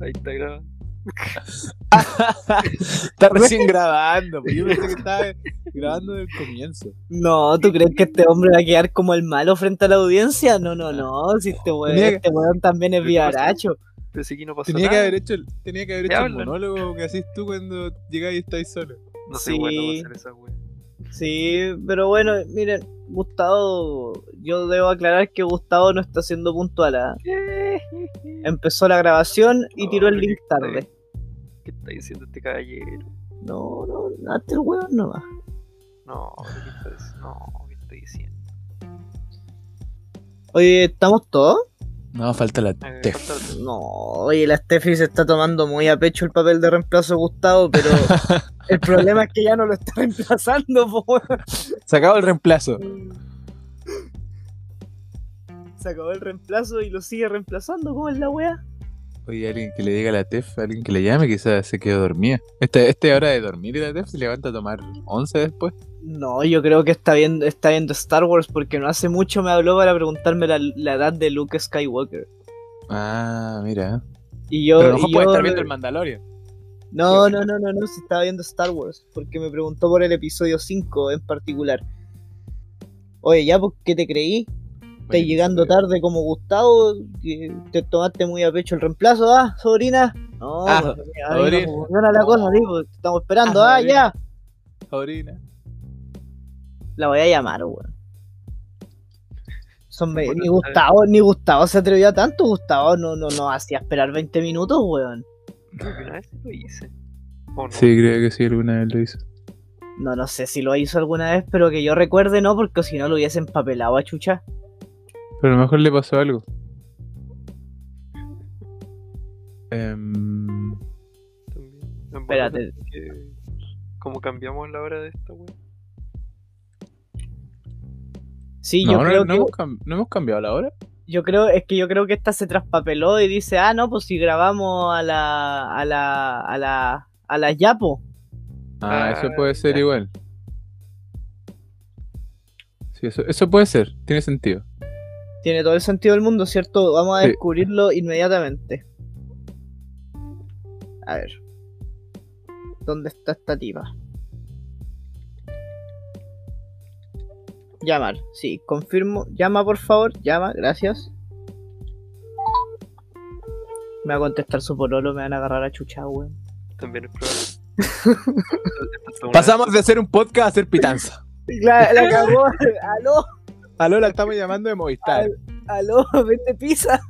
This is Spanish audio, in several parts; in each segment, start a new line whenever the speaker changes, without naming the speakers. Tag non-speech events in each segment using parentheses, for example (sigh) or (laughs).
Ahí está grabando.
Está recién grabando, pues yo pensé que estaba grabando desde el comienzo.
No, ¿tú crees que este hombre va a quedar como el malo frente a la audiencia? No, no, no. Si este weón,
Mira-
este weón también es
Pero ¿qué pasa?
viaracho.
Pero sí que no pasó
Tenía que
nada.
haber hecho, el- tenía que haber
Ya
hecho el
hablan.
monólogo que haces tú cuando llegáis y estáis solo.
No sé,
Sí.
bueno, va a hacer esa wea.
Sí, pero bueno, miren, Gustavo, yo debo aclarar que Gustavo no está siendo puntual. ¿ah? Empezó la grabación y tiró el
Ay,
link tarde.
¿Qué está diciendo este caballero?
No, no, hazte el weón nomás.
No, ¿qué está diciendo? No, ¿qué está diciendo?
Oye, ¿estamos todos?
No, falta la
Eh,
Tef.
falta otro.
No, oye, la Steffi se está tomando muy a pecho el papel de reemplazo de Gustavo, pero el problema es que ya no lo está reemplazando, po, weón.
Se acabó el reemplazo.
Se acabó el reemplazo y lo sigue reemplazando, ¿cómo es la weá?
Oye, alguien que le diga a la TEF, alguien que le llame, quizás se quedó dormida. Este, este hora de dormir y la TEF se levanta a tomar 11 después.
No, yo creo que está viendo, está viendo Star Wars porque no hace mucho me habló para preguntarme la, la edad de Luke Skywalker.
Ah, mira.
Y yo,
Pero a lo mejor
y
puede
yo-
estar viendo el Mandalorian.
No, no, no, no, no, si estaba viendo Star Wars, porque me preguntó por el episodio 5 en particular. Oye, ya, pues, ¿qué te creí? Estás
Oye,
llegando
eh,
tarde como Gustavo, que te tomaste muy a pecho el reemplazo, ¿ah, sobrina? No,
Ah,
pues, mira, ahí
sobrina.
no funciona la cosa, digo, te estamos esperando,
Ah,
ah, ya.
Sobrina.
La voy a llamar, weón. Son me-
Bueno,
ni
está
Gustavo, ni Gustavo se atrevió a tanto, Gustavo no, no, no hacía esperar 20 minutos, weón.
Creo que una vez lo hice. ¿O no?
Sí, creo que sí, alguna vez lo hizo.
No, no sé si lo hizo alguna vez, pero que yo recuerde no, porque si no lo hubiesen papelado a chucha.
Pero a lo mejor le pasó algo. Em,
También. En
Espérate.
verdad, que- Como cambiamos la hora de esta wea.
Sí,
no,
yo
no,
creo
no
que
hemos cam- no hemos cambiado la hora.
yo creo, es que yo creo que esta se traspapeló y dice, ah no, pues si grabamos a la, a la, a la, a la Yapo.
Ah, eso
Ah,
puede ser
ya.
igual. Sí, eso, eso puede ser, tiene sentido.
Tiene todo el sentido del mundo, ¿cierto? Vamos a
Sí.
descubrirlo inmediatamente. A ver. ¿Dónde está esta tipa? Llamar, sí, confirmo. Llama, por favor, llama, gracias. Me va a contestar su pololo, me van a agarrar a chucha, weón.
También es probable.
(laughs)
Esta- esta
Pasamos de hacer un podcast a hacer pitanza.
La, (laughs) la cagó, aló,
(laughs) Aló, la estamos llamando de (laughs) Movistar.
aló, vende pizza.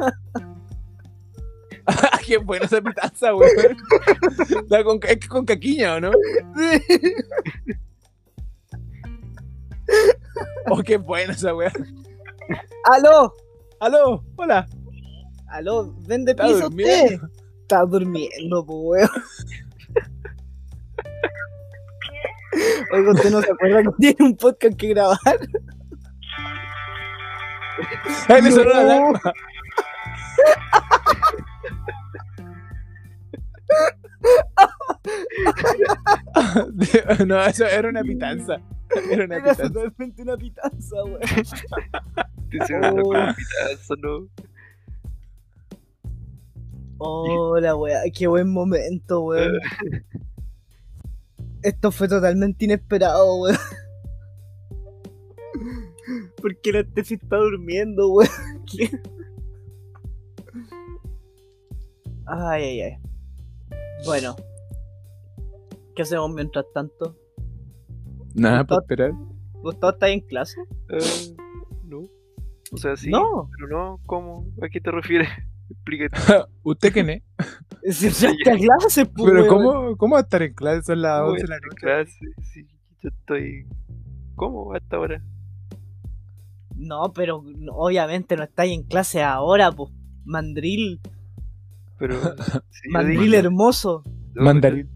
Ah, ¡Qué buena esa pitanza, weón! La con, es que con caquiña, ¿o no? ¡Oh, qué buena esa weón!
Aló,
¡Aló! ¡Hola!
aló, vende
¿Está
pizza usted.
durmiendo?
Está durmiendo,
(laughs)
po, weón. Oiga, ¿usted no se acuerda que tiene un podcast que grabar?
¡Ahí me sonó la
No.
alarma! (laughs) no, eso era una pitanza. Era una
Era (laughs)
pitanza.
totalmente una pitanza, weón.
Estoy seguro
Oh.
con un pitazo, ¿no?
Hola, weón. Qué buen momento, weón. Esto fue totalmente inesperado, weón. ¿Por qué la Tefi está durmiendo, weón? ¿Qué? Ay, ay, ay. Bueno. ¿Qué hacemos mientras tanto?
Nada, pues, para esperar.
¿Gustavo está ahí en clase?
Eh, no. O sea, sí.
No.
Pero no, ¿cómo? ¿A qué te refieres? (laughs) Explícate.
(laughs) ¿Usted quién es?
Si entraste a clase, pues,
Pero
weón.
¿cómo, ¿cómo va a estar en clase? Son las
Voy
11 de
a
la
hacer
noche.
clase, sí, yo estoy. ¿Cómo hasta ahora?
No, pero no- obviamente no está ahí en clase ahora, pues. Mandril,
(laughs)
Pero. sí, yo
mandril
dije-
hermoso.
no,
Mandarín.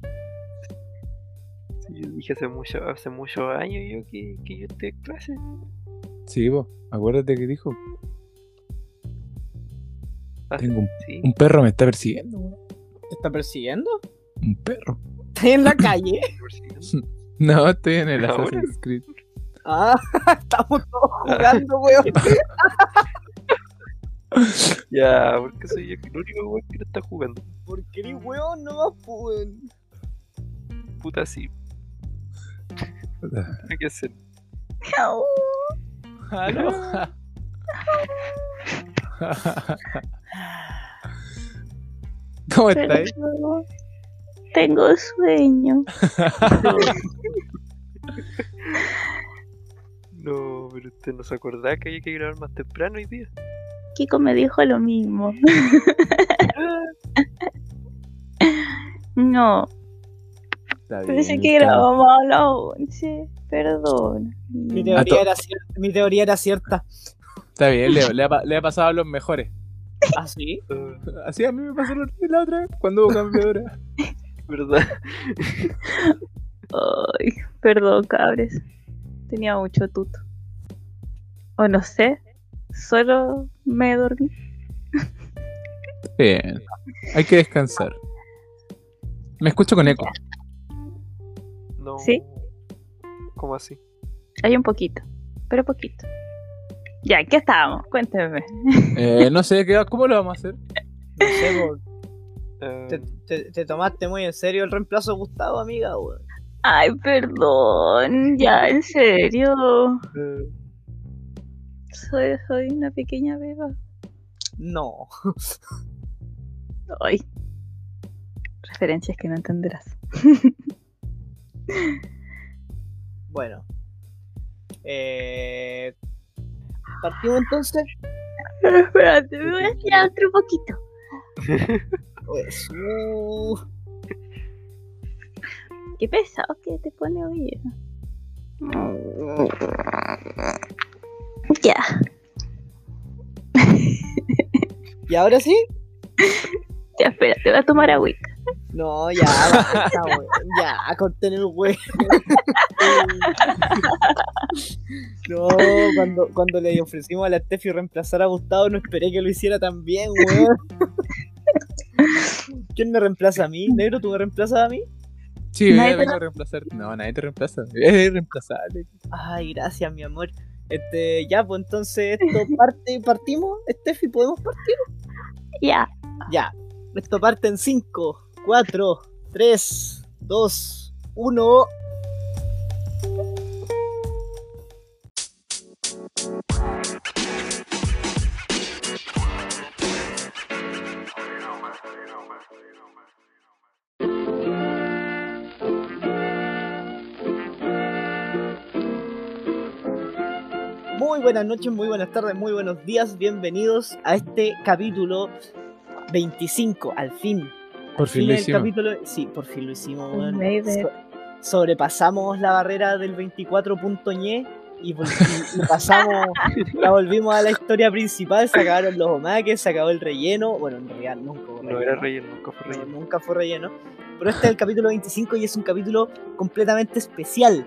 pero sí, yo dije hace mucho, hace muchos años yo que, que yo estoy en clase.
Sí, vos. Acuérdate que dijo.
Ah,
Tengo un,
Sí.
un perro, me está persiguiendo. weón.
¿Te está persiguiendo?
Un perro. (laughs)
¿Está en la calle?
por si no.
No, estoy en el
Ahora.
Assassin's Creed. (laughs)
(laughs) Ah, estamos todos jugando, weón.
Ya, porque soy el único weón que no está jugando.
Porque eres weón, no más, po, weón.
Puta sí. Hay que hacer.
¿Cómo estáis?
Tengo, tengo sueño.
No, pero usted no se acordaba que había que grabar más temprano hoy día.
Kiko me dijo lo mismo. (laughs) No,
Está
pensé
bien,
que
está-
grabamos a las 11. Perdón.
Mi
A to-
teoría, era cierta, mi teoría era cierta.
Está bien, Leo, le ha, pa- le ha pasado a los mejores. (laughs)
¿Ah, sí?
Ah,
Así a mí me pasó la- la otra vez, cuando hubo campeadora.
¿Verdad? (laughs)
Ay, perdón, cabres. Tenía mucho tuto. O no sé. Solo me dormí.
Bien, hay que descansar. Me escucho con eco.
No.
¿Sí?
¿Cómo así?
Hay un poquito. Pero poquito. Ya, ¿en qué estábamos? Cuéntenme.
Eh, no sé, ¿qué- ¿cómo lo vamos a hacer?
No sé, po,
Eh,
te, te- te tomaste muy en serio el reemplazo de Gustavo, amiga, weón.
Ay, perdón. Ya, en serio.
eh,
Soy, soy una pequeña beba.
No.
Ay. Referencias que no entenderás.
Bueno. Eh, Partimos entonces.
(laughs) Espérate, me voy a estirar otro poquito.
Pues, uh,
Qué pesado que te pone hoy. eso. Ya.
¿Y ahora sí?
Ya, espérate, voy a tomar agüita.
No, ya, basta, weón. ya, corten el huevo. No, cuando, cuando le ofrecimos a la Steffi reemplazar a Gustavo, no esperé que lo hiciera tan bien, weón. ¿Quién me reemplaza a mí? ¿Negro, tú me reemplazas a mí?
Sí,
Nadie
eh,
te
vengo a reemplazar. No, nadie te reemplaza. (laughs) Es irreemplazable.
Ay, gracias, mi amor. Este, ya, pues entonces esto parte, partimos, Steffi, ¿podemos partir?
Ya.
Ya. Esto parte en 5, 4, 3, 2, 1. Muy buenas noches, muy buenas tardes, muy buenos días. Bienvenidos a este capítulo 25, al fin.
Por fin lo
el
hicimos.
capítulo. Sí, por fin lo hicimos, weón.
Baby.
So- sobrepasamos la barrera del 24.ñe y, vol- y- y pasamos, la volvimos a la historia principal. Se acabaron los omaques, se acabó el relleno. Bueno, en realidad nunca hubo
no era relleno, nunca fue
no,
relleno.
nunca fue relleno. Pero este es el capítulo 25 y es un capítulo completamente especial.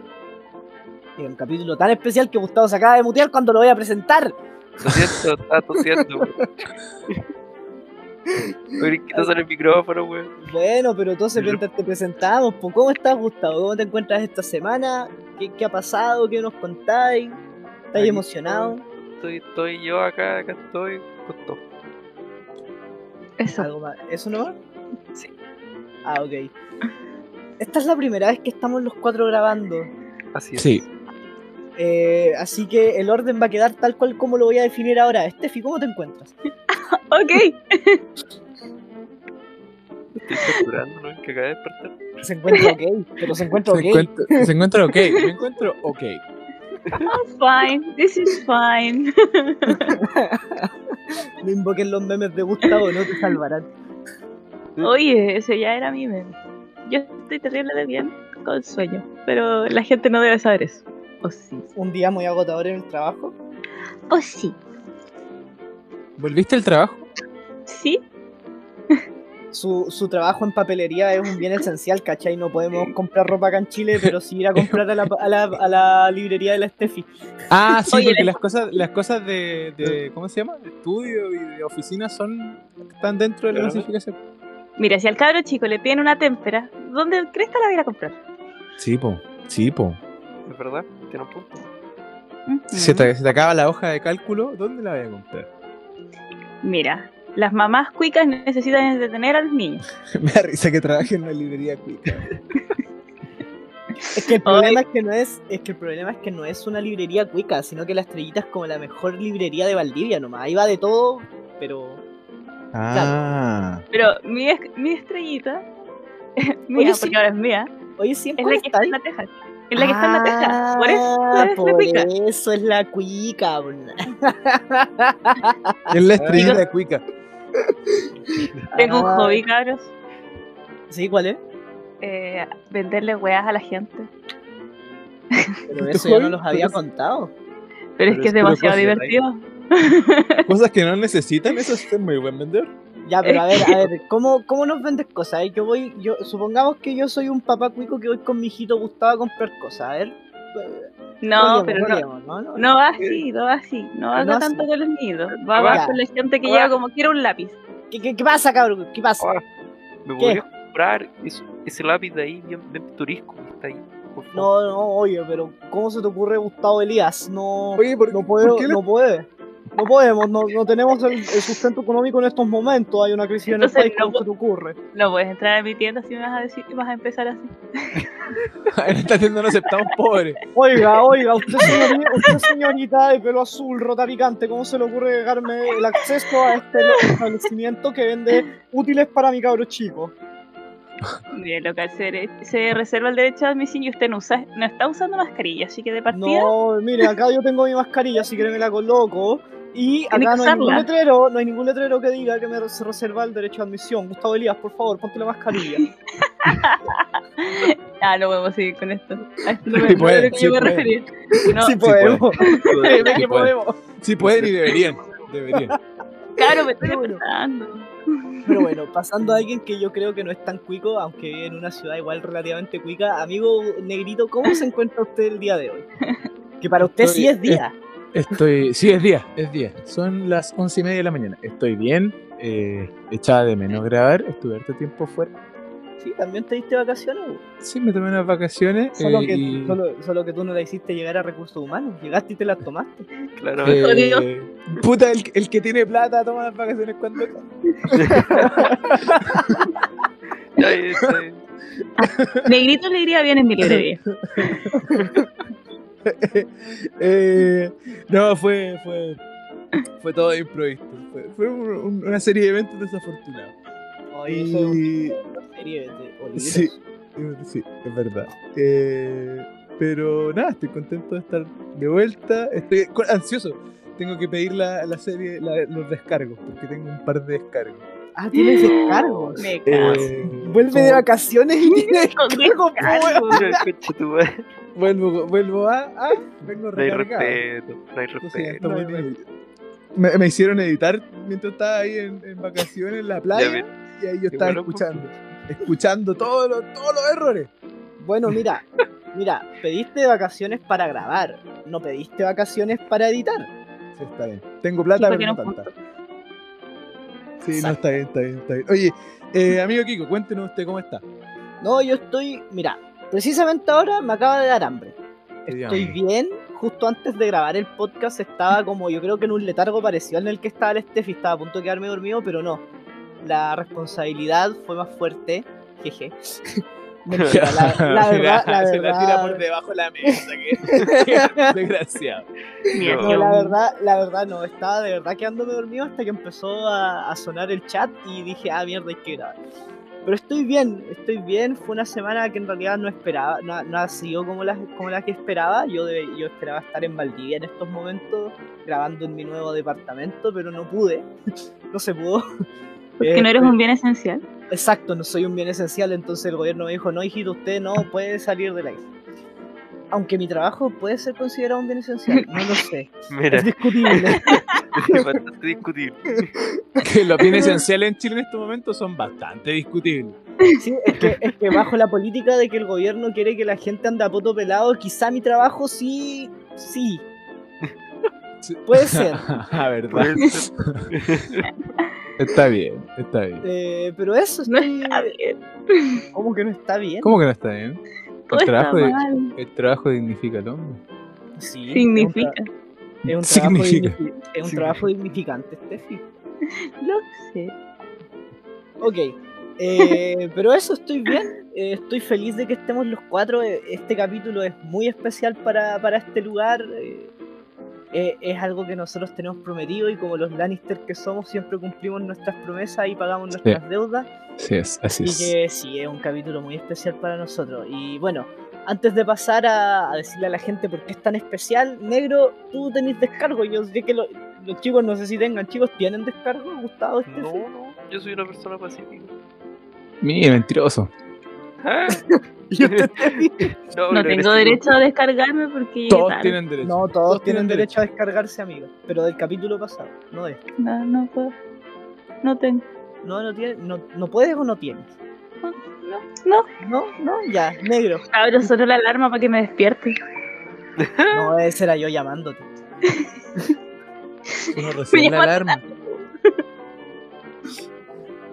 Es un capítulo tan especial que Gustavo se acaba de mutear cuando lo voy a presentar.
(laughs)
Lo siento, está tosiendo. Pero quita sale el micrófono, weón.
Bueno, pero entonces mientras te presentamos, pues, ¿cómo estás, Gustavo? ¿Cómo te encuentras esta semana? ¿Qué, qué ha pasado? ¿Qué nos contáis? ¿Estás
Aquí
emocionado?
Estoy, estoy yo acá, acá estoy. Justo.
Eso.
¿Algo más? ¿Eso no?
Sí.
Ah, ok. Esta es la primera vez que estamos los cuatro grabando.
Así es.
Sí.
Eh, así que el orden va a quedar tal cual como lo voy a definir ahora. Estefi, ¿cómo te encuentras?
Ok.
Estoy torturando, ¿no? Que acaba de despertar.
Se encuentra ok, pero se encuentra
Se
ok.
encuentra, se encuentra ok. Me encuentro ok.
Fine. This is (laughs) fine.
No invoquen los memes de Gustavo, no te salvarán.
Oye, ese ya era mi meme. Yo estoy terrible de bien con sueño. Pero la gente no debe saber eso. O sí.
Un día muy agotador en el trabajo.
O sí.
¿Volviste al trabajo?
Sí.
Su, su trabajo en papelería es un bien esencial, ¿cachai? No podemos comprar ropa acá en Chile, pero sí ir a comprar a la, a la, a la librería de la Steffi.
Ah, sí,
Oye,
porque las cosas, las cosas de, de- ¿cómo se llama? De estudio y de oficina son están dentro de la
Claro.
clasificación.
Mira, si al cabro chico le piden una témpera, ¿dónde crees que la voy a ir a comprar?
Sí, po. Sí, po.
Es verdad, tiene un punto.
Ujú.
(laughs) Si se te, se te acaba la hoja de cálculo, ¿dónde la voy a comprar?
Mm. Mira, las mamás cuicas necesitan entretener a los niños.
Me da risa que trabaje en una librería cuica.
Es que el problema es que no es, es que el problema es que no es una librería cuica, sino que la estrellita es como la mejor librería de Valdivia nomás. Ahí va de todo, pero.
Ah,
Pero mi, es- mi estrellita, (laughs) mía,
Oye,
porque
sí.
ahora es mía,
Oye, siempre
es la que
está Ah.
está en la teja. Es la que está en la teja. Por eso es la
por
cuica.
eso es la cuica. bro.
es la estrellita cuica.
Tengo un
Ah.
hobby, cabros.
¿Sí? ¿Cuál es?
eh, venderle weas a la gente.
Pero
¿Tu
eso yo no
hobby?
los había
Pero-
contado.
Pero,
Pero
es que
es
es
pura
demasiado
cosa, ¿verdad?
divertido.
Cosas que no necesitan, eso es ser muy buen vendedor.
Ya, pero a ver, a
(laughs)
ver, ¿cómo, cómo nos vendes cosas? A ver, Yo voy, yo, supongamos que yo soy un papá cuico que voy con mi hijito Gustavo a comprar cosas. A ver. rollemos,
No, pero no.
rollemos, no, no,
No va así, no va así. No va
No así.
tanto con los nidos. Va, va
Ya.
con la gente que
Ya.
lleva como quiera un lápiz.
¿Qué, qué, qué pasa, cabrón? ¿Qué pasa?
Ahora, Ah, ¿me podrías comprar eso- ese lápiz de ahí, bien, bien turisco que está ahí? Por favor.
No, no, oye, pero ¿cómo se te ocurre Gustavo Elías? No,
Oye, ¿por,
no puedo,
¿por qué
no puede. No podemos, no, no tenemos el, el sustento económico en estos momentos. Hay una crisis en el
Entonces,
país,
no
¿cómo se te ocurre?
No puedes entrar a mi tienda si me vas a decir y vas a empezar así.
(laughs)
en esta tienda no aceptamos pobres.
Oiga, oiga, usted señorita, usted señorita de pelo azul, rotaricante, ¿cómo se le ocurre dejarme el acceso a este lo- establecimiento que vende útiles para mi cabro chico?
Mire, local, se, se reserva el derecho de admisión y usted no, usa, no está usando mascarilla, así que de partida.
No, mire, acá yo tengo mi mascarilla, si quiere me la coloco. Y
Tiene
acá
que
no hay, ningún
usarla.
letrero, no hay ningún letrero que diga que me se reserva el derecho de admisión. Gustavo Elías, por favor, ponte
(laughs)
la mascarilla.
Ah, no podemos seguir con esto. A esto
(laughs)
no
Sí
me, no
puede,
era lo que
sí
yo me
puede.
refería. No,
si
Sí puede.
(laughs) podemos,
(laughs)
créeme que
Sí puede.
podemos.
Si pueden y deberían. Deberían.
claro, me estoy
Pero bueno.
empezando.
Pero bueno, pasando a alguien que yo creo que no es tan cuico, aunque vive en una ciudad igual relativamente cuica. Amigo Negrito, ¿cómo se encuentra usted el día de hoy? Que para usted sí es día.
Estoy. Sí, es día, es día. Son las once y media de la mañana. Estoy bien. eh, echaba de menos grabar. Estuve harto tiempo fuera.
Sí, también te diste vacaciones. güey.
Sí, me tomé unas vacaciones.
Solo,
eh,
que,
y-
solo, solo que tú no la hiciste llegar a recursos humanos. Llegaste y te la tomaste.
Claro,
eh,
Odio.
Puta, el, el que tiene plata toma las vacaciones cuando.
(laughs) está bien, está bien.
Negrito le iría bien en mi librería.
(laughs) Eh, no, fue, fue. Fue todo de improviso. Fue, fue un- un- una serie de eventos desafortunados.
Oye, eso es una
Y.
serie de Oliveros.
Sí. Sí, es verdad. Eh, pero nada, estoy contento de estar de vuelta. Estoy co- ansioso. Tengo que pedir la, la serie, la- los descargos, porque tengo un par de descargos.
Ah, tienes descargos.
Me
(laughs)
cago.
Eh,
Vuelve de
como-
vacaciones y tiene
(laughs)
descargos. po,
Descargo.
Mira, concha tu madre.
Vuelvo, vuelvo a. a vengo
No hay
recargado.
respeto, no hay
Lo siento,
respeto.
no hay
muy bien. me, me hicieron editar mientras estaba ahí en, en vacaciones en la playa.
Ya,
Y ahí yo estaba
Igual,
escuchando. Escuchando todos los, todos los errores.
Bueno, mira, mira, pediste vacaciones para grabar, no pediste vacaciones para editar.
Sí, está bien. Tengo plata,
Sí, porque
pero no pues.
no
tanta. Sí, no,
Exacto.
está bien, está bien, está bien. Oye, eh, amigo Kiko, cuéntenos usted cómo
(laughs)
está.
No, yo estoy, mira, precisamente ahora me acaba de dar hambre. Estoy bien, justo antes de grabar el podcast estaba como yo creo que en un letargo parecido al en el que estaba el Steffi, estaba a punto de quedarme dormido, pero no. La responsabilidad fue más fuerte,
(laughs)
jeje. Mentira, la, la verdad, la
Se la tira por
verdad.
debajo de la mesa. (laughs) Que... Desgraciado.
Mira, (laughs)
No,
qué
No, la
un-
verdad, la verdad no, estaba de verdad quedándome dormido hasta que empezó a, a sonar el chat y dije, ah, mierda, hay que grabar. Pero estoy bien, estoy bien, fue una semana que en realidad no esperaba, no, ha- no ha sido como la, como la que esperaba, yo, de- yo esperaba estar en Valdivia en estos momentos, grabando en mi nuevo departamento, pero no pude, (laughs) no se
(laughs)
pudo.
Que no eres
Este,
un bien esencial.
Exacto, no soy un bien esencial, entonces el gobierno me dijo, no, hijito, usted no puede salir de la isla. Aunque mi trabajo puede ser considerado un bien esencial, no
(laughs)
lo sé.
Mira,
Es discutible.
(laughs)
es bastante discutible.
Que los bienes esenciales en Chile en estos momentos son bastante discutibles.
(laughs) Sí, es que, es que bajo la política de que el gobierno quiere que la gente ande a poto pelado, quizá mi trabajo sí, sí.
Sí. (laughs)
Puede ser.
Por
verdad.
eso,
Está bien, está bien.
Eh, pero eso
No
estoy-
está
(laughs)
bien.
¿Cómo que no está bien?
¿Cómo que no está bien? El
Todo está
trabajo, de-
mal.
el trabajo dignifica al hombre.
Sí,
Significa.
Es un, tra- es un trabajo,
Significa.
dignifi- es un trabajo dignificante, Steffi.
Lo sé.
Ok. eh, pero eso, estoy bien. eh, estoy feliz de que estemos los cuatro. eh, Este capítulo es muy especial para, para este lugar. eh, eh, es algo que nosotros tenemos prometido y como los Lannister que somos, siempre cumplimos nuestras promesas y pagamos nuestras deudas.
Sí, es, así
Así
es.
que sí, es un capítulo muy especial para nosotros. Y bueno, antes de pasar a, a decirle a la gente por qué es tan especial, negro, tú tenés descargo. Yo sé que lo- los chicos, no sé si tengan, chicos, ¿tienen descargo, Gustavo? este Estefi?
No, no, yo soy una persona
(laughs)
pacífica.
Mira, (laughs) mentiroso.
Ah,
¿Y usted, Estefi?
(laughs) no, este
No
eres
tengo
tú.
derecho a descargarme porque llegué
Todos
tarde.
tienen derecho.
No, todos,
Todos
tienen
tienen
derecho a descargarse, amigos. Pero del capítulo pasado, no de este.
No, no puedo. No tengo.
No, no, tiene, no, no puedes o no tienes.
No, no.
No, no, ya, (laughs) negro.
Abro solo la alarma para que me despierte.
No, ese era yo llamándote.
(laughs)
Uno recibe la (laughs)
llamaron
alarma.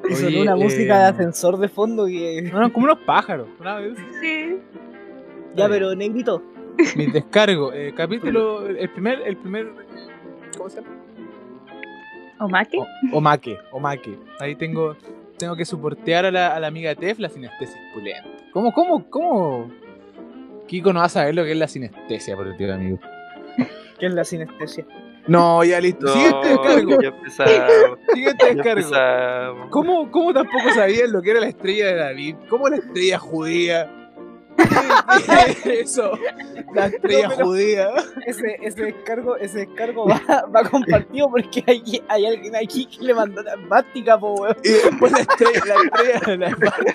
Y sonó
Oye,
una música de
eh,
ascensor de fondo que.
No, no, como unos pájaros. una vez.
Sí.
Ya, pero negrito.
Mi descargo. eh, capítulo, el primer, el primer, eh, ¿cómo se llama?
¿O Maki?
O, Omake, Omake. Ahí tengo, tengo que soportear a la, a la amiga Tef la sinestesis pulenta. ¿Cómo, cómo, cómo? Kiko no va a saber lo que es la sinestesia, por el tío amigo.
Que es la sinestesia.
No, ya listo.
No,
Siguiente descargo.
ya
(laughs)
empezamos.
Siguiente
Ya
descargo.
empezamos.
¿Cómo, ¿Cómo tampoco sabías lo que era la estrella de David? ¿Cómo la estrella judía? ¿Qué- qué es Eso, la estrella
No, pero-
judía.
Ese, ese descargo, ese descargo va, (laughs) va compartido porque hay, hay alguien aquí que le mandó la mática, po, weón.
Y después la estrella, la estrella, la plástica.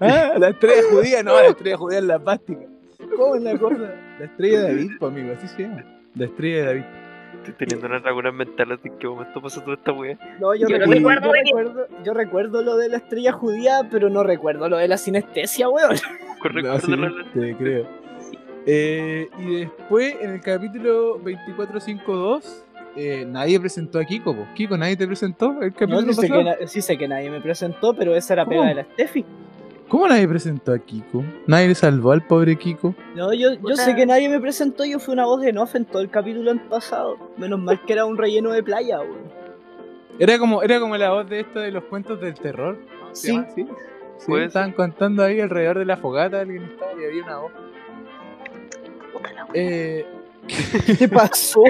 Ah, la estrella judía, no, la estrella judía es la plástica. ¿Cómo es la cosa? La estrella de David, pues amigo, así se llama. La estrella de David.
Estoy teniendo unas lagunas mentales de en qué momento pasó toda esta wea.
(laughs) No, yo,
Yo
no
recuerdo, yo,
recuerdo de que-
recuerdo, yo recuerdo lo de la estrella judía, pero no recuerdo lo de la sinestesia, weón.
Correcto,
No, sí,
la- (laughs)
te creo. Eh, y después, en el capítulo 2452, eh, nadie presentó a Kiko. po. Kiko, nadie te presentó el
No,
capítulo
sí, sé
pasado?
que, na- sí sé que nadie me presentó, pero esa era pega
¿Cómo?
de la Steffi.
¿Cómo nadie presentó a Kiko? Nadie le salvó al pobre Kiko.
No, yo, yo sé
Puta.
que nadie me presentó, yo fui una voz de off en todo el capítulo en pasado. Menos mal que era un relleno de playa, weón.
Era como, era como la voz de esto de los cuentos del terror. ¿no? ¿Se
Sí.
llama así? Sí,
Puede
estaban contando ahí alrededor de la fogata, alguien estaba y había una voz.
Puta la wea.
(laughs) Eh,
¿Qué te pasó?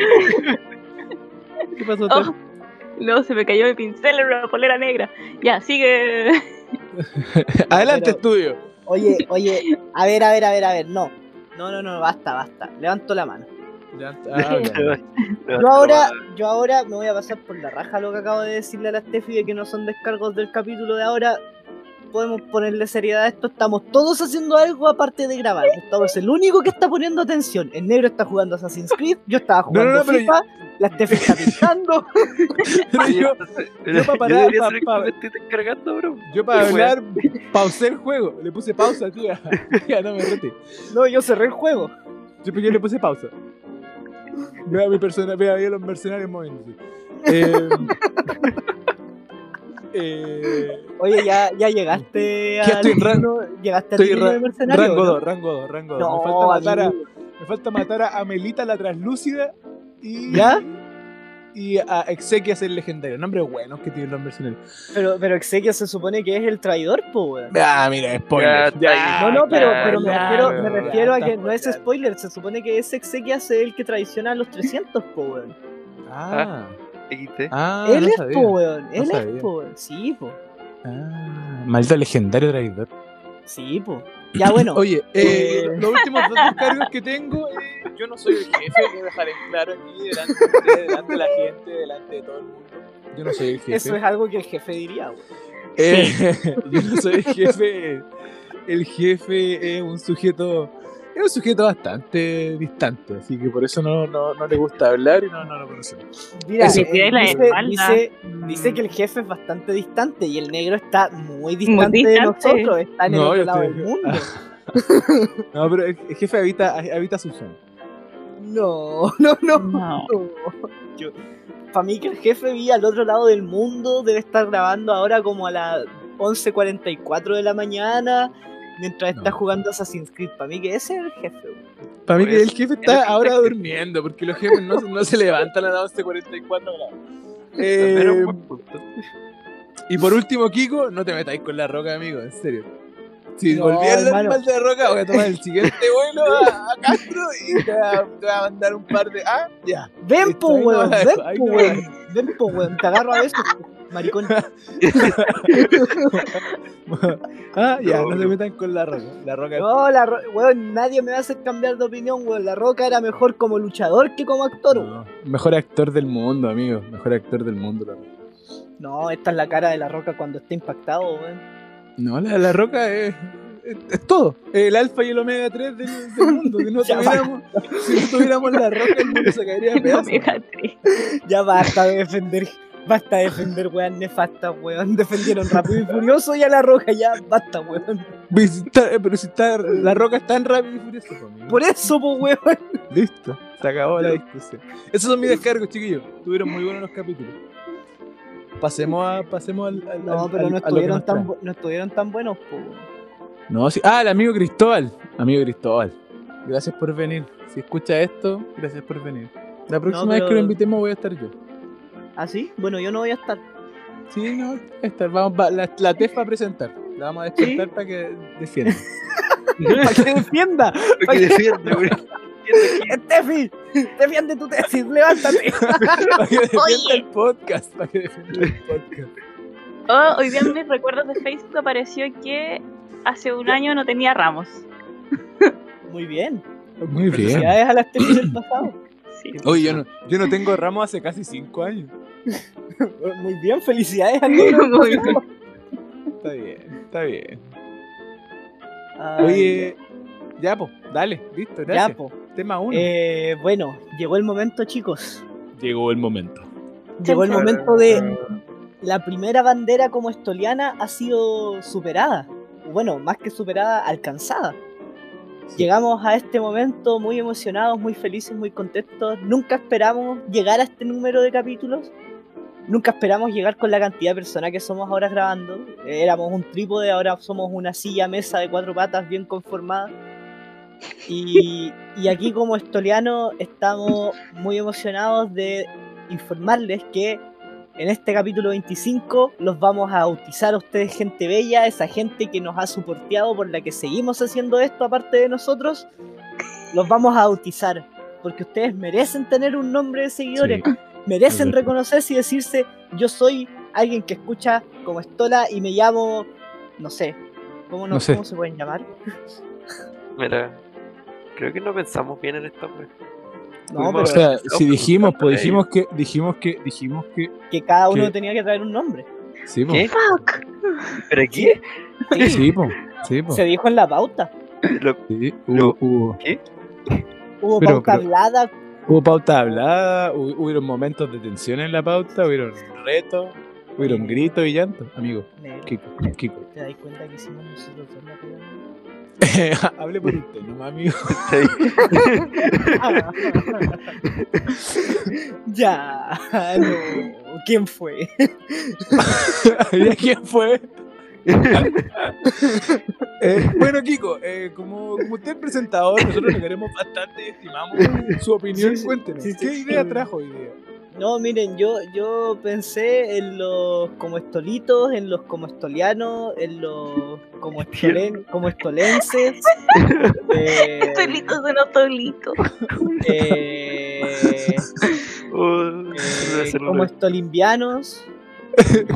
¿Qué pasó?
Oh, no, se me cayó mi pincel en una polera negra. Ya, sigue.
Tef? Adelante,
pero-
estudio.
Oye, oye, a ver, a ver, a ver, a ver, no. No, no, no, basta, basta. Levanto la mano.
Ya, ah, (laughs) habla.
Yo ahora, yo ahora me voy a pasar por la raja lo que acabo de decirle a la Steffi de que no son descargos del capítulo de ahora. Podemos ponerle seriedad a esto. Estamos todos haciendo algo aparte de grabar. Gustavo es el único que está poniendo atención. El negro está jugando Assassin's Creed. Yo estaba
No,
jugando
no, no, pero
FIFA. La Steffi está
(laughs)
pintando.
Pero yo,
Yo,
pa' parar,
debería
pa-
ser el que
pa-
me estoy descargando, bro.
yo para
Qué wea.
hablar, pausé el juego. Le puse pausa, (laughs) tía. Tía, no me rete.
No, yo cerré el juego.
Yo, yo le puse pausa. Vea mi persona, vea a los mercenarios (laughs) moviéndose. Eh, eh,
Oye, ya, ya llegaste a.
(laughs) Ya estoy en rango.
Llegaste
Estoy
a
en ra-
de mercenario.
rango
¿no?
2, rango 2, rango 2. me,
No,
falta matar a,
amigo.
me falta matar a Amelita la translúcida y,
¿Ya?
y a Exequias el legendario. Nombres buenos que tienen los mercenarios.
Pero, pero Exequia se supone que es el traidor, po, weón.
Ah, mira, spoiler.
Ya, está
No, no, pero,
Ah,
pero me
ya,
refiero,
weón,
me
ya
refiero a
está
que no es
spoileado.
spoiler, se supone que ese Exequias es el que traiciona a los 300, po, weón.
Ah,
XT.
ah,
él
no
es,
sabía.
po, weón, él es,
sabía.
po, weón. Sí, po,
Ah, maldito legendario traidor.
sí, po. Ya, bueno,
Oye, eh,
Eh.
los últimos dos descargos que tengo, eh, yo no soy el jefe, quiero dejar en claro aquí delante de ustedes, delante de la gente, delante de todo el mundo. Yo no soy el jefe.
eso es algo que el jefe diría, weón.
Eh, (laughs) yo no soy el jefe. El jefe es un sujeto. Es un sujeto bastante distante, así que por eso no, no, no le gusta hablar y no, no lo conocemos.
Mira,
Eso.
eh,
Me pide la
dice,
espalda.
dice, dice
(laughs)
que el jefe es bastante distante y el negro está muy distante, de
distante.
nosotros, está en
No,
el otro
yo
lado
estoy- Ah, (laughs)
del mundo.
No, pero el el jefe habita, habita su zona.
No, (laughs) no, no.
No.
Para mí que el jefe vive al otro lado del mundo, debe estar grabando ahora como a las 11.44 de la mañana, mientras está
No.
jugando Assassin's Creed. Para mí que ese es el jefe. weón.
Para mí
Por
que el
eso,
jefe
en
está
el
ahora
fintech.
durmiendo, porque los jefes no, no se levantan a las 11.44 grados. Eh,
Pero un buen punto.
(laughs) y por último, Kiko, no te metáis con la roca, amigo, en serio. Si
No,
volví a hablar
hermano.
mal de la roca, voy a tomar el siguiente vuelo a, a Castro y te va, te va a mandar un par de. Ah, ya.
Ven,
Esto
po,
ahí no
weón.
va,
Ven,
ahí
po,
no va.
weón. Ven, po, weón. Te agarro a besos, maricón.
(laughs) Ah, ya, no,
No,
te
no.
metan con la roca. La roca es
No, la Ro- weón, nadie me va a hacer cambiar de opinión, weón. La Roca era mejor como luchador que como actor, weón.
No, Mejor actor del mundo, amigo. Mejor actor del mundo, la Roca.
No, esta es la cara de la Roca cuando está impactado, weón.
No, la, la roca es, es, es todo. El alfa y el omega 3 del, del mundo. Si no,
(laughs) Ya
tuviéramos, si no tuviéramos la roca, el mundo se
(laughs)
caería a pedazos.
Omega 3.
Ya basta de defender, basta de defender, weón, nefastas, weón. Defendieron rápido y furioso y a la Roca ya, basta, weón.
Pero Pues, si está- eh, pero si está, la roca es tan rápido y furioso. po, amigo.
Por eso, po, weón.
Listo, se acabó la discusión. Esos son mis descargos, chiquillos. Tuvieron muy buenos los capítulos. Pasemos a. Pasemos al, al-
No,
al-
pero
al-
no
a lo que
estuvieron,
nos
tan,
trae.
bu- no estuvieron tan buenos, po, weón.
No, sí. Ah, el amigo Cristóbal. Amigo Cristóbal. Gracias por venir. Si escucha esto, gracias por venir. La próxima vez que
pero-
lo invitemos voy a estar yo.
¿Ah, sí? Bueno, yo no voy
(laughs)
a estar.
Sí, no, esta, vamos, va- la, la TEF va a presentar. La vamos a despertar para que defienda. (laughs)
¡Para que defienda!
Lo que defiende, güey.
¡Estefi! ¡Defiende tu tesis!
(laughs)
¡Levántate!
para
(laughs)
que defienda
Oye.
el podcast. Para que defienda el podcast.
Oh, hoy día en mis recuerdos de Facebook apareció que hace un año no tenía ramos.
Muy bien.
Muy bien.
Felicidades a la Estefi del pasado.
Sí.
Oye, yo no, yo no tengo ramo hace casi cinco años.
Muy bien, felicidades a
Muy bien.
Está bien, está bien.
Ay,
Oye, ya, po, dale, listo,
ya,
gracias.
ya, po.
Tema uno.
Eh, bueno, llegó el momento, chicos.
Llegó el momento.
Llegó el
Chan, chan.
momento de la primera bandera como estoliana ha sido superada. Bueno, más que superada, alcanzada. Llegamos a este momento muy emocionados, muy felices, muy contentos. Nunca esperamos llegar a este número de capítulos. Nunca esperamos llegar con la cantidad de personas que somos ahora grabando. Eh, Éramos un trípode, ahora somos una silla, mesa de cuatro patas bien conformada. Y, y aquí como estoliano estamos muy emocionados de informarles que en este capítulo 25 los vamos a bautizar a ustedes gente bella, esa gente que nos ha soporteado por la que seguimos haciendo esto aparte de nosotros. Los vamos a bautizar porque ustedes merecen tener un nombre de seguidores, merecen
es verdad.
reconocerse y decirse yo soy alguien que escucha como Estola y me llamo, no sé, ¿cómo, no-
No sé.
¿cómo se pueden llamar?
Mira, creo que no pensamos bien en esta wea.
No,
O
Fuimos-
pero
sea, si dijimos, pues dijimos que, dijimos que, dijimos que.
que cada uno
¿Qué?
tenía que traer un nombre.
Sí, po.
¿Qué?
Fuck.
¿Pero qué? (laughs)
Sí, po. Sí, po.
Se dijo en la pauta.
Lo-
Sí, hubo, hubo,
Hubo
Pero-
pauta
pero-
hablada.
hubo pauta hablada, hu- hubieron momentos de tensión en la pauta, hubieron retos, hubieron gritos y llanto. Amigo,
Negro,
Kiko, Kiko. (laughs)
¿Te das cuenta que hicimos nosotros dos la pega?
Hable por usted, no más, amigo. (laughs)
está ahí.
Ah. (laughs) ya, no. ¿Quién fue?
¿Y a quién fue?
(laughs)
Eh, bueno, Kiko, eh, como, como usted es presentador, nosotros le queremos bastante y estimamos su opinión.
Sí, sí,
Cuéntenos,
sí, sí,
¿qué
sí.
idea trajo hoy día? (laughs)
No, miren, yo, yo pensé en los como estolitos, en los como estolianos, en los como, estolen, como estolenses. eh,
Tolitos de no tolitos.
eh,
Oh,
eh,
el celular. (laughs)
como estolimbianos.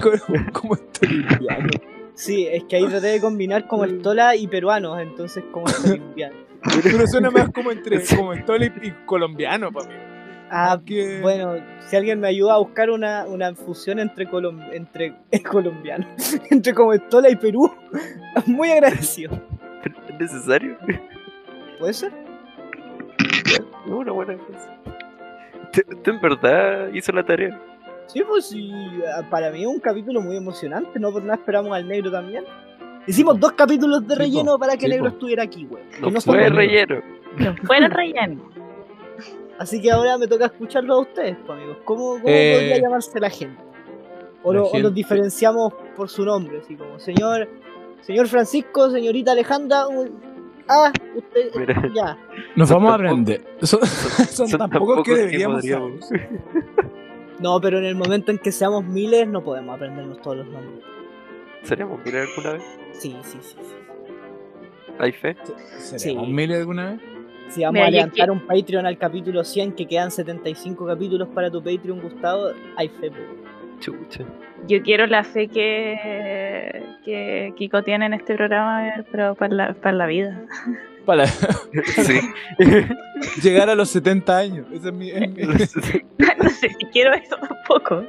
¿Cómo, cómo estoy limpiando?
Sí, es que ahí traté de combinar como estola y peruanos, entonces como estolimbianos.
Pero suena (laughs) más como entre como Stoli y colombiano, para mí.
Ah,
que,
Bueno, si alguien me ayuda a buscar una, una fusión entre, colom entre (laughs) colombiano, (laughs) entre Comestola y Perú, (laughs) muy agradecido.
¿Es necesario?
¿Puede ser?
No, (laughs) una buena cosa. Usted usted en verdad hizo la tarea.
Sí, pues sí, ah, para mí es un capítulo muy emocionante, no por nada esperamos al negro también. Hicimos dos capítulos
Sí,
de
pues.
relleno para que
sí,
el negro
po.
estuviera aquí, güey. que
No,
no
fue
somos-
relleno. (laughs)
No fueron relleno.
(laughs) Así que ahora me toca escucharlo a ustedes, pues, amigos. ¿Cómo, cómo
Eh,
podría llamarse la gente? O,
la
lo- o
gente-
los diferenciamos por su nombre, así como señor, señor Francisco, señorita Alejandra, un- Ah, usted.
Mira,
Ya.
Nos
Son
vamos a
tampoco-
aprender. Son, son
son
tampoco
tampoco
que
que
deberíamos.
podríamos.
saber.
No, pero en el momento en que seamos miles, no podemos aprendernos todos los nombres.
¿Seremos miles alguna vez?
Sí, sí, sí. sí.
¿Hay fe?
¿Seremos
Sí.
miles alguna vez?
Si vamos
Mira,
a
yo
levantar
que-
un Patreon al capítulo 100, que quedan 75 capítulos para tu Patreon, Gustavo, hay fe. po.
Chucha.
Yo quiero la fe que, que Kiko tiene en este programa, pero para la, para la vida. (laughs)
Para
Sí.
(laughs)
(laughs)
llegar a los 70 años. Ese es mi. es mi-
no sé si quiero eso tampoco.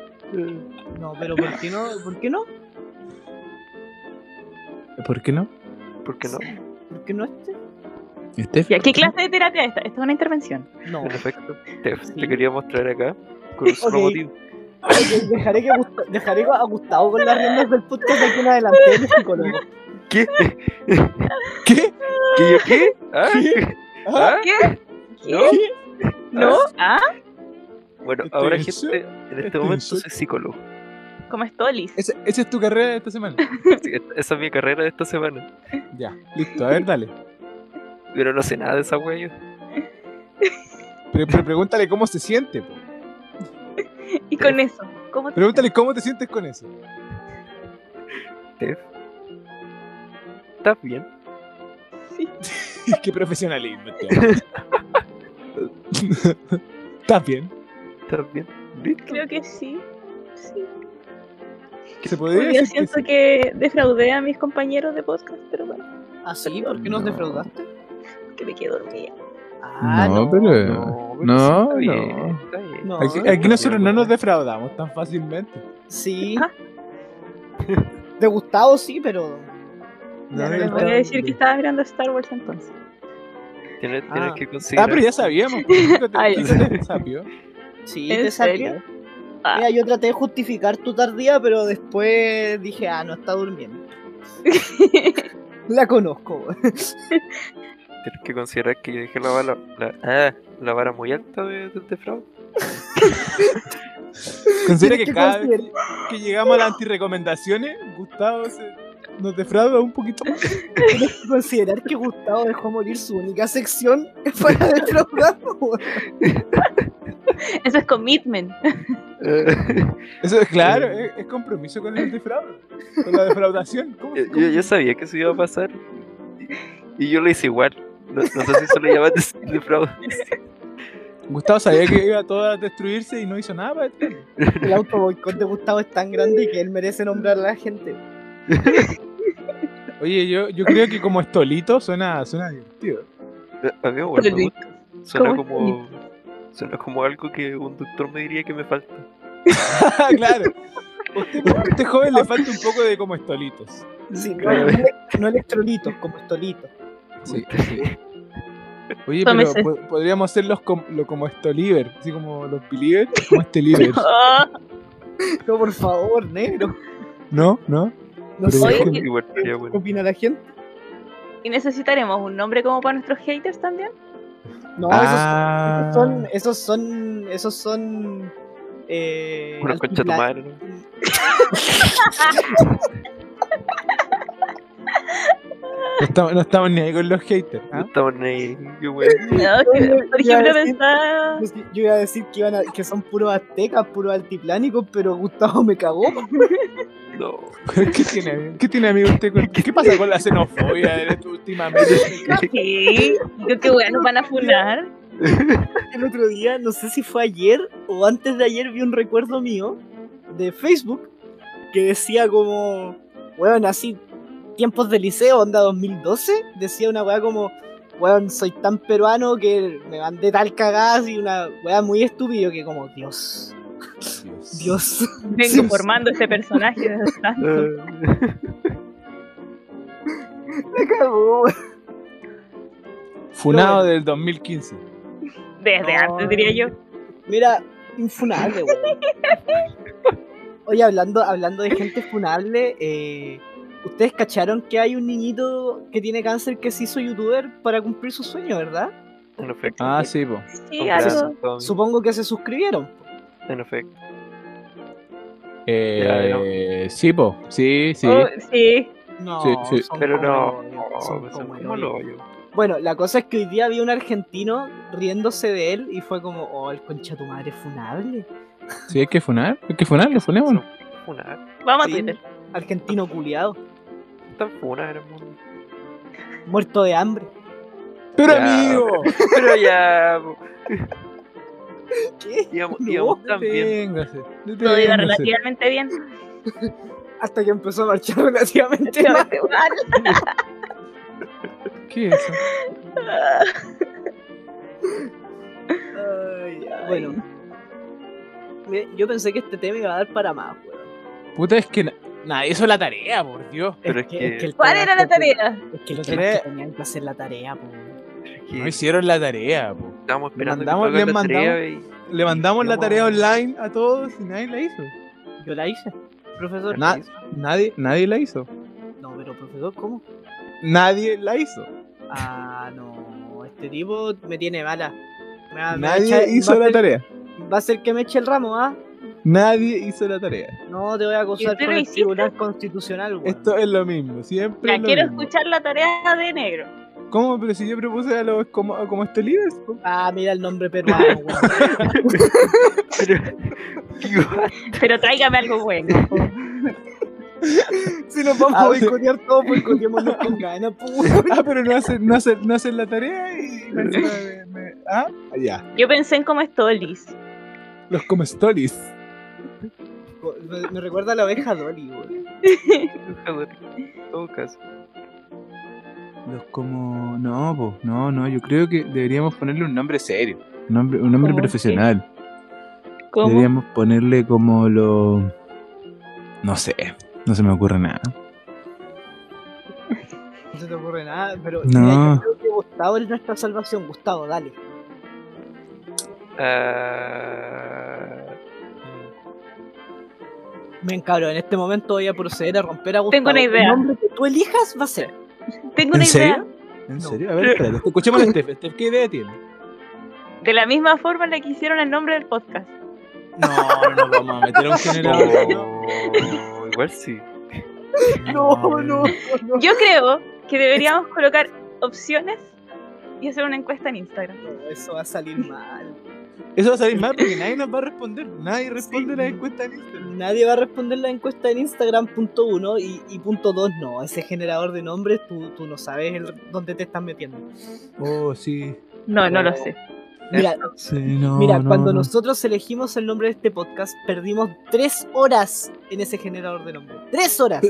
No, pero ¿por qué no? ¿Por qué no?
(laughs) ¿Por qué no?
¿Por qué no?
¿Por qué no este?
Steph,
¿Y a
¿por (laughs)
qué
qué no?
clase de terapia es esta? Esta es una intervención.
No.
En efecto, te, te
Sí.
quería mostrar acá con un solo
Ok.
motivo.
Ok, dejaré, que Gust- dejaré a Gustavo con las riendas del podcast de aquí en adelante, él es psicólogo.
¿Qué?
¿Qué?
¿Qué yo qué? ¿Ah?
(laughs)
¿Ah?
¿Qué?
¿No? (laughs)
¿No? ¿Ah?
Bueno,
Estoy
ahora
en
gente,
shock.
en
Estoy
este
en
momento
shock.
soy psicólogo.
Como Stolis. (laughs)
Esa, esa es tu carrera de esta semana.
Sí, Esa es mi carrera de esta semana.
ya, listo. A ver, dale.
Pero no sé nada de esa wea yo.
Pero, pero pregúntale cómo se siente. po.
Y con eso, ¿cómo te
Pregúntale cómo te sientes con eso. (laughs)
Steph. ¿Estás bien?
qué profesionalismo. este (laughs) hombre. ¿Estás bien?
¿Estás bien? ¿Listo?
Creo que sí. Sí.
¿Se podría
Porque
decir
Yo
que
siento
sí?
que defraudé a mis compañeros de podcast, pero bueno,
¿Ah, sí? ¿Por qué nos
No.
defraudaste?
que me quedé dormida.
Ah, no.
No, pero- eh,
pero
no,
sí, está
no.
bien, está bien.
No.
Aquí, aquí nosotros no nos defraudamos tan fácilmente.
Sí.
Ah.
De Gustavo sí, pero...
Ya
No,
no
no,
les voy a
no.
decir que estaba mirando Star Wars entonces.
Tienes, tienes
Ah.
que
Ah,
considerar.
pero ya sabíamos. pues, Kiko te-
Ay.
Kiko te sapió.
Sí,
¿En
te salió.
Ah.
Mira, yo traté de justificar tu tardía, pero después dije, ah, no está durmiendo. La conozco.
Tienes que considerar que yo dejé la vara, la, ah, la vara muy alta de, de, de fraude.
Considera que
Tienes que
cada vez que llegamos a las antirecomendaciones, Gustavo se- nos defrauda un poquito más.
Tienes que considerar que Gustavo dejó morir su única sección (laughs) para defraudarnos. weón.
(laughs) Eso es commitment.
Eh, Eso es claro, es, es compromiso con el defraude, con la defraudación. ¿Cómo-
(laughs) (laughs) Yo,
cómo-
yo, yo sabía que eso iba a pasar. Y, y yo lo hice igual. No, no sé si eso lo llaman de, de fraude.
Gustavo sabía que iba todo a destruirse y no hizo nada para esto.
(laughs)
El autoboicot de Gustavo es tan grande que él merece nombrar a la gente.
Oye, yo, yo creo que como estolito suena, suena divertido.
A mí
(laughs)
igual me
Oli.
gusta. Suena
¿Cómo es
como, suena como algo que un doctor me diría que me falta.
(laughs) claro. Usted, a este joven le falta un poco de como estolitos.
Sí, no,
Claro.
no, no electrolitos, como estolitos.
Oye, pero
Tómese.
po- podríamos hacerlos com- lo como estoliver, así como los believer, como este
(laughs)
liver.
Ah,
No, por favor, negro.
¿No? ¿No?
No
Pero-
sé
Oye,
qué-
Igual estaría
qué
bueno.
opina la gente.
y necesitaremos un nombre como para nuestros haters también.
No,
Ah.
esos son. Esos son. Esos son. Eh,
Una concha de tu
altipla-
madre, ¿no?
No estamos, no estamos ni ahí con los haters.
No (laughs)
¿ah?
estamos ni qué bueno.
No, que-
Oye,
por
ya decir-
ejemplo, pensaba.
Yo sí- Yo iba a decir que, iban a- que son puros aztecas, puros altiplánicos, pero Gustavo me cagó.
(laughs)
No.
¿Qué, tiene, ¿Qué tiene amigo usted con- ¿Qué pasa con la xenofobia de este últimamente?
Sí, yo qué bueno, nos van a funar.
El otro día, no sé si fue ayer o antes de ayer, vi un recuerdo mío de Facebook que decía como, weón, así, tiempos de liceo, onda 2012, decía una weá como, weón, soy tan peruano que me mandé tal cagada y una weá muy estúpido que como, Dios, Dios.
Vengo formando este
(laughs)
personaje desde
Ah.
tanto.
Me (laughs) cagó, weón.
Funado
Bueno.
del 2015.
Desde antes, diría yo.
Mira, infunable, (laughs) weón. Oye, hablando, hablando de gente funable, eh, ¿ustedes cacharon que hay un niñito que tiene cáncer que se hizo youtuber para cumplir su sueño, verdad?
En efecto.
Ah, sí, po.
Sí, algo.
Tommy,
Supongo que se suscribieron.
En efecto.
Eh, sí, po. Sí, sí.
Oh, sí.
No,
Sí, sí.
son
Pero
como
no.
el hoyo, son
pues,
como el
¿Cómo
hoyo.
lo yo?
Bueno, la cosa es que hoy día había un argentino riéndose de él y fue como, oh, el concha tu madre funable.
Sí, hay que funar, hay que funarlo, funémonos.
Son funas,
Vamos
Sí.
a Twitter.
Argentino culiado,
tan funas en el mundo.
muerto de hambre.
Pero
Ya.
amigo,
(laughs) Pero ya, po,
(laughs) ¿Qué?
íbamos,
No,
íbamos tan bien.
deténgase,
Todo iba
deténgase.
relativamente bien.
Hasta que empezó a marchar (laughs) relativamente
(laughs)
mal.
¿Qué es eso?
Bueno, me- yo pensé que este tema iba a dar para más, weón.
Puta, es que na- nadie hizo la tarea, por Dios.
Pero es que-
el
¿Cuál era la
trabajo,
tarea?
pues, Es que los
Tarea-
que tenían que hacer la tarea, pues.
Que
No hicieron la tarea, po.
estábamos esperando que
mandamos-
tú hagas
les
la tarea
Le mandamos la
No.
tarea online a todos y nadie la hizo.
Yo la hice. Profesor,
Na- nadie, nadie la hizo.
no, pero profesor, ¿cómo?
Nadie la hizo.
Ah, no, este tipo me tiene mala. Me
Ah,
va- me va a echar-
Nadie hizo
va a
la
ser-
tarea.
Va a ser que me eche el ramo, ¿ah?
Nadie hizo la tarea.
No te voy a acusar por
usted lo
el
hiciste?
tribunal constitucional, weón.
Esto es lo mismo, siempre
Ya
es lo
quiero
mismo.
escuchar la tarea de negro.
¿Cómo? Pero si yo propuse a los como, a como este líder. po.
Ah, mira el nombre peruano,
(laughs)
weón.
ahí. Pero,
Pero tráigame algo bueno.
si nos vamos
Ah,
a
bueno.
boicotear todo, boicoteémoslo con ganas, po, weón.
Ah, pero no hacen, no hacen, no hacen la tarea y me, me- me- Ah, ya.
Yo pensé en cómo es todo Liz.
Los comestolis.
Me, me recuerda a la oveja Dolly, weón.
en todo caso.
Los como. No, po. No, no. Yo creo que deberíamos ponerle un nombre serio. Un nombre, un nombre
¿Cómo?
profesional.
¿Cómo?
Deberíamos ponerle como lo. No sé. No se me ocurre nada.
No se te ocurre nada, pero
No.
mira, yo creo que Gustavo es nuestra salvación. Gustavo, dale.
Ah,
Me encabro, en este momento voy a proceder a romper a Gustavo.
Tengo una idea.
El nombre que tú elijas va
(laughs)
a ser.
¿En
Tengo una idea.
serio? ¿En serio? A ver, espérate.
este,
Escuchemos a Steph. Steph, ¿qué idea tiene?
De la misma forma en la que hicieron el nombre del podcast.
No, no nos vamos a meter a un generador. ¿no?
oh, igual sí.
No, no, no.
Yo creo que deberíamos colocar opciones y hacer una encuesta en Instagram.
No, Eso va a salir mal.
Eso va a salir mal porque nadie nos va a responder. Nadie responde las encuestas en Instagram.
Nadie va a responder la encuesta en Instagram, punto uno, y, y punto dos, no. Ese generador de nombres, tú, tú no sabes el- dónde te estás metiendo.
Oh, sí.
No, no lo sé.
Mira,
Sí, no.
mira
no,
cuando
no.
nosotros elegimos el nombre de este podcast, perdimos tres horas en ese generador de nombres. ¡Tres
(laughs)
horas!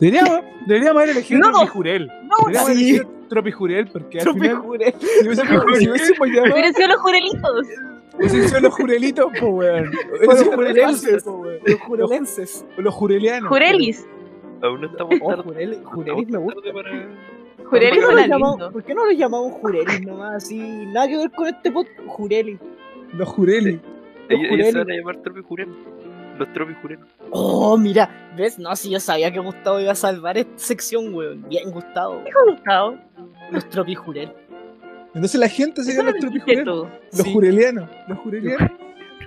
Deberíamos, deberíamos haber elegido
No.
Tropijurel. Deberíamos haber
sí.
elegido Tropijurel porque al final.
Tropijure.
Si hubiésemos- si hubiésemos
(laughs)
llamado.
Pero son los jurelitos.
Esos son los jurelitos, po, weón.
Los
Esos son los
jurelenses.
falsos, po, weón.
Los jurelenses.
Los jurelianos.
Jurelis.
Aún no estamos
Oh,
tarde.
jurel, jurelis
estamos
me gusta.
tarde (laughs) para-
Jurelis
¿Por qué, no
suena
lo llamamos,
lindo.
¿Por qué no lo llamamos
(laughs)
Jurelis nomás? Así, nada que ver con este podcast. Jurelis.
Los jurelis.
Los
Ellos, ellos se
jureles.
van a llamar Tropi Jurel. Los Tropi Jurel.
Oh, mira, ¿ves? No, si yo sabía que Gustavo iba a salvar esta sección, weón. Bien, Gustavo.
Gustavo,
Los tropijurel.
Entonces la gente se
eso
llama
lo
los
dijiste
tropijurel.
tú.
Los
Sí.
jurelianos. Los jurelianos.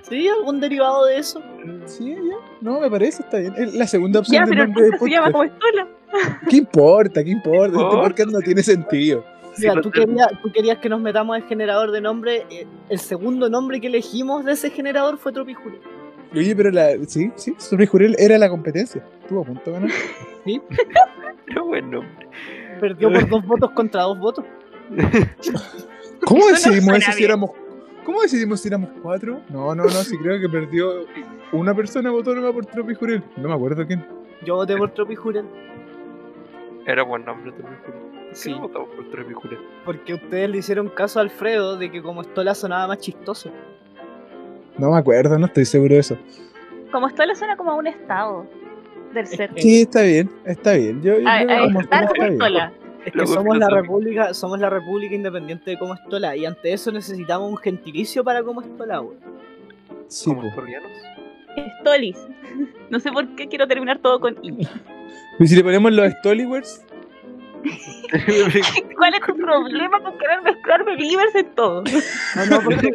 ¿Sí? ¿Algún derivado de eso?
Sí, ya. No, me parece, está bien. Es La segunda opción
Ya,
del
pero el
nombre del
podcast se llama
podcast.
como Estula.
¿Qué importa? ¿Qué importa? Este
importa?
podcast no tiene sentido.
Mira,
(laughs)
tú, querías, tú querías que nos metamos al generador de nombre. eh, El segundo nombre que elegimos de ese generador fue tropijurel.
Oye, pero la. Sí, sí, Tropijurel era la competencia. Estuvo a punto
(laughs)
de ganar.
Pero bueno, (laughs)
Perdió por dos votos contra dos votos.
¿Cómo
Eso no
decidimos
suena
eso si
bien.
éramos. ¿Cómo decidimos si éramos cuatro? No, no, no, sí creo que perdió. Una persona votó nomás por Tropijurel. No me acuerdo quién.
Yo voté por tropijurel.
era buen nombre Tropi Jurel. Sí.
Sí,
No votamos por Tropi Jurel.
porque ustedes le hicieron caso a Alfredo de que como esto la sonaba más chistoso.
No me acuerdo, no estoy seguro de eso.
Como Estula suena como a un estado del ser.
que-
Sí, está bien, está bien. Yo, yo
A,
creo
a
que como
estar
está
como
bien.
Estula.
Es que
Luego
somos la
filosófico.
república, somos la república independiente de Comestola y ante eso necesitamos un gentilicio para Comestola, güey.
Sí,
Como
po.
historianos.
Estolis. (laughs) No sé por qué quiero terminar todo con I.
¿Y si le ponemos los Stoliwers?
¿Cuál es tu problema con querer mezclarme livers en todo?
No, no, (laughs) porque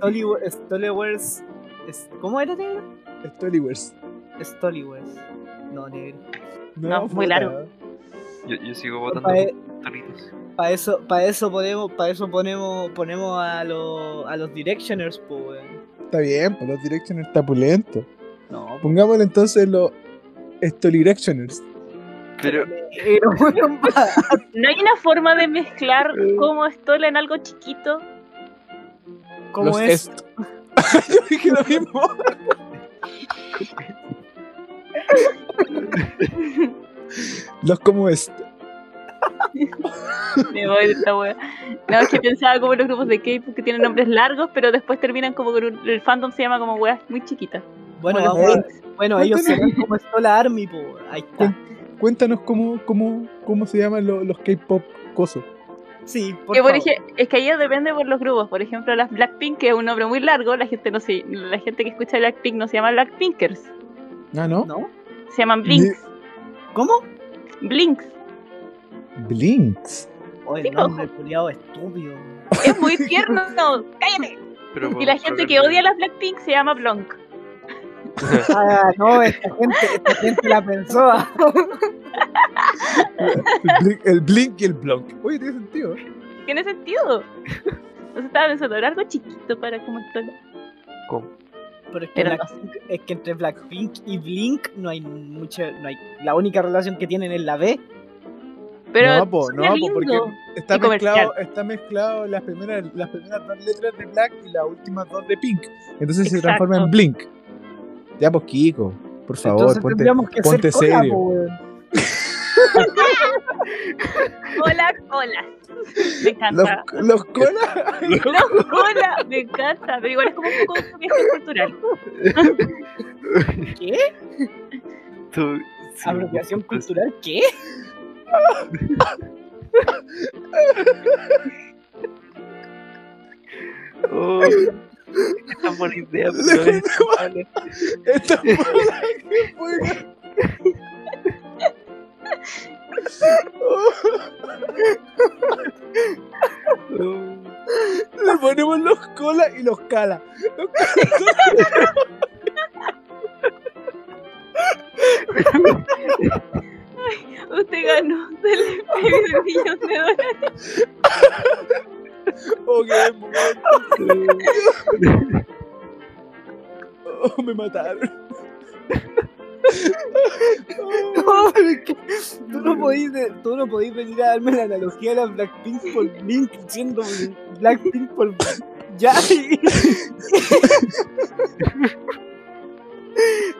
Stoli- Stoliwers. es- ¿Cómo era negro?
Stoliwers.
Stoliwers. No, negro.
No, muy
puta.
largo.
Yo, yo sigo
Porfa,
votando por
eh,
Toritos.
Para eso, pa eso ponemos, pa eso ponemos, ponemos a, los a los directioners, po, weón.
Está bien, pues los directioners está pulento.
No,
Pongámosle entonces los estolirectioners.
Pero
negro, (laughs) weón, pa.
¿No hay una forma de mezclar como estola en algo chiquito?
¿Cómo
Los
es?
est-
(laughs) Yo dije lo mismo. Los como es.
Me voy de esta wea. No, es que pensaba como en los grupos de K-pop que tienen nombres largos, pero después terminan como con un. El fandom se llama como weas muy chiquitas.
Bueno, eh,
Como
vamos-
los Winx.
bueno, ellos serán como Stola Army, po. weón. Ahí está.
Cuéntanos cómo, cómo, cómo se llaman lo- los K-pop cosos.
Sí, por
Que por
favor.
ej- es que ahí depende por los grupos. Por ejemplo, las Blackpink, que es un nombre muy largo, la gente no se, la gente que escucha Blackpink no se llama Blackpinkers,
Ah, ¿no?
¿No?
se llaman Blinks.
¿Cómo?
Blinks.
Blinks.
Oh, el
Sí, po.
nombre culiado estúpido. weón.
Es
(laughs)
muy tierno. No, cállate.
Pero
Y la
vamos a
gente
hablar
que
de-
odia a las Blackpink se llama Blonk.
Ah, no, esta gente, esta gente la pensó. ah.
El Blink, el Blink y el Blonk. Oye, tiene sentido. ¿eh?
Tiene sentido. Entonces estaba pensando en algo chiquito para como esto.
¿Cómo?
Pero es que,
Pero no.
Blackpink- es que entre Blackpink y Blink no hay mucha. No hay, la única relación que tienen es la B.
Pero
no, po,
suena
no, po,
lindo.
porque está
y comercial.
mezclado, está mezclado las primeras, las primeras dos letras de Black y las últimas dos de Pink. Entonces se transforma en
Exacto.
Blink. Ya, pues Kiko, por favor,
Entonces
ponte,
tendríamos que
ponte
ser cola,
serio.
po, weón.
Hola, cola.
(laughs)
Me
Los,
encanta.
los colas. (laughs)
Los cola, me encanta. Pero igual es como un poco un viaje cultural.
¿Qué?
(laughs) Tú- sí,
(laughs) ¿Apropiación
pues,
cultural? ¿Qué?
Oh, qué tan buena idea, pero es mala.
Esta bola que juega.
Oh,
Le ponemos los colas y los cala. Los
Usted ganó (laughs) del premio del millón de dólares.
Oh, qué momento. Oh, me mataron.
No, pero es que tú no podís, de- tú no podís venir a darme la analogía de la Blackpink por Blink siendo Blink- Blackpink por ya y-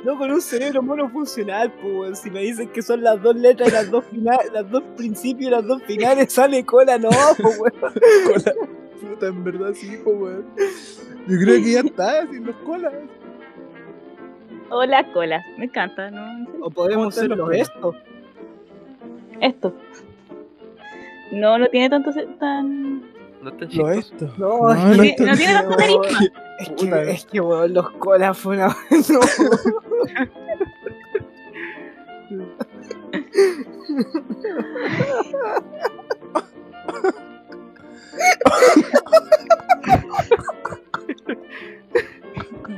No con un cerebro monofuncional, pues si me dicen que son las dos letras y las dos finales, las dos principios y las dos finales sale cola, no, pues weón.
Cola. Puta, en verdad sí, po, weón. Yo creo que ya está, sin los colas.
Hola, cola. Me encanta, ¿no?
O podemos
¿Cómo
ser
te lo
los
pones?
esto.
Esto. No, no tiene tanto. se- tan...
No es tan
Lo
chistoso.
esto.
No,
No,
No,
no
tiene-
está-
no tiene tanto carisma.
es
Puta.
que, es que weón, los colas fue (laughs) una. no.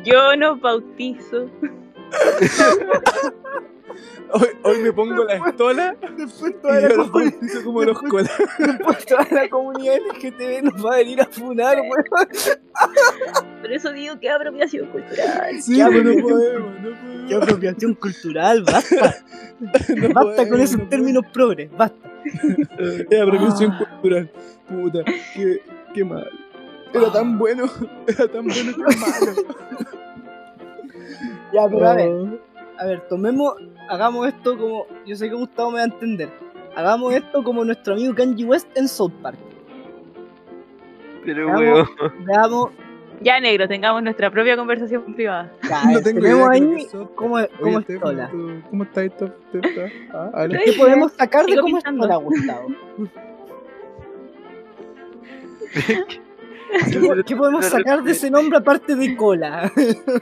Yo no bautizo.
Hoy, hoy
(laughs)
me pongo la estola
Después
y
toda la
yo los
cola-
bautizo como los
(laughs)
colas.
Pues toda la comunidad LGTB nos va a venir a funar, weón.
Por eso digo que es apropiación cultural.
Sí,
Ya,
pero no
pero-
podemos, no podemos.
Qué apropiación cultural, basta.
No
Basta con
podemos,
esos
no (laughs)
términos progres, basta.
podemos. Era
Ah.
apropiación cultural. Puta, qué, qué mal. Era
Ah.
tan bueno, (laughs) era tan bueno que era malo.
Ya, (laughs) pero a ver, a ver, tomemos, hagamos esto como. Yo sé que Gustavo me va a entender. Hagamos esto como nuestro amigo Kanye West en South Park.
Pero,
Vamos.
weón,
Veamos,
Ya, negro, tengamos nuestra propia conversación privada.
ya,
(laughs) No tengo idea de
tenemos
lo que
ahí
es eso.
cómo,
Oye,
cómo es
Estefano,
Tola.
¿tú- ¿Cómo está esto? ¿Te
(laughs)
está? Ah, aló.
Estoy-
¿Qué podemos sacar de
Sigo
cómo es
pensando.
Tola, Gustavo? ¿Qué-
(laughs)
¿Qué podemos sacar de ese nombre aparte de cola?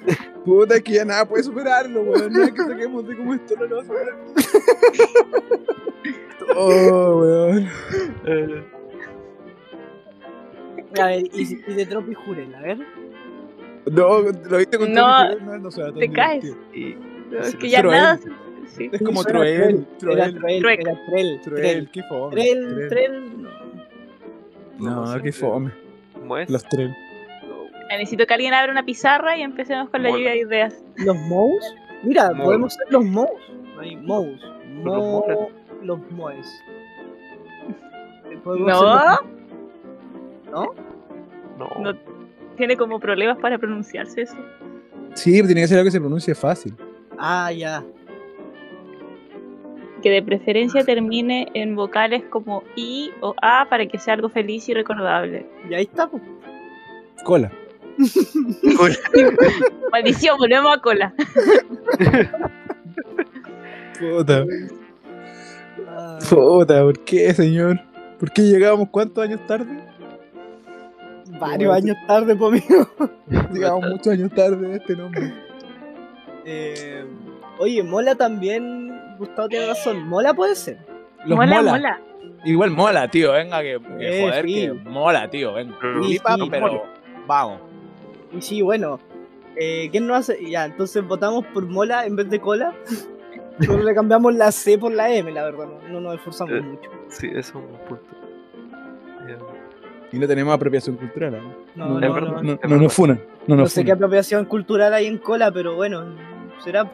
(laughs)
Puta, es que ya nada puede superarlo, weón. Nada que saquemos de cómo esto no lo va a superar.
(laughs)
Oh, weón.
Eh,
A ver, y, y de Tropi Jurel, a ver.
No, lo hice con
No,
Tony Figueroa, no, no suena tan
te caes.
divertido.
y-
No, es
Sí,
que ya
pero
nada
él-
se- sí.
Es como
Era
Troel.
Era
Troel.
Trell,
Truec.
era Trell.
Troel,
Trell.
qué fome.
Trell,
Trell.
Trell, no.
No, qué fome.
¿Cómo es?
Los tres.
Ya, Necesito que alguien abra una pizarra y empecemos con la
Mola.
lluvia de ideas.
¿Los Moes? Mira,
Moe.
podemos ser los Moes. Hay Moes.
los
Mo-
Moes.
Los Moes. Eh, Podemos ser
No,
No. (laughs)
no (laughs) tiene como problemas para pronunciarse eso.
Sí, pero tiene que ser algo que se pronuncie fácil.
los- Ah, ya.
Que de preferencia termine en vocales como I o A para que sea algo feliz y recordable.
Y ahí está, pues.
Cola.
Maldición, volvemos a cola.
Puta.
Ah,
Puta, ¿por qué, señor? ¿Por qué llegamos cuántos años tarde?
varios años tarde, po, amigo.
Llegamos muchos años tarde de este nombre.
Eh, oye, Mola también. Gustavo tiene razón. Mola puede ser.
Los
mola,
mola.
mola,
Igual mola, tío. Venga, que, que
Eh,
joder,
sí.
que mola, tío. Venga.
Pero-
Sí,
Flipa,
sí,
pero
mola.
vamos.
Y sí, bueno. Eh, ¿Quién no hace? Ya, entonces votamos por Mola en vez de Cola. Solo le cambiamos la C por la M, la verdad. No, no nos esforzamos
Eh.
mucho.
Sí, eso es un buen punto. Eh,
Y no tenemos apropiación cultural. ¿no?
No,
No,
es
no,
verdad.
no.
No, no nos funan. No
No
nos
sé qué
funan.
apropiación cultural hay en cola, pero bueno, será.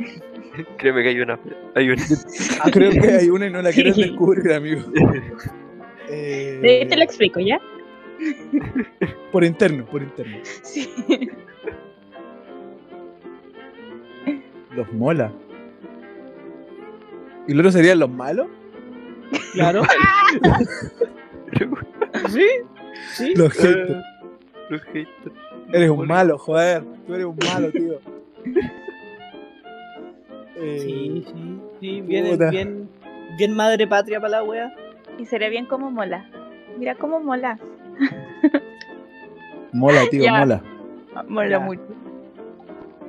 Créeme que hay una. Hay una. (laughs)
Ah, creo que hay una y no la
(laughs)
quieres
Sí.
descubrir, amigo.
Eh, Te lo
Eh,
explico, ¿ya?
por interno, por interno.
(laughs) Sí.
Los mola. ¿Y los otros serían los malos?
Claro. (laughs) ¿Sí? ¿Sí?
Los haters.
Los haters.
Eres un malo, joder. Tú eres un malo,
(laughs)
tío. Eh,
Sí, sí, sí, bien,
Puta.
bien, bien madre patria para la wea.
Y sería bien como mola. Mira cómo mola.
Mola, tío,
Ya.
mola.
Ah, Mola
Ya.
mucho.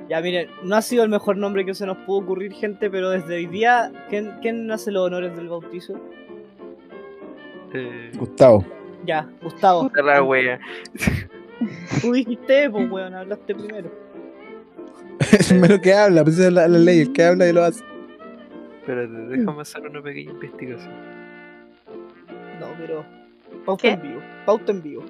Ya, miren, no ha sido el mejor nombre que se nos pudo ocurrir, gente, pero desde hoy día, ¿quién, quién hace los honores del bautizo?
Eh,
Gustavo. (laughs)
Ya, Gustavo.
puta la wea.
Tú dijiste, pues weón, hablaste primero.
Es el menos que habla, pues esa es la, la ley, el que habla y lo hace.
Espérate, déjame hacer una pequeña investigación.
No, pero. Pauta
¿Qué?
en vivo, pauta en vivo.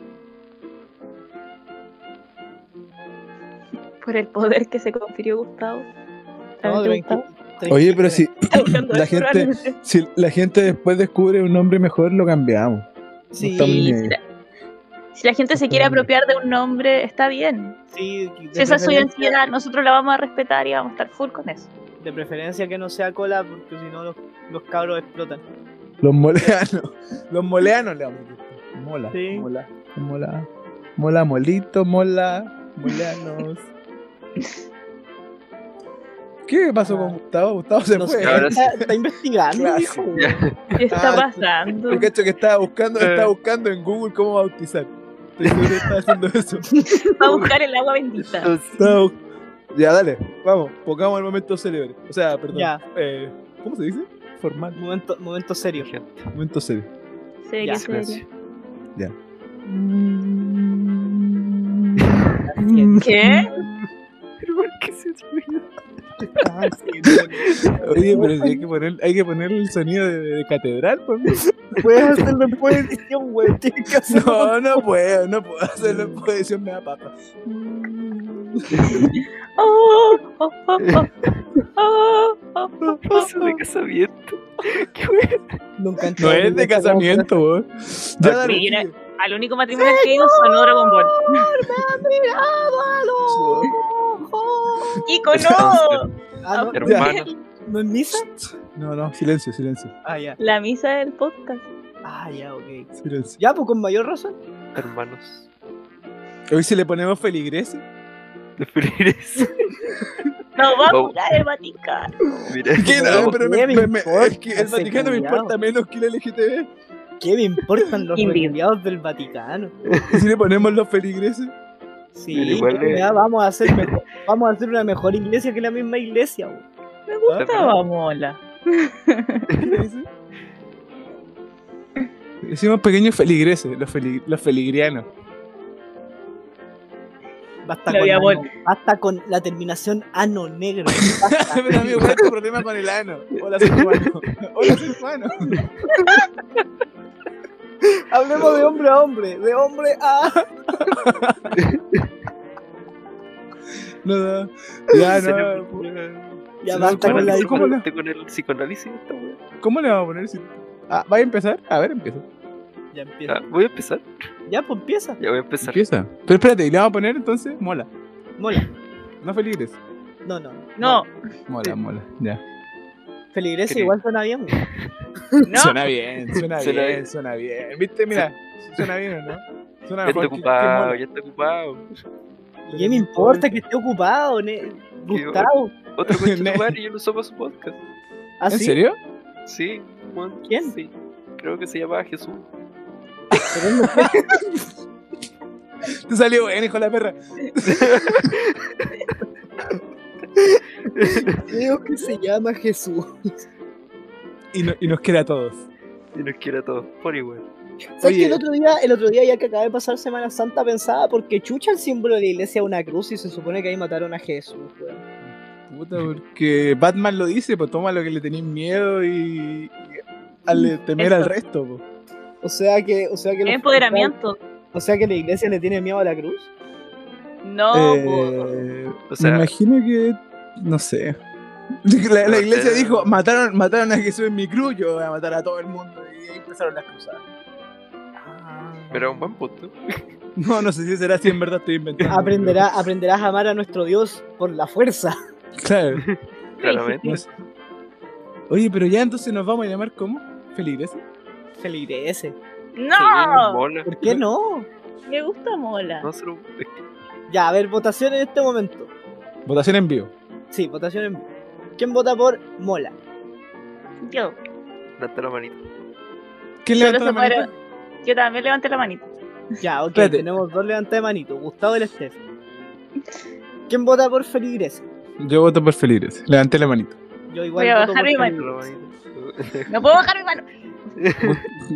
Por el poder que se confirió Gustavo.
No,
¿Sabes, Gustavo?
tranqui- tranqui-
Oye, pero si,
Está (laughs) buscando
La
eso,
gente-
probablemente.
si la gente después descubre un nombre mejor, lo cambiamos.
Sí,
estamos ni
Sí,
ahí.
si, la, si la gente se quiere apropiar de un nombre, está bien.
sí, de
Si esa es su
preferencia-
identidad, nosotros la vamos a respetar y vamos a estar full con eso.
De preferencia que no sea cola, porque si no los, los cabros explotan.
Los moleanos. (laughs) Los moleanos le vamos a decir. Mola.
Sí.
Mola. Mola. Mola, molito, mola. Moleanos. ¿Qué pasó con Gustavo? Gustavo se
No
fue.
sé,
Ahora
está, está investigando,
Claro,
viejo.
sí.
weón.
¿Qué está
Ah,
pasando?
Yo cacho que estaba buscando,
Eh.
estaba buscando en Google cómo bautizar. Estoy seguro que estaba haciendo eso.
Va a buscar el agua bendita.
Estaba bu- Ya, dale, vamos, pongamos el momento célebre. O sea, perdón.
Ya.
eh, ¿Cómo se dice? Formal.
Momento, momento serio.
Gente,
Momento serio.
Serio,
Ya.
serio.
Ya.
Mm.
¿Qué?
¿Pero por qué se ruido?
Ah,
Oye, pero si hay que poner, hay que poner el sonido de, de catedral, pues, por mí.
Puedes hacerlo en pura edición, weón. Tienes que hacerlo.
No, no puedo, no puedo hacerlo en poesía, me da paja.
Oh, oh, oh, oh, oh, oh, (laughs) oh,
Paso
oh.
de casamiento. ¿Qué wea?
Nunca entendí
No es de
cómo-
casamiento, weón. Ya, dale.
Sí, era- Al único matrimonio que he ido sonó Dragon Ball.
¡Mirado a los ojos!
¡Kiko, Oh, no!
Ah, no,
Hermano.
¿No es misa?
No, no, silencio, silencio,
Ah, ya.
(laughs) La misa del podcast.
Ah, ya, ok.
silencio.
Ya, pues con mayor razón.
Hermanos.
Hoy si le ponemos feligreses,
De Freires.
Nos va a
Oh.
jugar el Vaticano.
Mira,
¿Qué?
no,
No, pero me,
me
me- me-
importa,
es que el Vaticano me
culiao.
importa menos que la LGTB.
¿Qué me importan (laughs) los
Indeed.
enviados del Vaticano?
¿Y si le ponemos los feligreses?
Sí,
Pero igual le-
ya vamos a hacer mejor- vamos a hacer una mejor iglesia que la misma iglesia, weón.
Me
Ah,
gustaba Mola.
¿Qué le dice? (laughs) Decimos pequeños feligreses, los, feli- los feligrianos.
Basta,
La
con,
vía
ano,
mol.
basta con la terminación ano negro.
(laughs)
basta.
Pero amigo, ¿cuál es tu problema con el ano? Hola, soy
(laughs)
humano. Hola, soy humano.
Hablemos de hombre a hombre, de hombre a.
No, no.
Ya,
Se
no,
nos-
Ya
se nos
basta con la
paralizó
¿cómo la-
con, con el psicoanálisis esta wea.
¿Cómo le vamos a poner? Si... Ah, ¿Va a empezar? A ver, empieza.
Ya empieza.
Ah, voy a empezar.
Ya, pues empieza.
Ya voy a empezar.
Empieza. Pero espérate, ¿y le vamos a poner entonces? Mola.
Mola.
No feligres.
No, no.
No,
Mola, mola. Ya.
Feligresa
Creo.
igual suena bien. güey.
no.
Suena bien, (laughs) suena,
Suena
bien,
bien.
suena bien. ¿Viste? Mira, suena bien, ¿o ¿no? Suena
Ya está
mejor que- que mola.
ocupado, ya está ocupado.
¿Y qué me importa que esté ocupado, ne- Gustavo?
Otro
(laughs)
coche
Ne-
lugar y yo no somos su podcast.
¿Ah,
¿En
sí?
serio?
Sí, Juan.
¿Quién?
Sí. Creo que se llamaba Jesús.
Pero él no fue.
Te salió bien, hijo de la perra.
Creo que se llama Jesús.
Y, no- y nos queda a todos.
Y nos quiere a todos por igual.
¿Sabes
Oye.
que el otro día, el otro día ya que acaba de pasar Semana Santa pensaba porque chucha el símbolo de la iglesia es una cruz y se supone que ahí mataron a Jesús, weón.
Puta, porque Batman lo dice, pues toma lo que le tenéis miedo y. y hazle temer al
Eso.
resto, po.
O sea que, o sea que los-
Empoderamiento.
O sea que la iglesia le tiene miedo a la cruz.
No, po.
Eh,
O sea-
me imagino que. No sé. (laughs) La, la iglesia dijo: mataron, mataron a Jesús en mi cruz, yo voy a matar a todo el mundo. Y ahí empezaron las cruzadas. Ah.
Pero un buen punto.
No, no sé si será así, en verdad estoy inventando.
Aprenderá, aprenderás a amar a nuestro Dios por
(laughs)
la fuerza.
pero-
(laughs)
Claro.
Claramente.
no sé. Oye, pero ya entonces nos vamos a llamar como feligreses.
Feligrese.
Sí,
No,
mola.
¿Por qué no?
me gusta mola.
No, solo- es
Ya, a ver, votación en este momento.
Votación en vivo.
Sí, votación en vivo. ¿Quién vota por Mola?
Yo.
que levanta la manita.
¿Quién
Solo
levantó
se
la manita?
fueron- Yo también levanté la manita.
Ya, ok,
Espérate.
tenemos dos levantadas de manito, Gustavo y el Estef. ¿Quién vota por Feligrese?
Yo voto por feligreses. Levanté la
(laughs)
manita.
Yo igual
Voy a
voto por
bajar mi
Levanta la
Feligrese.
manita.
No puedo bajar mi mano.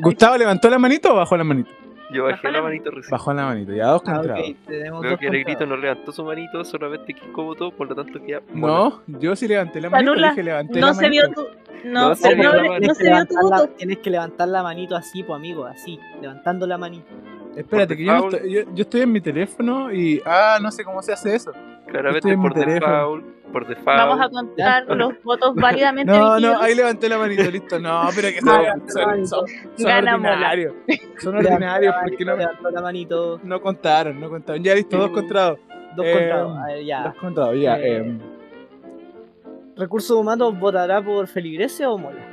¿Gustavo levantó la manita o bajó la manita?
(laughs) Yo
Bajó
bajé
la-
la manito recién.
Bajó la manita, ya dos
Ah,
contra
ok, tenemos
Creo
dos
que el grito
contados.
no levantó su manito, solamente Kiko votó, por lo tanto queda
dos.
mola.
No, yo sí levanté la manita.
Anula.
Dije, levanté la
No se
manita.
vio tu. No,
No
se
se
vio,
vio la
no
Tienes,
se
que
vio tu
levantar la,
voto.
tienes que levantar la manito así, pues amigo, así, levantando la manito.
Espérate,
Por
que yo, no
default.
estoy, yo, yo estoy en mi teléfono y. Ah, no sé cómo se hace eso. Estoy
Claramente
en mi
por
teléfono.
default, por default.
Vamos a contar los votos válidamente.
(laughs) No, no,
elegidos.
ahí levanté la manita, listo. No, pero
(laughs)
que
No,
son, son, son, son
Gana Mola.
ordinarios.
(laughs)
Son
Levantó la
ordinarios
manito,
porque no,
levantó la manito,
no contaron, no contaron. Ya listo, dos contra dos.
dos
Eh,
contados. A ver, ya.
Dos contra dos, ya.
Eh,
em.
¿Recursos humanos votará por Feligrese o Mola?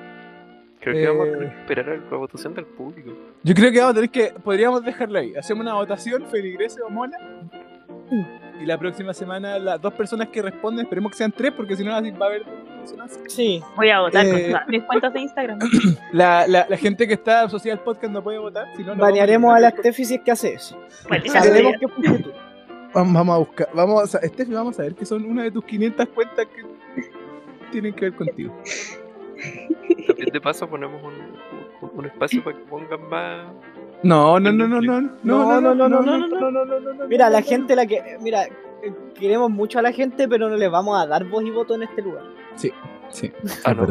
Creo que vamos a tener
eh,
que esperar a la votación del público.
Yo creo que vamos a tener que. Podríamos dejarlo ahí. Hacemos una votación, feligrese o mola. Y la próxima semana, las dos personas que responden, esperemos que sean tres, porque si no, así va a haber dos personas.
Sí,
Voy a votar
Eh,
con todas mis cuentas de
(coughs)
Instagram.
La, la, la gente que está asociada al podcast no puede votar. Si no, lo
banearemos a
vamos
la
eliminar.
Steffi si es que hace eso.
Maldita
Sabremos
sea.
que fuiste tú.
Vamos vamos a buscar. Vamos a, Steffi, vamos a ver que son una de tus 500 cuentas que tienen que ver contigo.
También de paso ponemos un, un- un espacio para que pongan más.
No, no, no, no, no. No, no, no, no, no, no, no, no, no, no, no.
Mira, la gente, la que. Mira, eh, queremos mucho a la gente, pero no les vamos a dar voz y voto en este lugar.
Ah, no.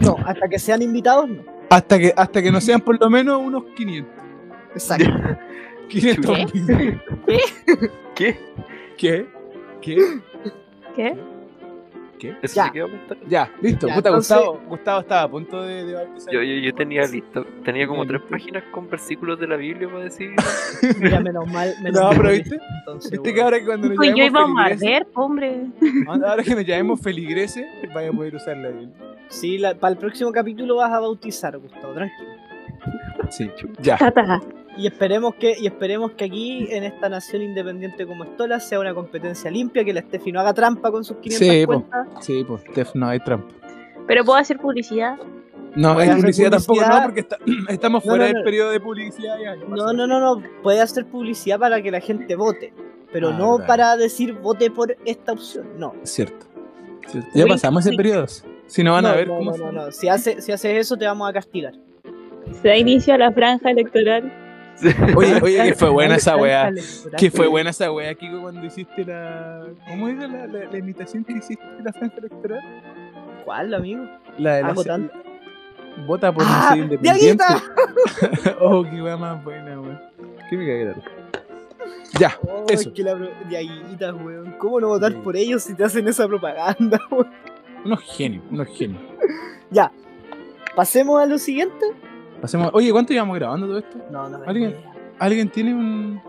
No, hasta que sean invitados, no.
Hasta que, hasta que no sean por lo menos unos
(laughs)
500.
Exacto.
500.
¿Qué?
¿Qué? ¿Qué?
¿Qué?
Eso
Ya.
sí que vamos a estar.
Ya, listo.
Ya,
Puta,
entonces-
Gustavo, Gustavo estaba a punto de, de bautizar.
Yo, yo, yo tenía listo, tenía como
Ya,
tres
listo.
páginas con versículos de la Biblia para decir.
(laughs) Mira, menos mal. Menos
No,
mal
pero
que-
viste,
entonces,
viste que
weón.
ahora que cuando nos
Pues yo iba a
llamemos feligreses,
morder, hombre.
ahora que nos llamemos feligreses, vaya a poder usarla bien.
Sí, para el próximo capítulo vas a bautizar, Gustavo, tranquilo.
Sí, ya.
Tata.
Y esperemos que, y esperemos que aquí, en esta nación independiente como Estola, sea una competencia limpia, que la Steffi no haga trampa con sus 500
Sí, po.
cuentas.
Sí, pues, Steph, no hay trampa.
Pero puedo hacer publicidad.
No,
Voy a
hay
hacer
publicidad tampoco,
publicidad.
no, porque está- (clears throat) estamos
No,
fuera
no,
del
no.
periodo de publicidad. Ya, ya pasó.
No, no, no, no. Puede hacer publicidad para que la gente vote. Pero
Ah,
no
verdad.
para decir vote por esta opción. No.
Cierto. Cierto. Ya
Wink,
pasamos ese
wink.
periodo. Si no van
no,
a ver
no,
cómo
no,
se-
no, no. Si haces si haces eso te vamos a castigar.
Se da inicio a la franja electoral.
(laughs)
Oye, oye, que fue buena esa weá.
Calentura.
Que fue buena esa weá, Kiko, cuando hiciste la. ¿Cómo era la, la, la imitación que hiciste de la franja electoral?
¿Cuál, amigo?
La de la.
Hago tanto.
Vota por
¡Ah!
un independiente. (laughs) oh, qué weá más buena, weón. Qué me cagué la risa. Ya,
Oh,
Eso.
es que la pro- diaguitas, weón. ¿Cómo no votar por ellos si te hacen esa propaganda, (laughs) weón?
unos genios, unos genios.
Ya. ¿Pasemos a lo siguiente?
Pasemos. Oye, ¿cuánto llevamos grabando todo esto?
No, no. tengo
¿Alguien?
idea.
¿Alguien tiene un.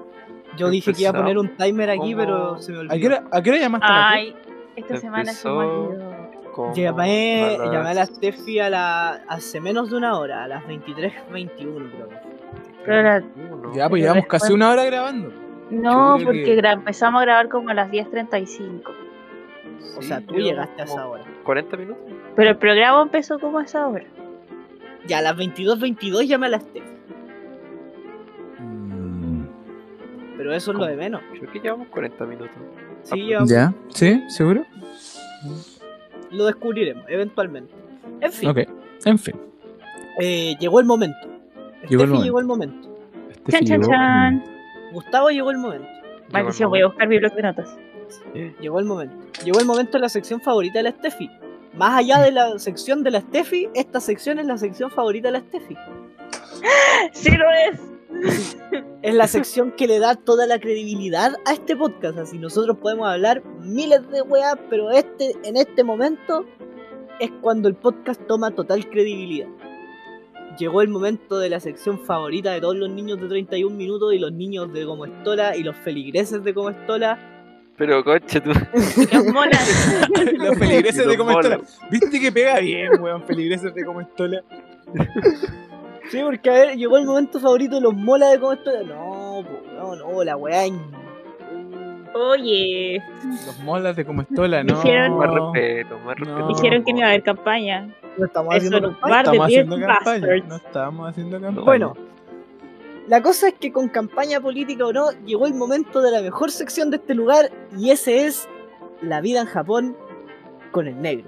Yo dije que iba a
Empezamos.
poner un timer aquí,
¿Cómo?
pero se me olvidó.
¿A qué hora, a qué hora llamaste a la
Ay, esta semana se me
Empezó-
olvidó.
Como
Llamé,
a las-
llamé a eh, la Steffi a la, hace menos de una hora, a las 23.21, creo. que fue.
Pero la-
Uno.
Tula? Ya, pues
Pero
llevamos
después-
casi una hora grabando.
No,
Chuta,
porque
que-
gra- empezamos a grabar como a las 10.35.
O
Sí,
sea, tú
yo
llegaste a esa
como
hora.
40 minutos.
Pero el programa empezó como a esa hora.
Ya, a las 22.22 llamé a la Steffi. Pero eso es lo de menos.
Creo que llevamos 40 minutos.
Sí,
Ah,
llevamos-
¿Ya? ¿Sí? ¿Seguro?
lo descubriremos, eventualmente. En fin,
Ok. En
(laughs)
fin.
eh, llegó el momento.
Llegó el
Steffi llegó el momento.
Este
Chan,
sí
chan,
llegó.
chan.
Gustavo llegó el momento.
llegó el
Maldición, voy a
momento.
buscar mi blog de notas. (laughs)
Llegó el momento. Llegó el momento de la sección favorita de la Steffi. Más allá de la sección de la Steffi, esta sección es la sección favorita de la Steffi.
¡Sí lo es!
Es la sección que le da toda la credibilidad a este podcast. Así nosotros podemos hablar miles de weas, pero este, en este momento es cuando el podcast toma total credibilidad. Llegó el momento de la sección favorita de todos los niños de 31 minutos y los niños de Como Estola y los feligreses de Como Estola.
Pero coche,
(laughs)
tú.
¡Los monas!
Los feligreses
Los
de Comestola.
monos.
Viste que pega bien, weón. Feligreses de Comestola.
Sí, porque a ver, llegó el momento favorito de los molas de Como Estola. No, po, no, no, la wea. in-
Oye,
Los molas de Comestola, ¿no?
Hicieron-
Más respeto, más
No.
respeto.
dijeron que no iba a haber campaña.
No estamos
Eso
haciendo
era un
campaña.
par de
Estamos haciendo
bien
campaña.
bastards.
No estábamos haciendo campaña.
Bueno, La cosa es que con campaña política o no, llegó el momento de la mejor sección de este lugar y ese es La vida en Japón con el negro.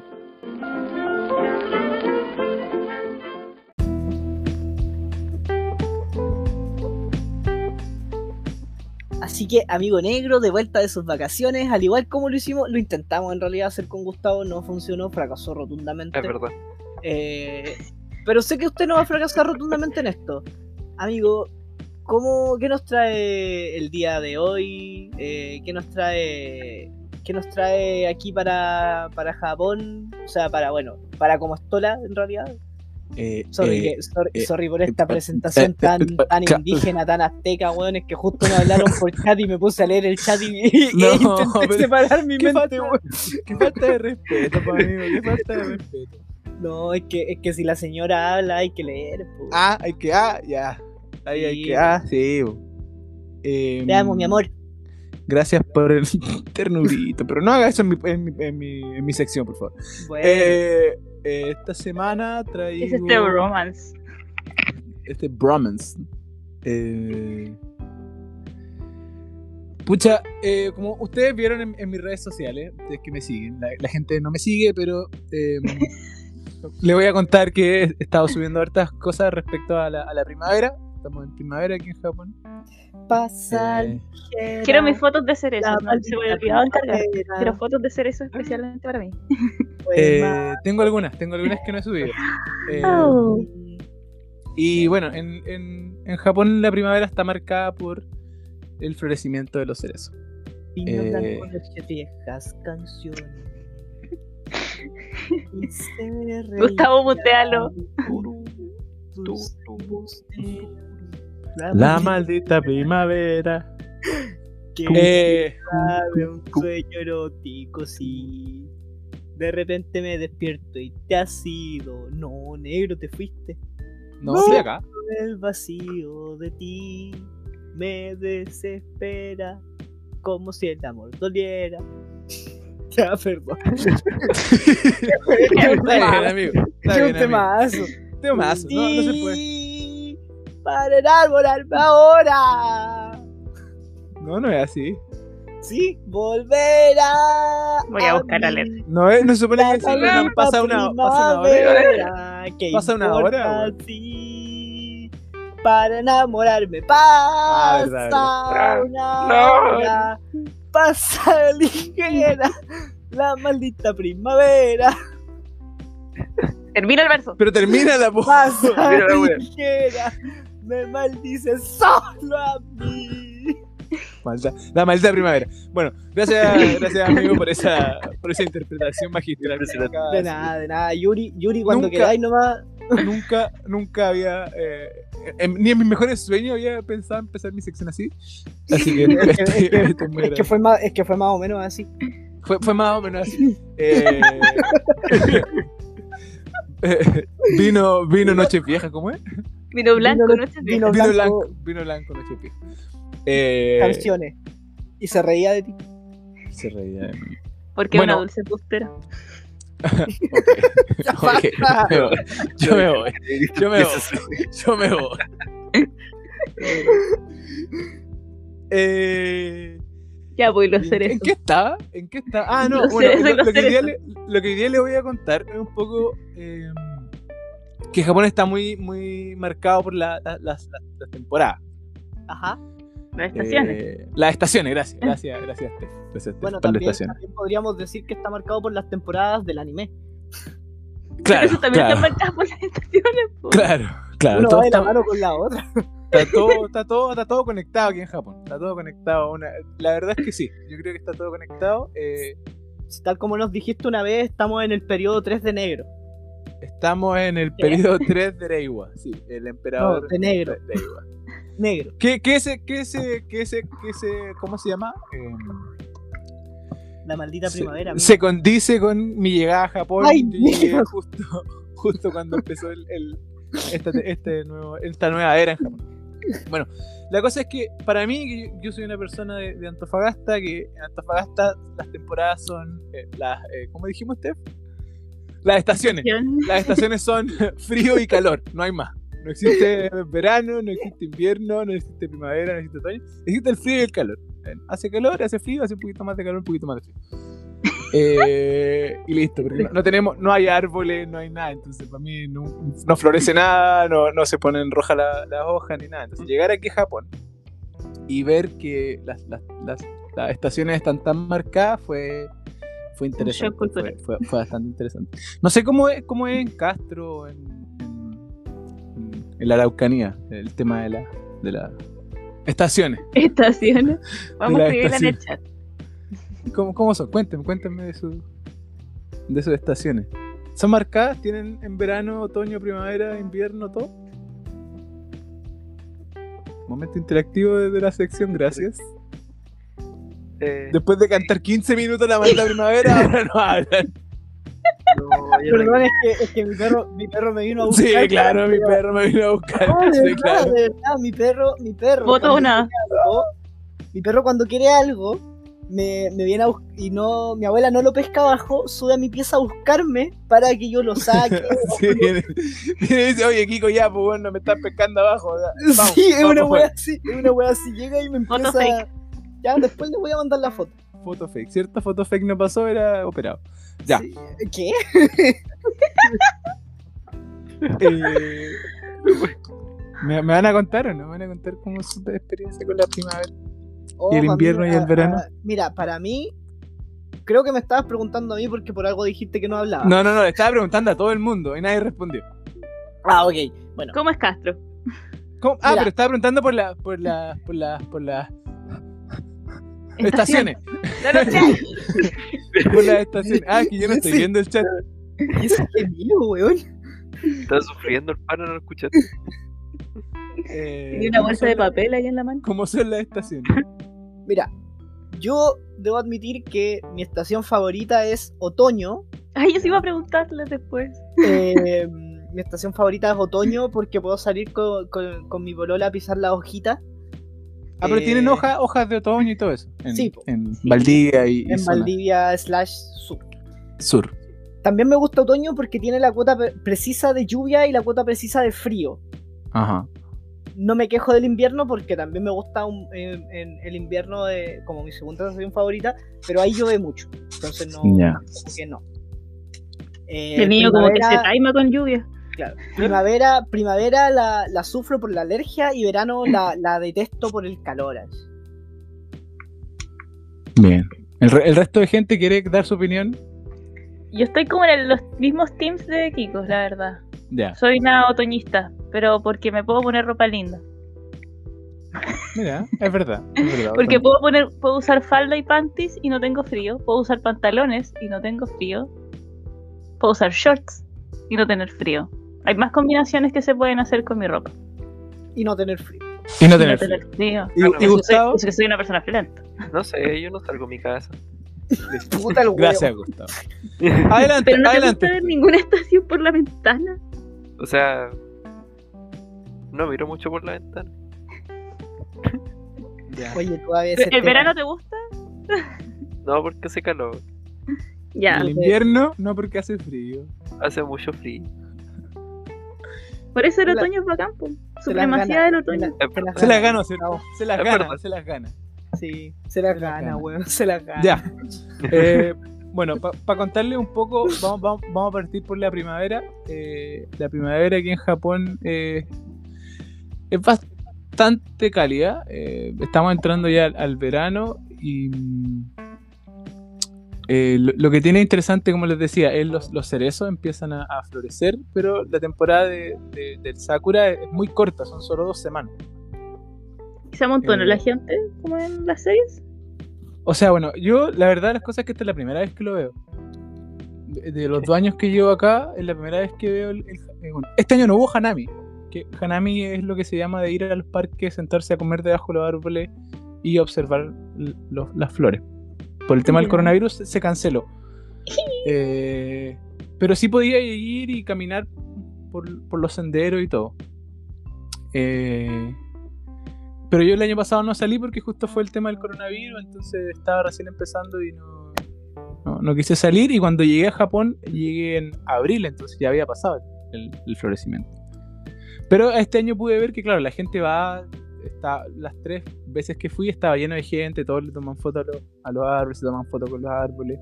Así que, amigo negro, de vuelta de sus vacaciones, al igual como lo hicimos, lo intentamos en realidad hacer con Gustavo, no funcionó, fracasó rotundamente.
Es verdad.
Eh, pero sé que usted no va a fracasar rotundamente en esto. Amigo, ¿cómo, ¿qué nos trae el día de hoy? Eh, ¿Qué nos trae qué nos trae aquí para, para Japón? O sea, para, bueno, para como estola en realidad.
Eh,
Sorry,
eh,
que- sorry,
eh,
sorry por esta
eh,
presentación
eh,
tan,
eh,
tan
claro.
indígena, tan azteca, weón. Es que justo me hablaron por chat y me puse a leer el chat y, y-
(laughs) No,
e intenté
pero-
separar mi
¿Qué,
mente,
falta,
weón.
qué falta de respeto, pa, amigo.
(laughs)
Qué falta de respeto.
No, es que, es que si la señora habla hay que leer, pues.
Ah, hay que. Ah, ya. Ahí hay
Sí.
que. Ah, sí. bo. Eh,
Te amo, mi amor.
Gracias por el (laughs) ternurito. Pero no haga eso en mi, en mi, en mi, en mi sección, por favor.
Bueno.
Eh, eh, esta semana traigo.
Es este romance.
este bromance. Eh, Pucha, eh, como ustedes vieron en, en mis redes sociales, ustedes que me siguen, la, la gente no me sigue, pero
(laughs)
eh, le voy a contar que he estado subiendo hartas cosas respecto a la, a la primavera. Estamos en primavera aquí en Japón.
Pasa
Eh,
ligera,
Quiero mis fotos de cerezo.
la
¿no? Se me
maldita
olvidaba encargar.
primavera,
Quiero fotos de cerezo especialmente para mí.
fue
eh,
mal.
tengo algunas, tengo algunas que no he subido. Eh,
(laughs) Oh.
Y bueno, en, en- en Japón la primavera está marcada por el florecimiento de los cerezos.
Vino
eh,
blanco de viejas canciones. Y se
Gustavo, mutealo.
reirán tus busteros. (laughs)
La maldita primavera.
que
Eh,
sabe un sueño erótico, sí. De repente me despierto y te has ido. No, negro, te fuiste.
no,
No.
estoy acá.
el vacío de ti me desespera como si el amor doliera. (laughs) Ya,
(laughs)
perdón. (laughs)
Qué
Está bien, amigo. Está
Qué
bien,
un temazo.
amigo. Temazo. No, no se puede.
Y Para enarbolarme ahora.
No, no es así.
Sí, volverá.
Voy a buscar la
mí.
letra.
No, es, no se supone que es
La
así. pero
calma
(laughs) Pasa una, pasa una hora.
primavera, ¿qué
Pasa una hora,
importa
weón.
si para enamorarme.
Ah,
Pasa
verdad,
verdad.
una
Ah, No.
hora, pasa ligera la
(laughs)
maldita primavera.
Termina el verso.
Pero termina
(laughs)
la voz.
Pasa
Mira la wea.
ligera, me maldice solo a mí.
Maldad.
La maldita primavera. Bueno, gracias, gracias amigo por esa, por esa interpretación magistral.
Impresionante.
Nunca-
De nada, de nada. Yuri, Yuri cuando
Ah, Nunca-
queráis nomás.
Nunca, nunca había, eh, en- ni en mis mejores sueños había pensado empezar mi sección así. Así (laughs) que estoy, estoy muy
Es que,
agradecido.
fue más, es que fue más o menos así.
Fue, fue más o menos así. Eh, (laughs) eh, vino, vino Noche Vieja, ¿cómo es?
Vino blanco,
Vino-
no es
Vino
vino- Blanco.
blanco, vino blanco Noche Vieja. Eh,
Canciones. Y se reía de ti.
se reía de mí.
Porque
Bueno.
una dulce postera.
Ok, me voy. Yo me voy. Yo me voy. Yo me voy. (laughs) Eh,
Ya voy a hacer
¿En
eso.
qué estaba? ¿En qué estaba? Ah,
(laughs)
no,
Los
bueno,
cerezos,
lo,
los
lo que hoy día le,
cerezos.
lo que hoy día le voy a contar es un poco eh, que Japón está muy, muy marcado por la- la- las, las- las temporadas.
Ajá.
Las estaciones. Ah.
Eh, las estaciones, gracias, gracias, gracias, Steph, gracias Steph,
Bueno,
por las
también,
estaciones.
también podríamos decir que está marcado por las temporadas del anime.
Pero
Claro,
eso también
claro,
está marcado por las estaciones. po.
claro, claro,
Uno
todo
va de la
está-
mano con la otra. (laughs)
Está todo, está todo, está todo conectado aquí en Japón. Está todo conectado. Una- la verdad es que sí. Yo creo que está todo conectado. Eh,
Si Tal como nos dijiste una vez, estamos en el periodo 3 de negro.
estamos en el periodo 3 de Reiwa. Sí, el emperador
No, de negro.
de Reiwa.
Negro.
¿Qué, qué ese, qué ese, qué ese, qué ese, cómo se llama? Eh,
La maldita
se-
primavera.
se, condice con mi llegada a Japón.
Ay,
Yo llegué
Dios.
justo, justo cuando empezó el, el- este, este nuevo, esta nueva era en Japón. Bueno, la cosa es que para mí, que yo, yo soy una persona de, de Antofagasta, que en Antofagasta las temporadas son eh, las, eh, ¿cómo dijimos, Steph? Las estaciones. Las estaciones son (laughs) frío y calor, no hay más. No existe verano, no existe invierno, no existe primavera, no existe otoño. Existe el frío y el calor. Eh, Hace calor, hace frío, hace un poquito más de calor, un poquito más de frío. Eh, y listo, porque no, no tenemos, no hay árboles, no hay nada, entonces para mí no, no florece nada, no, no se ponen rojas la- las hojas ni nada.
Mm.
Entonces llegar aquí a Japón y ver que las, las- las- las estaciones están tan marcadas fue, fue interesante.
shock cultural.
Fue, fue- fue bastante interesante. No sé cómo es, cómo es en Castro, en, en- en- en la Araucanía, el tema de la- de las estaciones.
Estaciones. Vamos
De
a
las
escribirla en el chat.
¿Cómo, cómo son? Cuéntenme, cuéntenme de, su, de sus estaciones. ¿Son marcadas? ¿Tienen en verano, otoño, primavera, invierno, todo? Momento interactivo de de la sección, gracias.
Eh,
Después de cantar 15 minutos la maldita primavera, ahora (laughs) no hablan.
no,
(laughs)
yo no-
Perdón, es que, es que mi, perro, mi perro me vino a buscar.
Sí,
(laughs)
claro, mi perro me vino a buscar.
No, de
Sí,
verdad,
claro.
de verdad, mi perro, mi perro.
Voto
cuando
una.
quiere algo, mi perro cuando quiere algo, me, me viene a buscar y no, mi abuela no lo pesca abajo, sube a mi pieza a buscarme para que yo
(laughs)
lo saque.
Sí, viene, viene y dice, oye Kiko, ya, pues bueno, me estás pescando abajo. ya, vamos,
sí, es
vamos,
una
pues".
wea así, es una wea así, llega y me
Foto
empieza
fake.
Ya, después le voy a mandar la foto.
Foto fake, ¿cierto? Foto fake no pasó, era operado. Ya.
Sí. ¿Qué?
(laughs) Eh, ¿Me, me van a contar o no? ¿Me van a contar cómo es su experiencia con la primavera?
Oh,
¿Y el
mamita,
invierno y el verano?
ah, mira, para mí, creo que me estabas preguntando a mí porque por algo dijiste que no hablaba.
Ah. No, no, no, le estaba preguntando a todo el mundo y nadie respondió.
Ah, ok. Bueno,
¿Cómo es Castro?
¿Cómo? Ah,
Mira.
pero estaba preguntando por las por las por las por las estaciones.
No lo creas.
(laughs) Por las estaciones. Ah, que yo no estoy
Sí.
viendo el chat.
¿y (laughs) eso qué mío, weón?
Está sufriendo el pana, no lo escuchaste.
Eh,
Tenía una
¿cómo
bolsa
son
de
las-
papel ahí en la mano.
¿Cómo son las estaciones?
Mira, yo debo admitir que mi estación favorita es
(laughs)
otoño.
Ay, yo sí iba a preguntarles después.
Eh, mi estación favorita es otoño porque puedo salir con, con- con mi bolola a pisar las hojitas.
Ah, pero tienen
Eh,
hojas, hojas de otoño y todo eso. En,
Sí, po.
en Valdivia y, y
En
zona
Valdivia slash sur.
sur.
También me gusta otoño porque tiene la cuota pre- precisa de lluvia y la cuota precisa de frío.
Ajá.
No me quejo del invierno porque también me gusta un- en- en el invierno de- como mi segunda estación favorita, pero ahí llueve mucho. Entonces no,
Ya.
como que no. Eh,
Eh,
El niño como que se
primavera-
taima con lluvia.
Claro. Primavera, primavera la, la sufro por la alergia y verano (laughs) la, la detesto por el calor. así.
Bien. El, re- el resto de gente quiere dar su opinión.
Yo estoy como en el- los mismos teams de Kiko, la verdad.
Ya.
Soy una otoñista, pero porque me puedo poner ropa linda.
Mira, es verdad. Es verdad
Porque
Otoño.
puedo poner, puedo usar falda y panties y no tengo frío. Puedo usar pantalones y no tengo frío. Puedo usar shorts y no tener frío. Hay más combinaciones que se pueden hacer con mi ropa.
Y no tener frío.
y no
Y
tener frío.
frío.
Claro,
Y- y
eso
Eso
Gustavo.
soy- eso que soy una persona friolenta.
No sé, yo no salgo de mi casa. (laughs)
Puta (laughs) el huevo.
Gracias, Gustavo. Adelante,
Pero no te gusta
adelante.
ver ninguna estación por la ventana.
O sea, no miro mucho por la ventana.
Ya.
Oye, tú a veces.
¿El
te-
verano te gusta?
No, porque hace calor,
Ya.
El invierno, no porque hace frío.
hace mucho frío.
Por eso el
Te la-
otoño es bacán, po.
te las
Supremacía
gana,
del
te
otoño.
la- te las
Se las
gana.
gana, ¿cierto? Se las
Es
gana,
verdad.
se las gana.
Sí, se las gana, weón. Se las gana.
Ya. Eh, bueno, para contarle un poco, vamos, vamos- vamos a partir por la primavera. Eh, la primavera aquí en Japón eh, es bastante cálida. Eh, estamos entrando ya al, al verano y mm, eh, lo, lo que tiene interesante, como les decía, es los, los cerezos empiezan a, a florecer, pero la temporada de- de- del Sakura es muy corta, son solo dos semanas.
Se amontona
Eh.
la gente, como en las series.
O sea, bueno, yo la verdad las cosas es que esta es la primera vez que lo veo. De, de los dos años que llevo acá, es la primera vez que veo el, el- eh, bueno, este año no hubo Hanami. Que Hanami es lo que se llama de ir a los parques, sentarse a comer debajo de los árboles y observar l- los- las flores. Por el tema del
Ya.
coronavirus se- se canceló. Eh, pero sí podía ir y caminar por, por los senderos y todo. Eh, pero yo el año pasado no salí porque justo fue el tema del coronavirus, entonces estaba recién empezando y no, no, no quise salir. Y cuando llegué a Japón, llegué en abril, entonces ya había pasado el, el florecimiento. Pero este año pude ver que, claro, la gente va, está, las tres veces que fui estaba lleno de gente, todos le toman fotos a los, a los árboles, se toman fotos con los árboles,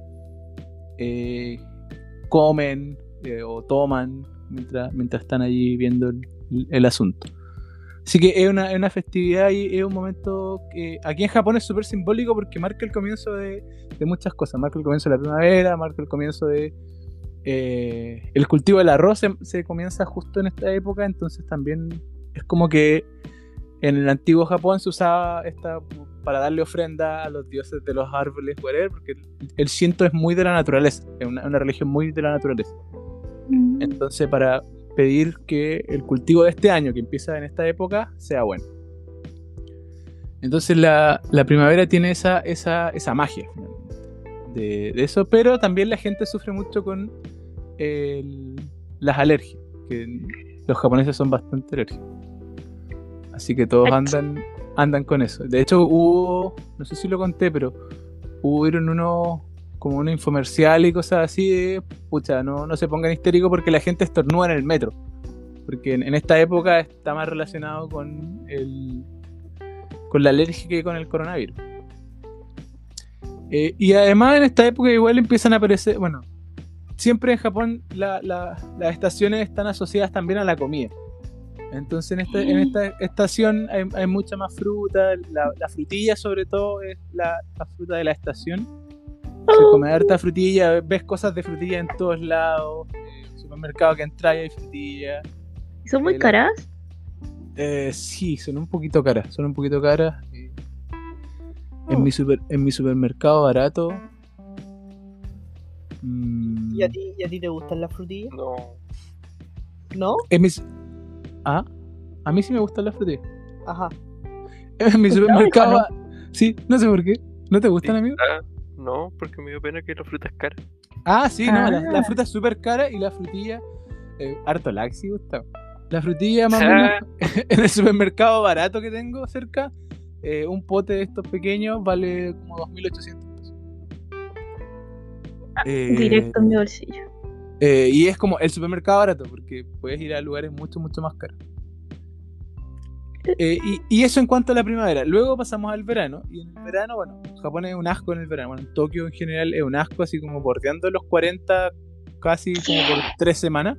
eh, comen eh, o toman mientras, mientras están allí viendo el, el asunto. Así que es una, es una festividad y es un momento que aquí en Japón es súper simbólico porque marca el comienzo de, de muchas cosas. Marca el comienzo de la primavera, marca el comienzo de... eh, el cultivo del arroz se, se comienza justo en esta época, entonces también es como que en el antiguo Japón se usaba esta para darle ofrenda a los dioses de los árboles, whatever, porque el- el ciento es muy de la naturaleza, es una, una religión muy de la naturaleza. Mm. Entonces, para pedir que el cultivo de este año, que empieza en esta época, sea bueno. Entonces, la, la primavera tiene esa, esa, esa magia finalmente, de, de eso, pero también la gente sufre mucho con el- las alergias, que los japoneses son bastante alérgicos. Así que todos
Ach.
andan, andan con eso. De hecho, hubo, no sé si lo conté, pero hubieron unos como un infomercial y cosas así de, pucha, no, no se pongan histéricos porque la gente estornuda en el metro. Porque en, en esta época está más relacionado con el con la alergia que con el coronavirus. Eh, y además en esta época igual empiezan a aparecer, bueno, siempre en Japón la- la- las estaciones están asociadas también a la comida. Entonces en esta, en esta estación hay, hay mucha más fruta, la, la frutilla sobre todo es la- la fruta de la estación. Se
Oh,
come harta frutilla, ves cosas de frutilla en todos lados. eh, supermercado que entra y hay frutilla.
¿Y ¿Son muy
el-
caras?
Eh, sí, son un poquito caras, son un poquito caras. eh.
Oh.
En, mi super, en mi supermercado barato. mm,
¿Y a, ti, ¿Y a ti te gustan las frutillas?
No,
¿No?
en mis- ah, a mí sí me gustan las frutillas.
Ajá.
(laughs) En mi supermercado. Sí, no sé por qué. ¿No te gustan,
Sí.
amigo?
ah, no, porque me dio pena que la fruta es cara.
Ah, sí, no, la,
Ah.
la fruta es súper cara y la frutilla. eh, harto laxi, Gustavo. La frutilla, más o
Ah.
menos, en el supermercado barato que tengo cerca, eh, un pote de estos pequeños vale como 2.800 pesos. Eh,
Ah, Directo en mi bolsillo.
eh, y es como el supermercado barato, porque puedes ir a lugares mucho, mucho más caros. Eh, y, y eso en cuanto a la primavera. Luego pasamos al verano. Y en el verano, bueno, Japón es un asco en el verano. Bueno, Tokio en general es un asco, así como bordeando los 40, casi como por tres semanas.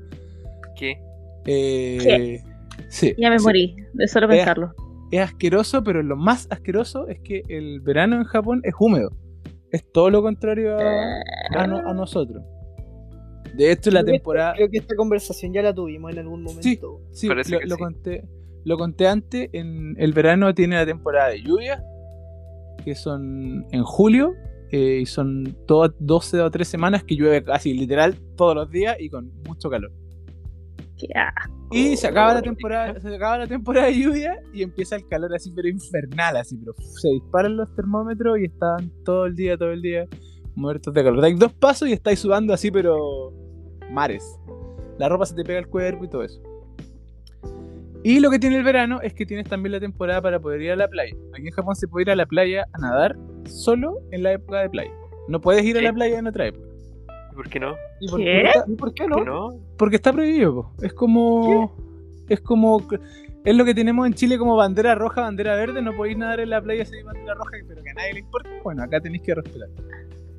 ¿Qué?
Eh, sí.
Ya me
sí.
morí de solo
Vea.
pensarlo.
Es asqueroso, pero lo más asqueroso es que el verano en Japón es húmedo. Es todo lo contrario a, a no- a nosotros. De hecho, la
Creo que-
temporada.
Creo que esta conversación ya la tuvimos en algún momento.
Sí,
Parece
lo,
que
lo
sí.
conté. Lo conté antes, en el verano tiene la temporada de lluvia, que son en julio, eh, y son todas 12 o 3 semanas que llueve casi literal todos los días y con mucho calor.
Qué asco.
Y se acaba la
Oh,
temporada, se acaba la temporada de lluvia y empieza el calor así, pero infernal, así, pero se disparan los termómetros y están todo el día, todo el día muertos de calor. Dais dos pasos y estáis sudando así, pero mares. La ropa se te pega al cuerpo y todo eso. Y lo que tiene el verano es que tienes también la temporada para poder ir a la playa. Aquí en Japón se puede ir a la playa a nadar solo en la época de playa. No puedes ir a la
Sí.
playa en otra época.
¿Y por qué no?
¿Y por,
¿Qué?
¿Y por qué no?
¿Por qué no?
Porque está prohibido, po. es como. Es como. Es lo que tenemos en Chile como bandera roja, bandera verde. No podéis nadar en la playa si hay bandera roja, pero que a nadie le importa. Bueno, acá tenéis que respetar.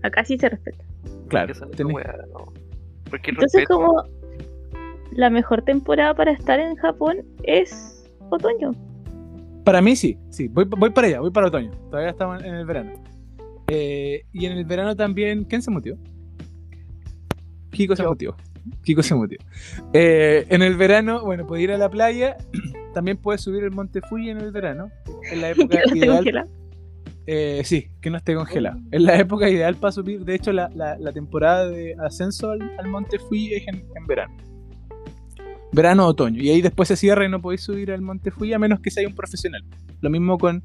Acá sí se respeta.
Claro,
Esa es la
tenéis-
weá, no. Porque el
Entonces,
respeto-
como la mejor temporada para estar en Japón es otoño.
Para mí sí, sí. Voy, voy para allá, voy para otoño. Todavía estamos en el verano. Eh, y en el verano también. ¿Quién se mutió? Kiko se
Yo.
mutió. Kiko se mutió. Eh, en el verano, bueno, puedes ir a la playa. (clears throat) También puedes subir el monte Fuji en el verano. En la época
(laughs) Que no se
ideal
congela.
Eh, sí, que no esté congelado. Es la época ideal para subir. De hecho, la, la- la temporada de ascenso al, al Monte Fuji es en, en verano. Verano o otoño. Y ahí después se cierra y no podéis subir al Monte Fuji a menos que sea un profesional. Lo mismo con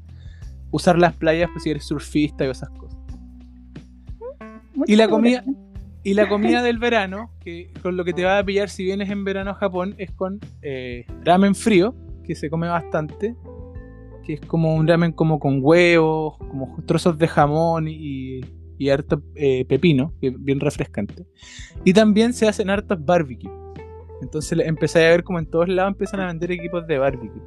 usar las playas pues, si eres surfista y esas cosas.
Mucha
Y la
seguridad.
comida, y la comida del verano, que con lo que te va a pillar si vienes en verano a Japón, es con eh, ramen frío, que se come bastante, que es como un ramen como con huevos, como trozos de jamón y, y harto eh, pepino, que es bien refrescante. Y también se hacen hartos barbecue. Entonces le- empezáis a ver como en todos lados empiezan a vender equipos de barbecue.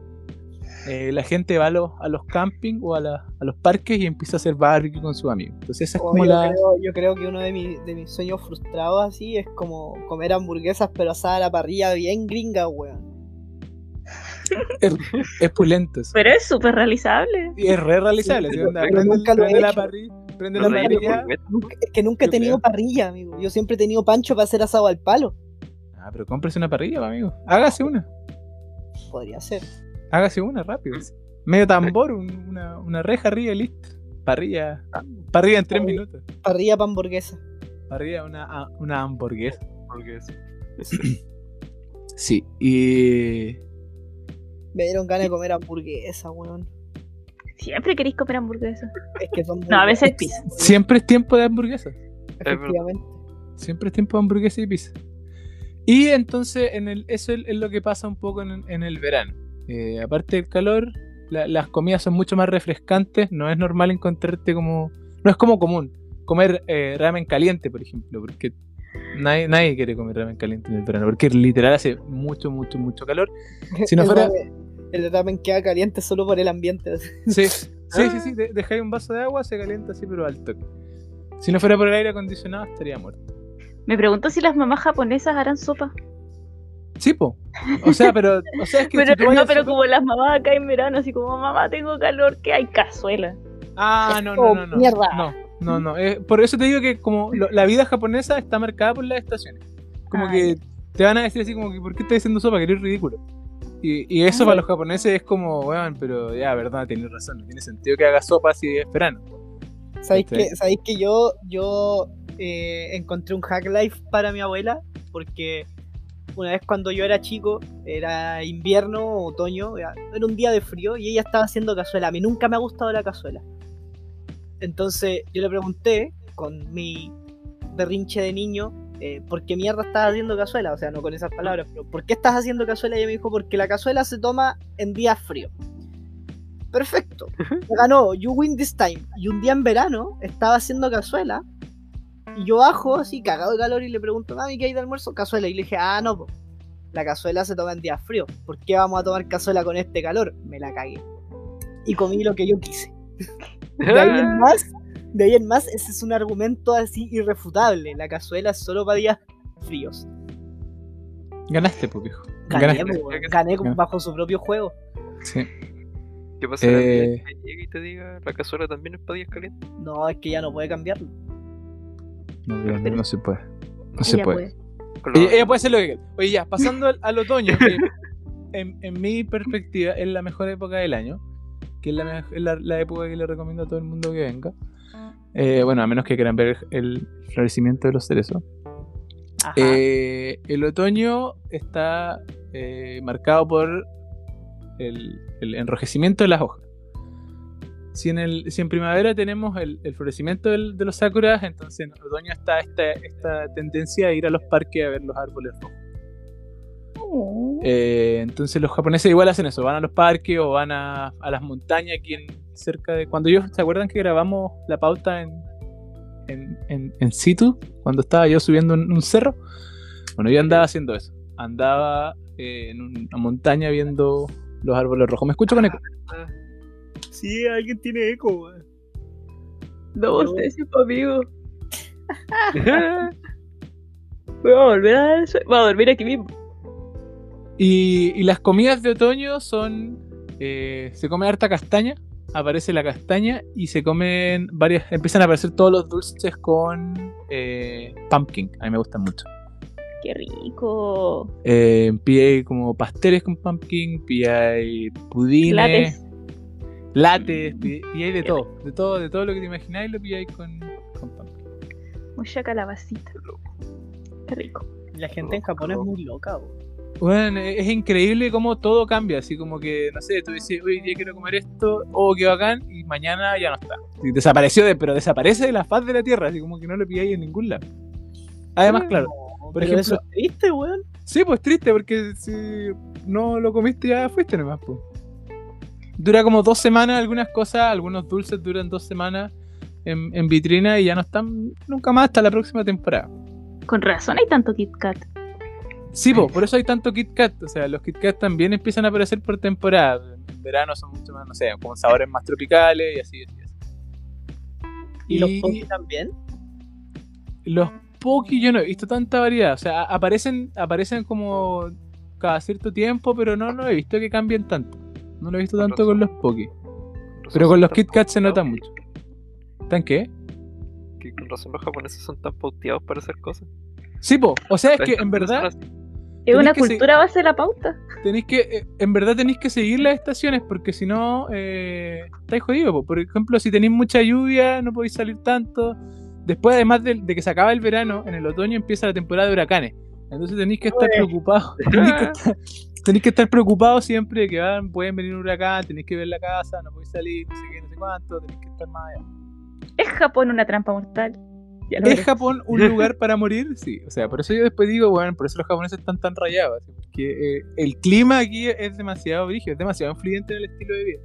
Eh, la gente va a los, a los camping o a, la- a los parques y empieza a hacer barbecue con sus amigos. Entonces esa es
Oh,
como
yo,
la...
creo, yo creo que uno de, mi- de mis sueños frustrados así es como comer hamburguesas pero asada a la parrilla bien gringa, weón.
Es, es pulento eso.
Pero es súper realizable.
Y es re realizable.
Sí,
así, onda,
pero
prende
nunca lo he
prende la
hecho.
parrilla, prende
No sé,
la
yo por
parrilla.
respeto.
Nunca- es que nunca he
Yo
tenido
creo.
parrilla, amigo. Yo siempre he tenido pancho para hacer asado al palo.
Ah, pero cómprese una parrilla, pues, amigo. Hágase una.
Podría ser.
Hágase una rápido. así. Medio tambor, un- una, una reja arriba y listo. Parrilla. Parrilla en tres
Parrilla.
minutos.
Parrilla para hamburguesa.
Parrilla una, a- una hamburguesa.
Porque es-
Sí. Y.
Me dieron ganas de comer hamburguesa, weón.
Siempre queréis comer hamburguesas.
Es que son
(laughs) No, a veces
hamburguesas,
pizza.
weón.
Siempre es tiempo de hamburguesas.
Efectivamente.
Siempre es tiempo de hamburguesa y pizza. Y entonces en el, eso es, es lo que pasa un poco en, en el verano. Eh, aparte del calor, la- las comidas son mucho más refrescantes. No es normal encontrarte como... No es como común comer eh, ramen caliente, por ejemplo, porque nadie, nadie quiere comer ramen caliente en el verano, porque literal hace mucho, mucho, mucho calor. Si
(laughs)
no
El
fuera-
ramen- El ramen queda caliente solo por el ambiente.
Sí, sí, sí, sí. de- dejáis un vaso de agua, se calienta así, pero al toque. Si no fuera por el aire acondicionado, estaría muerto.
Me pregunto si las mamás japonesas harán sopa.
Sí, po. O sea, pero... O sea, es que si tú
Pero,
vayas
no,
al
pero
super-
como las mamás acá en verano, así como mamá, tengo calor, que hay cazuela.
Ah,
Es
no, no,
como
no, no.
mierda.
No, no, no. Eh, por eso te digo que como lo- la vida japonesa está marcada por las estaciones. Como
Ah,
que te van a decir así como que ¿por qué estás diciendo sopa? Que eres ridículo. Y, y eso
Ah.
para los japoneses es como, weón, pero ya, verdad, tienes razón. No tiene sentido que haga sopa si es verano.
¿Sabéis
¿Cachai?
que, ¿sabéis que yo, yo eh, encontré un hack life para mi abuela? Porque una vez cuando yo era chico, era invierno, otoño, era era un día de frío y ella estaba haciendo cazuela. A mí nunca me ha gustado la cazuela. Entonces yo le pregunté con mi berrinche de niño, eh, ¿por qué mierda estás haciendo cazuela? O sea, no con esas palabras, pero ¿por qué estás haciendo cazuela? Y ella me dijo, porque la cazuela se toma en días fríos. Perfecto. Me ganó You Win This Time. Y un día en verano estaba haciendo cazuela. Y yo bajo así, cagado de calor, y le pregunto, mami, ¿qué hay de almuerzo? Cazuela. Y le dije, ah, no, po. la cazuela se toma en días fríos. ¿Por qué vamos a tomar cazuela con este calor? Me la cagué. Y comí lo que yo quise. De ahí
Ah.
en más, de ahí en más, ese es un argumento así irrefutable. La cazuela es solo para días fríos.
Ganaste, pues, viejo.
Gané,
Ganaste.
Gané.
po, weón. Gané como
Gané.
bajo su propio juego.
Sí.
¿Qué pasa la
Eh.
vida que llegue y te diga la cazuela también es para días calientes?
No, es que ya no puede cambiarlo.
No, pero no se puede. No se
Ella
puede.
pues.
Con la-
Ella, ella puede hacer lo que quiera. Oye, ya, pasando al, al otoño, que en, en mi perspectiva es la mejor época del año, que es la, mej- es la, la época que le recomiendo a todo el mundo que venga. Eh, bueno, a menos que quieran ver el florecimiento de los cerezos.
Ajá.
Eh, el otoño está eh, marcado por el, el enrojecimiento de las hojas. Si en, el, si en primavera tenemos el, el florecimiento del- de los sakuras, entonces en otoño está esta, esta tendencia a ir a los parques a ver los árboles rojos. Eh, entonces los japoneses igual hacen eso, van a los parques o van a, a las montañas aquí en- cerca de... Cuando yo, ¿se acuerdan que grabamos la pauta en, en, en, en situ? Cuando estaba yo subiendo un, un cerro. Bueno, yo andaba haciendo eso. Andaba eh, en una montaña viendo los árboles rojos. ¿Me escucho con eco?
Sí, alguien tiene eco, weón.
No, usted es
(laughs)
amigo. (laughs) Voy a volver a eso. Voy a dormir aquí mismo.
Y, y las comidas de otoño son... eh, se come harta castaña, aparece la castaña y se comen varias... Empiezan a aparecer todos los dulces con eh, pumpkin. A mí me gustan mucho.
Qué rico.
Eh, pillé como pasteles con pumpkin, pillé pudines,
Lates.
lates, pi- pillé de todo, de todo, de todo lo que te imagináis lo pillé con, con pumpkin.
Mucha calabacita. Qué rico.
La gente en Japón es muy loca, weón.
Bueno, e-, es es increíble cómo todo cambia, así como que, no sé, tú dices, hoy día quiero comer esto, oh, qué bacán, y mañana ya no está. Y desapareció, de, pero desaparece de la faz de la tierra, así como que no lo pilláis en ningún lado. Además, claro, por
No, pero
ejemplo-
eso es triste, weón.
Sí, pues triste, porque si no lo comiste ya fuiste nomás, pues. Dura como dos semanas algunas cosas, algunos dulces duran dos semanas en, en vitrina y ya no están nunca más hasta la próxima temporada.
Con razón hay tanto Kit Kat.
Sí, pues, por eso hay tanto Kit Kat. O sea, los Kit Kat también empiezan a aparecer por temporada. En verano son mucho más, no sé, con sabores más tropicales y así, así, así.
Y, los pop también.
los Poki yo no he visto tanta variedad. O sea, a- aparecen, aparecen como cada cierto tiempo, pero no, no he visto que cambien tanto. No lo he visto
Con
tanto con los
razón.
Poki. Pero con los Kit Kat se nota mucho. ¿Tan qué?
Que con razón los japoneses son tan pauteados para hacer cosas.
Sí, po. O sea, es que
Las
en
japonesas
verdad
son así.
Es
Tenés
una
que se-
cultura a base de la pauta.
tenéis que, eh, en verdad tenéis que seguir las estaciones porque si no eh, estáis jodidos. po. Por ejemplo, si tenéis mucha lluvia no podéis salir tanto. Después, además de, de que se acaba el verano, en el otoño empieza la temporada de huracanes. Entonces tenéis que estar
Uy.
preocupados. Tenéis
Ah.
que estar, tenéis que estar preocupados siempre de que van, pueden venir un huracán, tenéis que ver la casa, no podéis salir, no sé qué, no sé cuánto, tenéis que estar más allá.
Es Japón una trampa mortal. Ya lo
¿Es
veré.
Japón un lugar para morir? Sí, o sea, por eso yo después digo, bueno, por eso los japoneses están tan rayados, así, porque eh, el clima aquí es demasiado brígido, es demasiado influyente en el estilo de vida.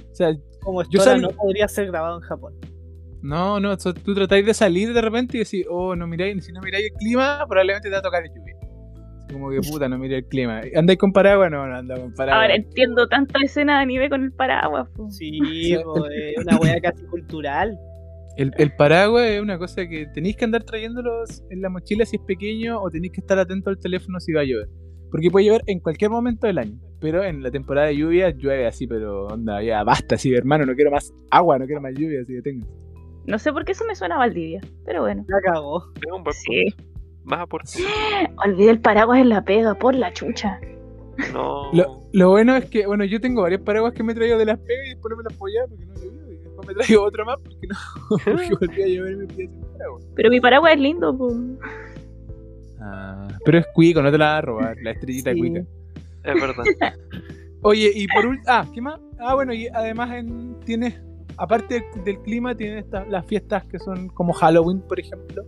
O sea,
Como esto
Yo
ahora
sabía-
no podría ser grabado en
(laughs)
Japón.
no, no, so- tú tratáis de salir de repente y decís, oh, no miráis, si no miráis el clima, probablemente te va a tocar lluvia. Así Como que puta, no miráis el clima. ¿Andáis con paraguas? No, no andáis con paraguas.
Ahora entiendo tanta escena de anime con el paraguas. po.
Sí, po, es una weá casi cultural.
El, el paraguas es una cosa que tenéis que andar trayéndolos en la mochila si es pequeño o tenéis que estar atento al teléfono si va a llover. Porque puede llover en cualquier momento del año. Pero en la temporada de lluvia llueve así, pero onda, ya basta, sí, hermano, no quiero más agua, no quiero más lluvia, así que tengo.
No sé por qué eso me suena a Valdivia, pero bueno.
La cagó.
Es un buen
Sí.
punto. Más aporte.
Olvidé el paraguas en la pega, por la chucha.
No.
Lo, lo bueno es que, bueno, yo tengo varios paraguas que me he traído de las pegas y después no me las podía porque no llovió. Y después me traigo otro más porque no, (laughs) porque volví a llover y me pillé sin paraguas.
Pero mi paraguas es lindo, po.
pero es cuico, no te la vas a robar, la estrellita
Sí.
cuica.
Es verdad.
Oye, y por último, ah, ¿qué más? Ah, bueno, y además en- tienes, aparte del clima, tienes estas- las fiestas que son como Halloween, por ejemplo.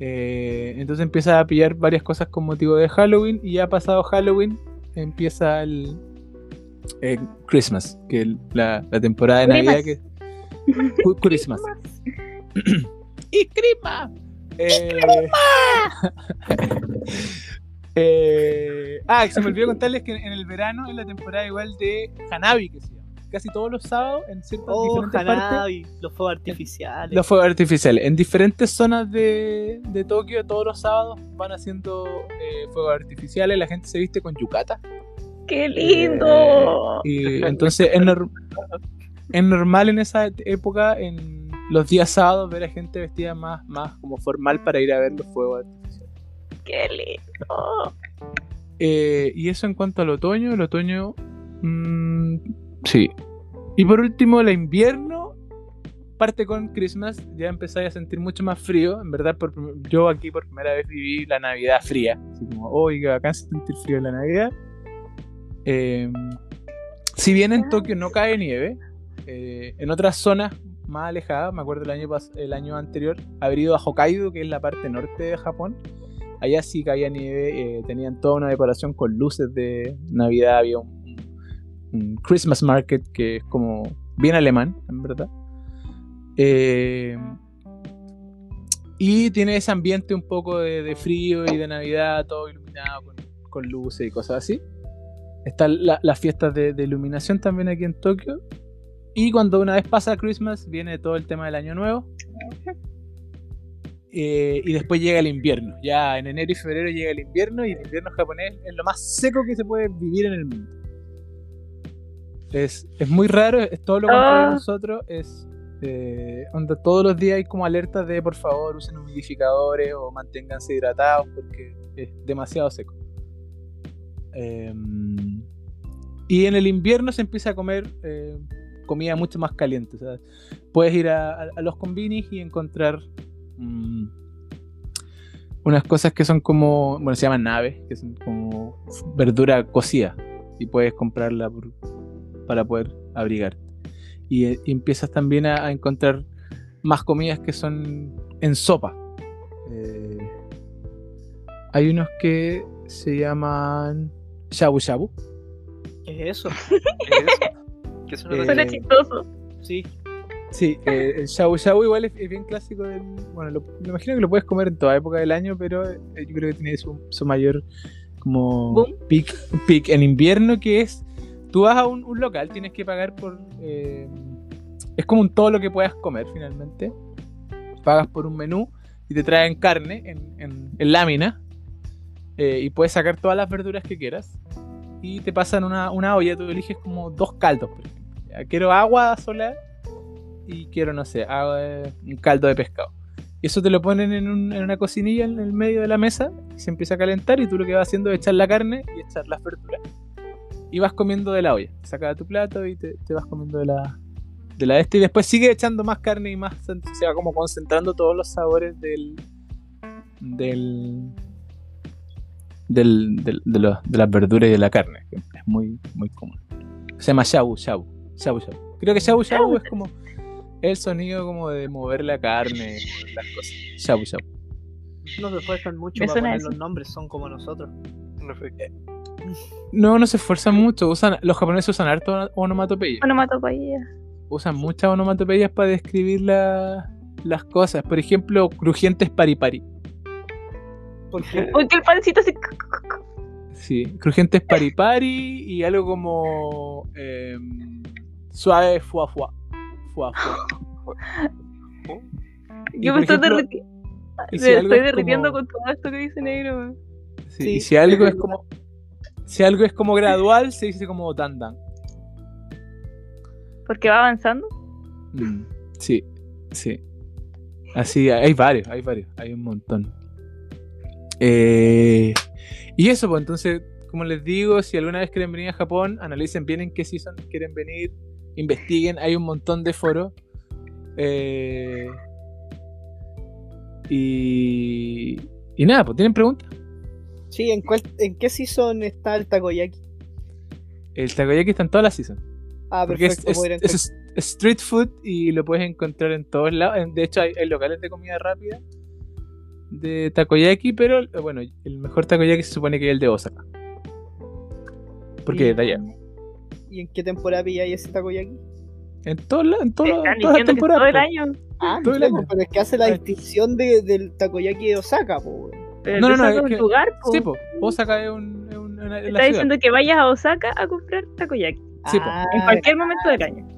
Eh, entonces empiezas a pillar varias cosas con motivo de Halloween y ya pasado Halloween empieza el, el Christmas, que el- la, la temporada de
Christmas.
Navidad que Cu- Christmas. y crema. Eh, (laughs) eh, ah, que se me olvidó contarles que en el verano es la temporada igual de Hanabi que se llama. casi todos los sábados (laughs) en ciertas
Oh,
diferentes partes.
Haná y los fuegos artificiales.
Los fuegos artificiales. En diferentes zonas de, de Tokio, todos los sábados van haciendo eh, fuegos artificiales. La gente se viste con yucata. Eh.
¡Qué lindo!
Y entonces es, nor- es normal en esa et- época, en los días sábados, ver a gente vestida más, más como formal para ir a ver los fuegos.
¡Qué lindo!
Eh, y eso en cuanto al otoño, el otoño. mm, sí. Y por último, el invierno parte con Christmas. Ya empezáis a sentir mucho más frío. En verdad, por prim- yo aquí por primera vez viví la Navidad fría. Así como, oiga, acá se sentir frío en la Navidad. Eh, si bien en Tokio no cae nieve, eh, en otras zonas más alejadas, me acuerdo el año, pas- el año anterior, haber ido a Hokkaido, que es la parte norte de Japón, allá sí caía nieve, eh, tenían toda una decoración con luces de Navidad, había un, un Christmas Market que es como bien alemán, en verdad. Eh, y tiene ese ambiente un poco de, de frío y de Navidad, todo iluminado con, con luces y cosas así. Están la- las fiestas de, de iluminación también aquí en Tokio. Y cuando una vez pasa Christmas, viene todo el tema del Año Nuevo. Eh, y después llega el invierno. Ya en enero y febrero llega el invierno y el invierno japonés es lo más seco que se puede vivir en el mundo. Es, es muy raro, es todo lo contrario
Ah.
de nosotros. Es, eh, onda, todos los días hay como alertas de por favor usen humidificadores o manténganse hidratados porque es demasiado seco. Em, y en el invierno se empieza a comer eh, comida mucho más caliente. o sea, puedes ir a, a- a los combinis y encontrar mm, unas cosas que son como, bueno, se llaman naves, que son como verdura cocida y puedes comprarla por- para poder abrigar. Y, eh, y empiezas también a, a encontrar más comidas que son en sopa. Eh, hay unos que se llaman shabu shabu.
¿Qué es eso?
Que es una
Eh,
Suena
receta-
chistoso.
Sí.
Sí, eh, el shabu shabu igual es, es bien clásico del... Bueno, lo, me imagino que lo puedes comer en toda época del año, pero eh, yo creo que tiene su, su mayor como
Boom.
pic, pic en invierno, que es... Tú vas a un, un local, tienes que pagar por... eh, es como un todo lo que puedas comer finalmente. Pagas por un menú y te traen carne en, en- en lámina eh, y puedes sacar todas las verduras que quieras y te pasan una, una olla, tú eliges como dos caldos. por ejemplo. Ya, Quiero agua sola y quiero, no sé, hago, eh, un caldo de pescado. Y eso te lo ponen en, un- en una cocinilla en el medio de la mesa, y se empieza a calentar y tú lo que vas haciendo es echar la carne y echar las verduras. Y vas comiendo de la olla, sacas tu plato y te, te vas comiendo de la, de la de este y después sigue echando más carne y más, se va como concentrando todos los sabores del... del del, del- de, los- de las verduras y de la carne. que Es muy, muy común. Se llama shabu shabu. Shabu shabu. Creo que shabu shabu es como el sonido como de mover la carne, mover las cosas. Shabu shabu.
No se esfuerzan mucho
Me
para
suena
poner
eso.
los nombres, son como nosotros.
Perfecto.
No, no se esfuerzan mucho. Usan, los japoneses usan harto onomatopeya.
Onomatopeya.
Usan muchas onomatopeyas para describir la- las cosas. Por ejemplo, crujientes pari pari.
(laughs) Porque
Uy, que el pancito así.
Sí, crujientes pari pari y algo como em, suave fuá fuá. Fuá fuá. Y,
Yo
por
me estoy
ejemplo,
derritiendo.
y si
me
algo
estoy
es
derritiendo
como-
con todo esto que dice negro.
Sí,
Sí,
y si algo
es
es como si algo es como gradual se dice como dan dan
Porque va avanzando.
sí sí así hay varios hay varios hay un montón Eh, y eso pues entonces como les digo si alguna vez quieren venir a Japón analicen bien en qué season quieren venir investiguen hay un montón de foros Eh, y y nada pues tienen preguntas
Sí, ¿en, cuál, ¿en qué season está el takoyaki?
el takoyaki está en todas las seasons
Ah,
Porque es,
perfecto,
es-
voy a ir a
es s- street food y lo puedes encontrar en todos lados. En- De hecho, hay, hay locales de comida rápida de takoyaki, pero eh, bueno, el mejor takoyaki se supone que es el de Osaka. Porque
¿Y-
de allá.
¿Y en qué temporada pilláis ese takoyaki?
En todos lados, en
Te
todas
están
las- todas las
diciendo que todo el
temporadas.
año. eh,
Ah,
Todo el
claro,
año.
pero es que hace la
Ah.
distinción de- del takoyaki de Osaka, po, weón.
Pero
No,
no,
no, no,
no,
es
un
que-
lugar.
po.
po.
Sí, po, Osaka es un, es un- una- en
Te está
la ciudad.
diciendo que vayas a Osaka a comprar takoyaki.
Sí, po.
Ah,
En cualquier momento del año.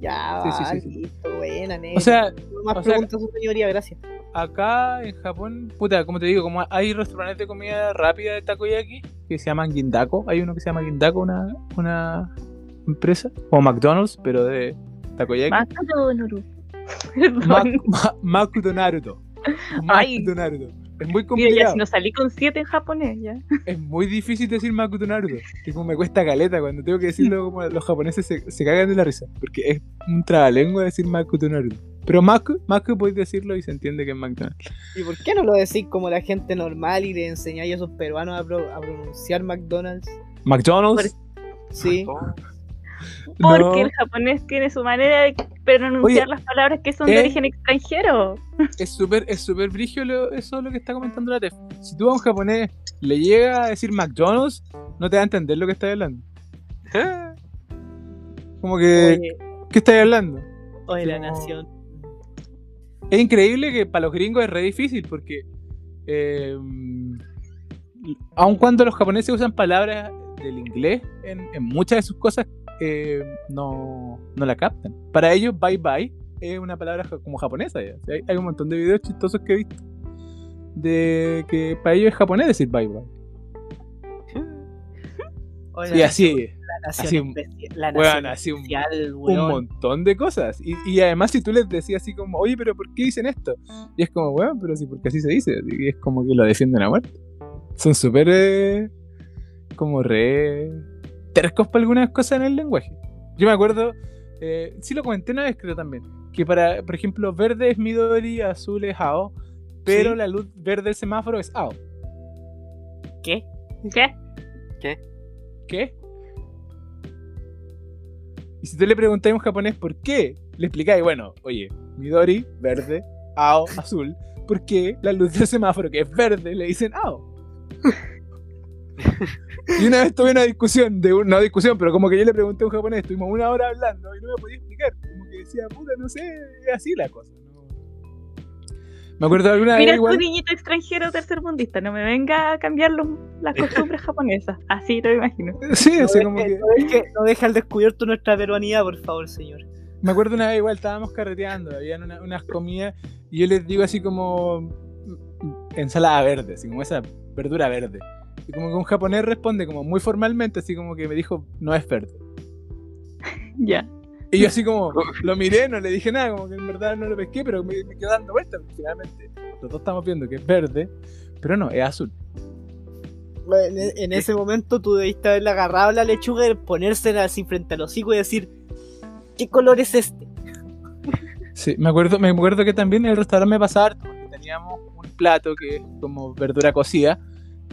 Ya,
Sí, sí, sí,
va,
sí.
listo, buena, nena.
O sea,
No más
o sea-
preguntas, su señoría, gracias.
acá en Japón, puta, como te digo, como hay restaurantes de comida rápida de takoyaki que se llaman Gindako. Hay uno que se llama Gindako, una, una empresa. O McDonald's, pero de takoyaki.
Makoto
(laughs)
Noru.
Ma-
Perdón.
ma- Makuto Naruto.
Ay.
Makuto Naruto. Es muy
Mira, ya
complicado.
si no salí con 7 en japonés,
(laughs)
ya.
Es muy difícil decir Makuto Naruto. Es como me cuesta caleta cuando tengo que decirlo como los japoneses se, se cagan de la risa. Porque es un trabalengua decir Makuto Naruto. Pero Maku, Maku podéis decirlo y se entiende que es McDonald's.
¿Y por qué no lo decís como la gente normal y le enseñáis a esos peruanos a, pro- a pronunciar McDonald's?
McDonald's.
Sí.
(laughs)
Porque
No.
el japonés tiene su manera de pronunciar las palabras que son
¿eh?
de origen extranjero.
Es súper es super brigio lo- eso lo que está comentando la Tef. Si tú a un japonés le llega a decir McDonald's, no te va a entender lo que está hablando. Como que,
Oye,
¿qué estás hablando?
oye, la
no.
nación.
Es increíble que para los gringos es re difícil porque eh, aun cuando los japoneses usan palabras del inglés en, en muchas de sus cosas eh, no, no la captan. Para ellos bye bye es una palabra ja- como japonesa. ya. O sea, hay, hay un montón de videos chistosos que he visto de que para ellos es japonés decir bye bye.
Oye,
Y
la
así,
nación
así,
especial, la nación
weón, así un,
especial,
un
weón.
montón de cosas. Y, y además si tú les decías así como, oye, pero ¿por qué dicen esto? Y es como, bueno, pero sí, porque así se dice. Y es como que lo defienden a muerte. Son súper... eh, como re... tercos para algunas cosas en el lenguaje. Yo me acuerdo, eh, sí lo comenté una vez creo también, que para, por ejemplo, verde es Midori, azul es AO, pero
Sí.
la luz verde del semáforo es AO.
¿Qué?
¿Qué?
¿Qué? Y si tú le preguntáis a un japonés por qué, le explicáis, bueno, oye, Midori, verde, Ao, azul, ¿por qué la luz del semáforo que es verde le dicen Ao? y una vez tuve una discusión, de un- no discusión, pero como que yo le pregunté a un japonés, estuvimos una hora hablando y no me podía explicar. Como que decía, puta, no sé, es así la cosa. ¿no? Me acuerdo de alguna
Mira
vez
tu
ah, igual.
niñito extranjero tercermundista, no me venga a cambiar los-
(laughs)
las costumbres japonesas. Así lo imagino.
Sí,
No,
así
deje-
como que.
no deje- no deje al descubierto nuestra peruanidad, por favor, señor.
Me acuerdo una vez igual estábamos carreteando, habían una- unas comidas y yo les digo así como mm, ensalada verde, así como esa verdura verde. Y como que un japonés responde como muy formalmente, así como que me dijo, no es verde. (laughs)
Ya.
Y yo así como lo miré, no le dije nada, como que en verdad no lo pesqué, pero me, me quedé dando vueltas. porque Finalmente, los dos estamos viendo que es verde, pero no, es azul.
En, en ese momento tú debiste haberle agarrado la lechuga y ponérsela así frente al hocico y decir, ¿qué color es este?
Sí, me acuerdo, me acuerdo que también en el restaurante me pasaba harto, porque teníamos un plato que es como verdura cocida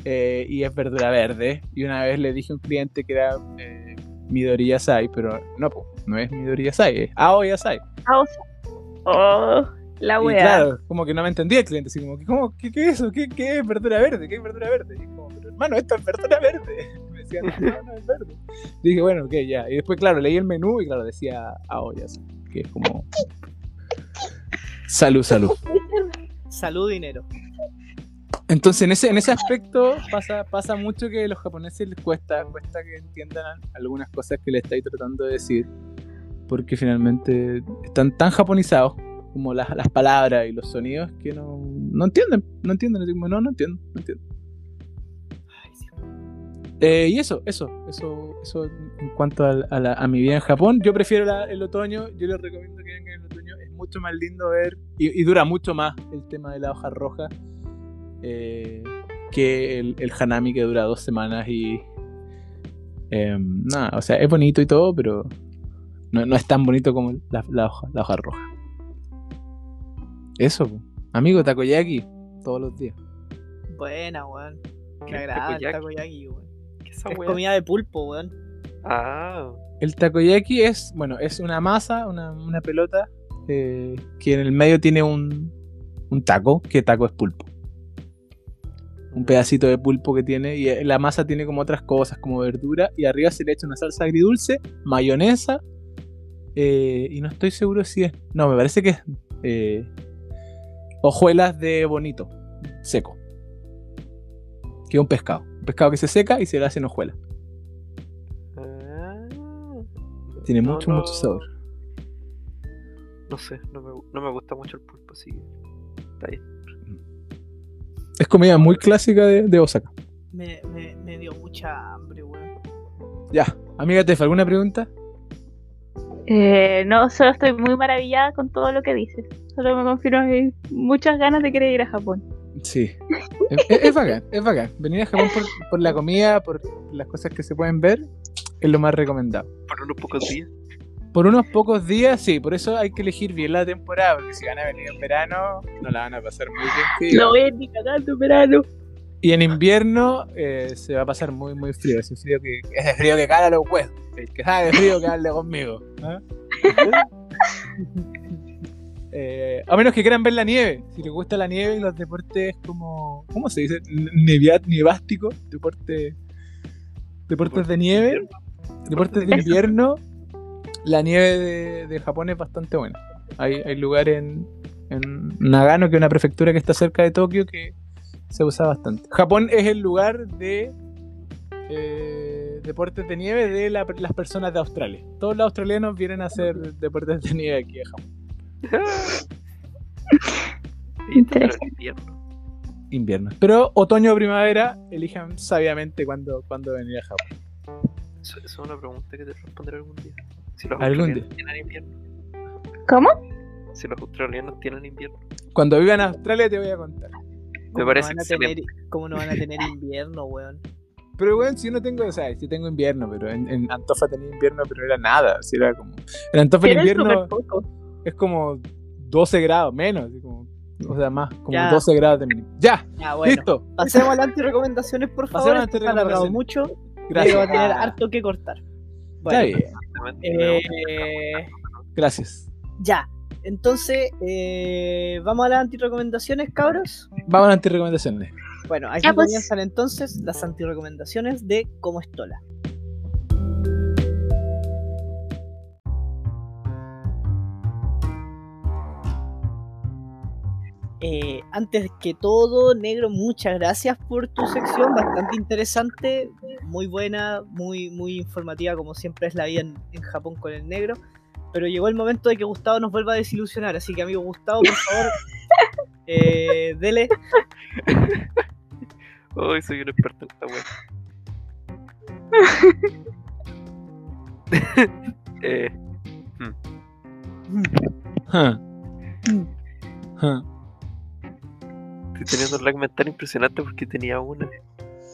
eh, y es verdura verde. Y una vez le dije a un cliente que era eh, Midori Yasai, pero no, po, no es Midori Yasai, es Ao Yasai.
Ah, o sea. Oh, la
Y
wea.
claro, como que no me entendía el cliente, así como, ¿cómo, ¿qué, qué es eso? ¿Qué, ¿Qué es verdura verde? ¿Qué es verdura verde? Y es como, pero hermano, esto es verdura verde. (laughs) Y me decían, no, no es verde. Y dije, bueno, ok, ya. Y después, claro, leí el menú y claro, decía Ao Yasai, que es como... Salud, salud.
Salud, dinero.
Entonces, en ese, en ese aspecto pasa, pasa mucho que a los japoneses les cuesta, cuesta que entiendan algunas cosas que le estáis tratando de decir, porque finalmente están tan japonizados como las, las palabras y los sonidos que no, no entienden, no entienden, así como, no, no entiendo, no entiendo. Eh, y eso, eso, eso, eso en cuanto al- a, la- a mi vida en Japón. Yo prefiero la- el otoño, yo les recomiendo que vengan en el otoño, es mucho más lindo ver y, y dura mucho más el tema de la hoja roja eh, que el, el hanami que dura dos semanas y... em, nada, o sea, es bonito y todo, pero no, no es tan bonito como la, la hoja, la hoja roja. Eso, po. amigo Takoyaki, todos los días.
Buena, weón.
¿Qué
Me
es
agrada el
takoyaki?
takoyaki, weón.
¿Qué esa
Es
wea?
comida de pulpo, weón.
Ah,
El takoyaki es, bueno, es una masa, una, una pelota, eh, que en el medio tiene un, un taco, que taco es pulpo. Un pedacito de pulpo que tiene, y eh, la masa tiene como otras cosas, como verdura, y arriba se le echa una salsa agridulce, mayonesa, eh, y no estoy seguro si es, no, me parece que es eh, hojuelas de bonito, seco. Que es un pescado, un pescado que se seca y se le hacen hojuelas.
ah.
Tiene
No,
mucho,
no.
mucho sabor.
No sé, no me, gu- no me gusta mucho el pulpo, así que está bien.
Es comida muy clásica de, de Osaka.
Me, me, me dio mucha hambre, weón.
Ya.
Amiga Tefa, ¿alguna pregunta?
Eh, no, solo estoy muy maravillada con todo lo que dices. Solo me confirma que hay muchas ganas de querer ir a Japón.
Sí.
Es, es- es bacán, es bacán. Venir a Japón por, por la comida, por las cosas que se pueden ver, es lo más recomendado.
Por unos pocos días.
Por unos pocos días, sí, por eso hay que elegir bien la temporada, porque si van a venir en verano, no la van a pasar muy bien. frío.
No voy a ir ni cagando en verano.
Y en invierno eh, se va a pasar muy, muy frío. Ese frío que, ese frío que cala los huesos. El que sabe de frío que hable conmigo. ¿ah? (laughs) Eh, a menos que quieran ver la nieve. Si les gusta la nieve y los deportes como. ¿Cómo se dice? N- Nevia, nevástico. Deporte, deportes de nieve. Deportes de invierno. La nieve de, de Japón es bastante buena. Hay, hay lugar en, en Nagano, que es una prefectura que está cerca de Tokio, que se usa bastante. Japón es el lugar de eh, deportes de nieve de la- las personas de Australia. Todos los australianos vienen a hacer deportes de nieve aquí a Japón.
Y esto para el
Interesante.
invierno.
Invierno. Pero otoño o primavera, elijan sabiamente cuándo, cuándo venir a Japón.
Eso, eso es una pregunta que te responderé algún día. Si los
Algún
australianos tienen invierno.
¿Cómo?
Si los australianos tienen invierno.
Cuando vivan en Australia te voy a contar.
Me
¿Cómo
parece
no van a
excelente.
tener- ¿Cómo no van a tener invierno, weón?
Pero bueno, si yo no tengo, o sea, si tengo invierno, pero en, en Antofa tenía invierno, pero era nada. Si era como, en Antofa el
Tienen
invierno
súper poco.
es como 12 grados menos, así como- o sea, más, como
Ya.
12 grados de mínimo. Ya,
Ya, bueno.
listo.
Pasemos a las antirecomendaciones, por
Pasemos
favor.
a las
Esto se ha alargado
antirecomendaciones.
mucho.
Gracias.
Pero va a tener
Ah,
harto que cortar.
Está
Bueno,
bien.
eh,
Gracias.
ya. Entonces, eh, vamos a las antirecomendaciones, cabros.
Vamos a las recomendaciones.
Bueno, aquí
Ya, pues.
comienzan entonces las antirecomendaciones de Como Estola. Eh, antes que todo, Negro, muchas gracias por tu sección, bastante interesante, muy buena, muy, muy informativa, como siempre es la vida en, en Japón con el Negro. Pero llegó el momento de que Gustavo nos vuelva a desilusionar, así que amigo Gustavo, por
(laughs)
favor, eh, dele
Hoy soy un experto en esta wea. (laughs) eh,
Ja. Ja.
estoy teniendo un lag mental impresionante porque tenía una.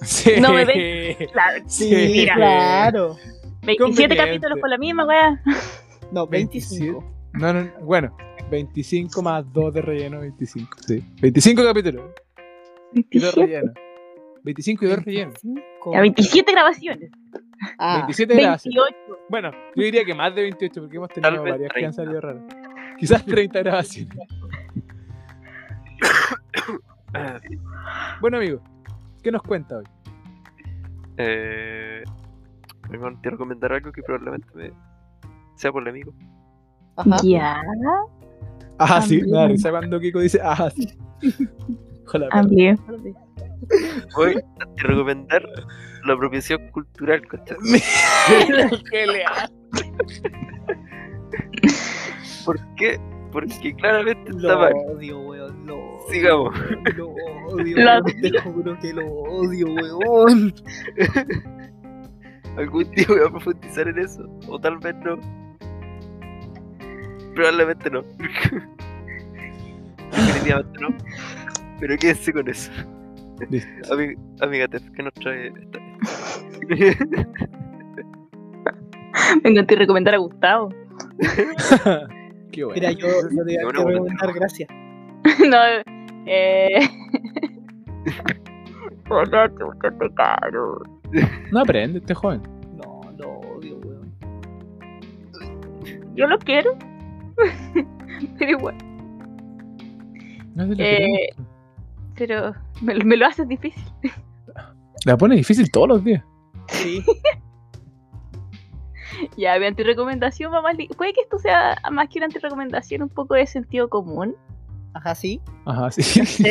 Sí.
No me Claro.
(laughs) Sí,
Sí,
mira.
claro.
27
Conveniente.
capítulos con la misma weá.
No,
27.
25.
No, no, bueno, 25 más 2 de relleno, 25. Sí. 25 capítulos y 2 relleno. 25 y 2 rellenos.
25.
Ya, 27 grabaciones.
Ah,
27 gracias.
28.
Bueno, yo diría que más de 28 porque hemos
Tal
tenido
vez
varias que han
30.
salido raras. Quizás 30 grabaciones.
Ah,
Bueno, amigo, ¿qué nos cuenta hoy?
Eh, hermano, te recomendar algo que probablemente me sea polémico.
(laughs)
ajá.
Ya,
Ah, sí, me da
También.
risa cuando Kiko dice, ah, sí. (laughs) Hola,
también.
Voy a te recomendar la apropiación cultural, ¿cachai? ¿Por qué? Porque claramente
(laughs)
está
(laughs) Lo
mal.
odio, weón. Lo odio.
Sigamos.
Lo odio.
Lo
weón, Te juro que lo odio, weón.
Algún día voy a profundizar en eso. O tal vez no. Probablemente no. (laughs) Definitivamente no. Pero quédense con eso.
Listo.
Ami- amiga Tef, ¿qué nos trae esta?
(laughs) Me encantó recomendar a Gustavo. (laughs)
Qué bueno.
Mira, yo, yo te,
Yo no
te voy a
voy a
preguntar,
mentir.
gracias.
no, eh. Ponete un chate caro.
No aprende este joven.
No, lo odio, weón.
Yo lo quiero. (laughs) Pero igual.
No sé lo que
Eh,
tiene.
Pero me, lo- me lo haces difícil.
La pone difícil todos los días.
Sí.
Ya, mi antirecomendación va más. li- Puede que esto sea más que una antirecomendación, un poco de sentido común.
Ajá, sí.
Ajá, (laughs) sí.
¿sí?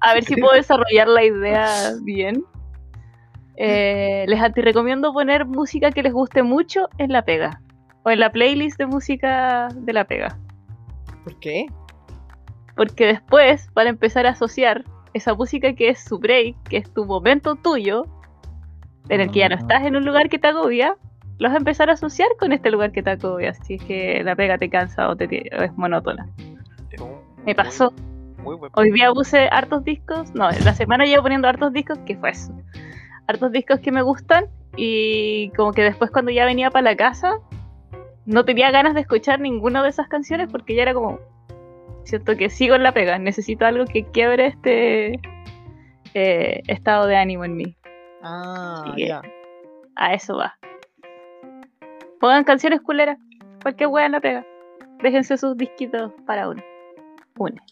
A ver si puedo desarrollar la idea bien. Eh, les antirecomiendo poner música que les guste mucho en la pega. o en la playlist de música de la pega.
¿Por qué?
Porque después van a empezar a asociar esa música que es su break, que es tu momento tuyo, en el que ya no estás en un lugar que te agobia, los vas a empezar a asociar con este lugar que te agobia, si es que la pega te cansa o, te, tie- o es monótona.
Es un
Me
muy-
pasó.
Muy buen
Hoy día puse hartos discos, no, en la semana llevo poniendo hartos discos, que fue eso. Hartos discos que me gustan y como que después cuando ya venía para la casa, no tenía ganas de escuchar ninguna de esas canciones porque ya era como, siento que sigo en la pega, necesito algo que quiebre este eh, estado de ánimo en mí.
Ah,
Sí,
ya.
A eso va. Pongan canciones culeras, cualquier wea en la pega. Déjense sus disquitos para uno. Una.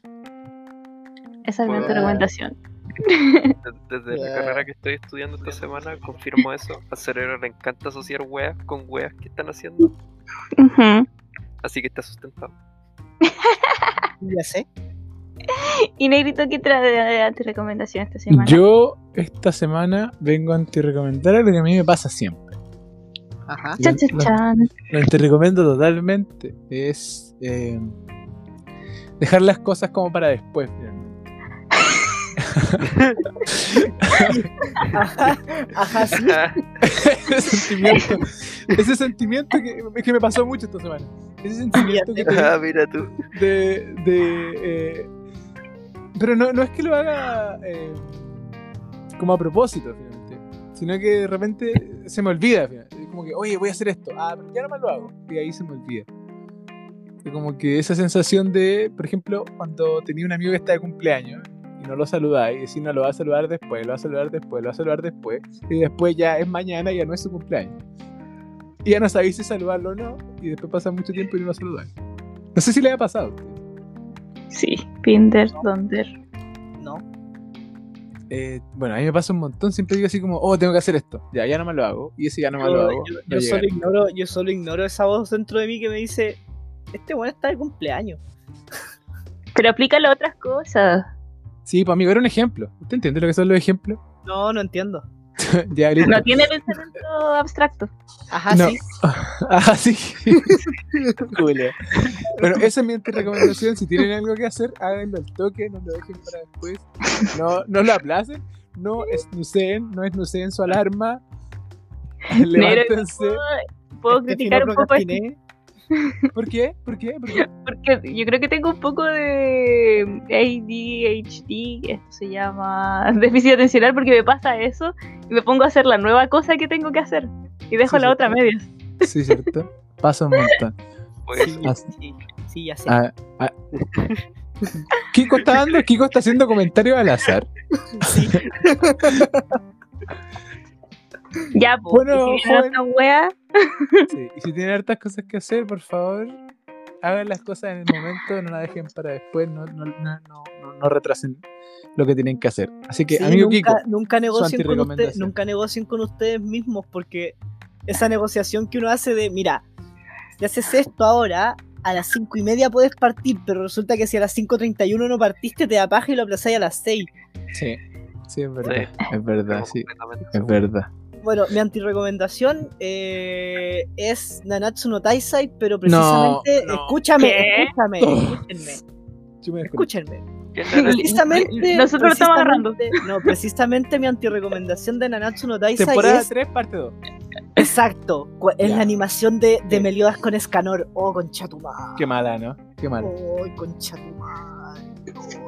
Esa es mi
Bueno.
recomendación.
Desde
Ya.
la carrera que estoy estudiando esta semana, confirmo eso. Al cerebro le encanta asociar weas con weas que están haciendo,
Ujú.
así que está (laughs) sustentado.
Ya sé.
Y Negrito, ¿qué trae de, de antirecomendación esta semana?
Yo esta semana vengo a antirrecomendar algo que a mí me pasa siempre.
Ajá.
Ah,
Chan, chan, chan.
Lo antirrecomiendo totalmente. Es eh, dejar las cosas como para después. finalmente.
Ajá. (laughs) Ajá, sí.
Ah,
(laughs) ese sentimiento, ese sentimiento que, que me pasó mucho esta semana. Ese sentimiento que tenía
ah, mira tú.
de. de, eh, pero no, no es que lo haga eh, como a propósito, finalmente. Sino que de repente se me olvida. finalmente. Como que, oye, voy a hacer esto. Ah, pero ya no más lo hago. Y ahí se me olvida. Y como que esa sensación de, por ejemplo, cuando tenía un amigo que está de cumpleaños y no lo saludáis, y decís, no, lo va a saludar después, lo va a saludar después, lo va a saludar después, y después ya es mañana y ya no es su cumpleaños. Y ya no sabéis si saludarlo o no, y después pasa mucho tiempo y no lo saludáis. No sé si le ha pasado.
Sí, Pinder, Donder.
No.
Eh, bueno, a mí me pasa un montón, siempre digo así como, oh, tengo que hacer esto, ya, ya no me lo hago, y ese ya no me lo
Yo,
hago.
yo-
no
yo
llega.
solo ignoro, yo solo ignoro esa voz dentro de mí que me dice, este weón está de cumpleaños.
Pero aplícalo a otras cosas.
Sí, para mí era un ejemplo. ¿Usted entiende lo que son los ejemplos? (laughs)
No, no entiendo. (laughs)
ya, listo. (laughs)
No tiene pensamiento abstracto.
Ajá,
No.
sí.
Ah,
(laughs)
sí. Julio. Bueno, esa es mi recomendación. Si tienen algo que hacer, háganlo al toque, no lo dejen para después. No, no lo aplacen, no esnuceen, no esnuceen su
(laughs)
alarma. Levántense.
¿Puedo, puedo
Este
criticar
no
un poco esto?
procrastiné.
¿Por qué? ¿Por qué? ¿Por qué?
(laughs)
Porque yo creo que tengo un poco de ADHD, esto se llama (laughs) déficit atencional, porque me pasa eso y me pongo a hacer la nueva cosa que tengo que hacer y dejo
Sí,
la
sí.
otra a medias.
Sí, cierto. Pasa un montón.
Pues,
Así-
Sí, sí, ya sé.
ah, ah. (laughs) Kiko está dando, Kiko está haciendo comentarios al azar.
Ya, pues.
Bueno,
y si viene
joven.
otra wea,
Sí, Y si tienen hartas cosas que hacer, por favor, hagan las cosas en el momento, no las dejen para después, no, no, no, no, no- no retrasen lo que tienen que hacer. Así (laughs) que,
Sí,
amigo
nunca,
Kiko,
nunca negocien con ustedes,
antirrecomendación.
nunca negocien con ustedes mismos porque esa negociación que uno hace de, mira, si haces esto ahora, a las 5 y media puedes partir, pero resulta que si a las 5.31 no partiste, te da paja y lo aplazáis a las 6.
sí, sí, es verdad, es verdad, sí,
completamente
es verdad.
Bueno, mi antirecomendación eh, es Nanatsu no Taisai, pero
No, Oh.
precisamente,
no.
escúchame,
¿Qué?
escúchame, escúchenme,
Yo me disculpo.
escúchenme.
seguro.
Precisamente,
Nosotros lo estamos agarrando.
precisamente- No, precisamente mi antirecomendación de Nanatsu no Taisai
Temporada
es
3, parte 2.
Exacto, cu- es
Ya.
la animación de, de
Sí.
Meliodas con Escanor. Oh, conchatuma.
Qué mala, ¿no? Qué mala.
Oh, conchatuma. oh.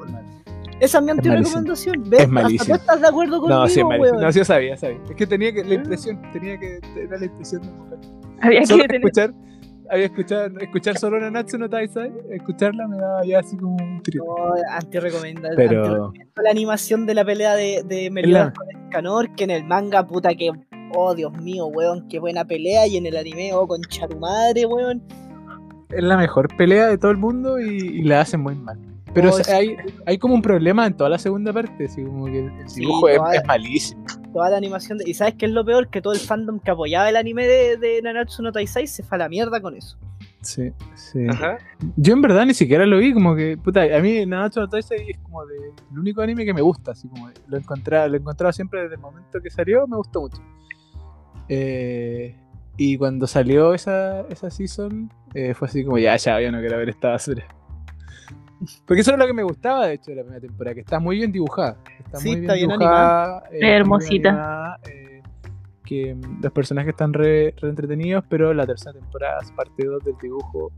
Esa es mi antirecomendación.
Es
¿Ves? Hasta tú
malísimo.
estás de acuerdo Oh, conmigo,
No, sí, es malísimo.
weón. Ah.
No, sí, yo sabía, sabía. Es que tenía que, la impresión, tenía que, era la impresión.
había
Solo
que tener.
escuchar, había escuchar, escuchar solo Nanatsu no Taisai, escucharla me daba ya así como un trío.
No, antirecomenda-
Pero-
antirecomiendo Oh, la animación de la pelea de, de Meliodas con Escanor, que en el manga, puta que. Oh, Dios mío, weón, qué buena pelea. Y en el anime, oh, concha tu madre, weón.
es la mejor pelea de todo el mundo y, y la hacen muy mal. Pero
Oh,
o sea,
sí.
hay, hay como un problema en toda la segunda parte, así como que el
Sí,
dibujo es,
toda-
es malísimo.
Toda la animación. de- Y sabes qué es lo peor? Que todo el fandom que apoyaba el anime de, de Nanatsu no Taisai se fue a la mierda con eso.
Sí, sí.
Ajá.
Yo en verdad ni siquiera lo vi, como que, puta, a mí Nanatsu no Taisai es como de, el único anime que me gusta, así como lo encontraba, lo encontraba siempre desde el momento que salió, me gustó mucho. Eh, Y cuando salió esa, esa season, eh, fue así como, ya, ya, yo no quiero ver esta basura. Porque eso es lo que me gustaba, de hecho, de la primera temporada, que está muy bien dibujada. Está
Sí,
muy bien
está bien
dibujada. eh, muy
Hermosita.
bien animada, eh, que mm, los personajes están re, re entretenidos, pero la tercera temporada, parte 2 del dibujo,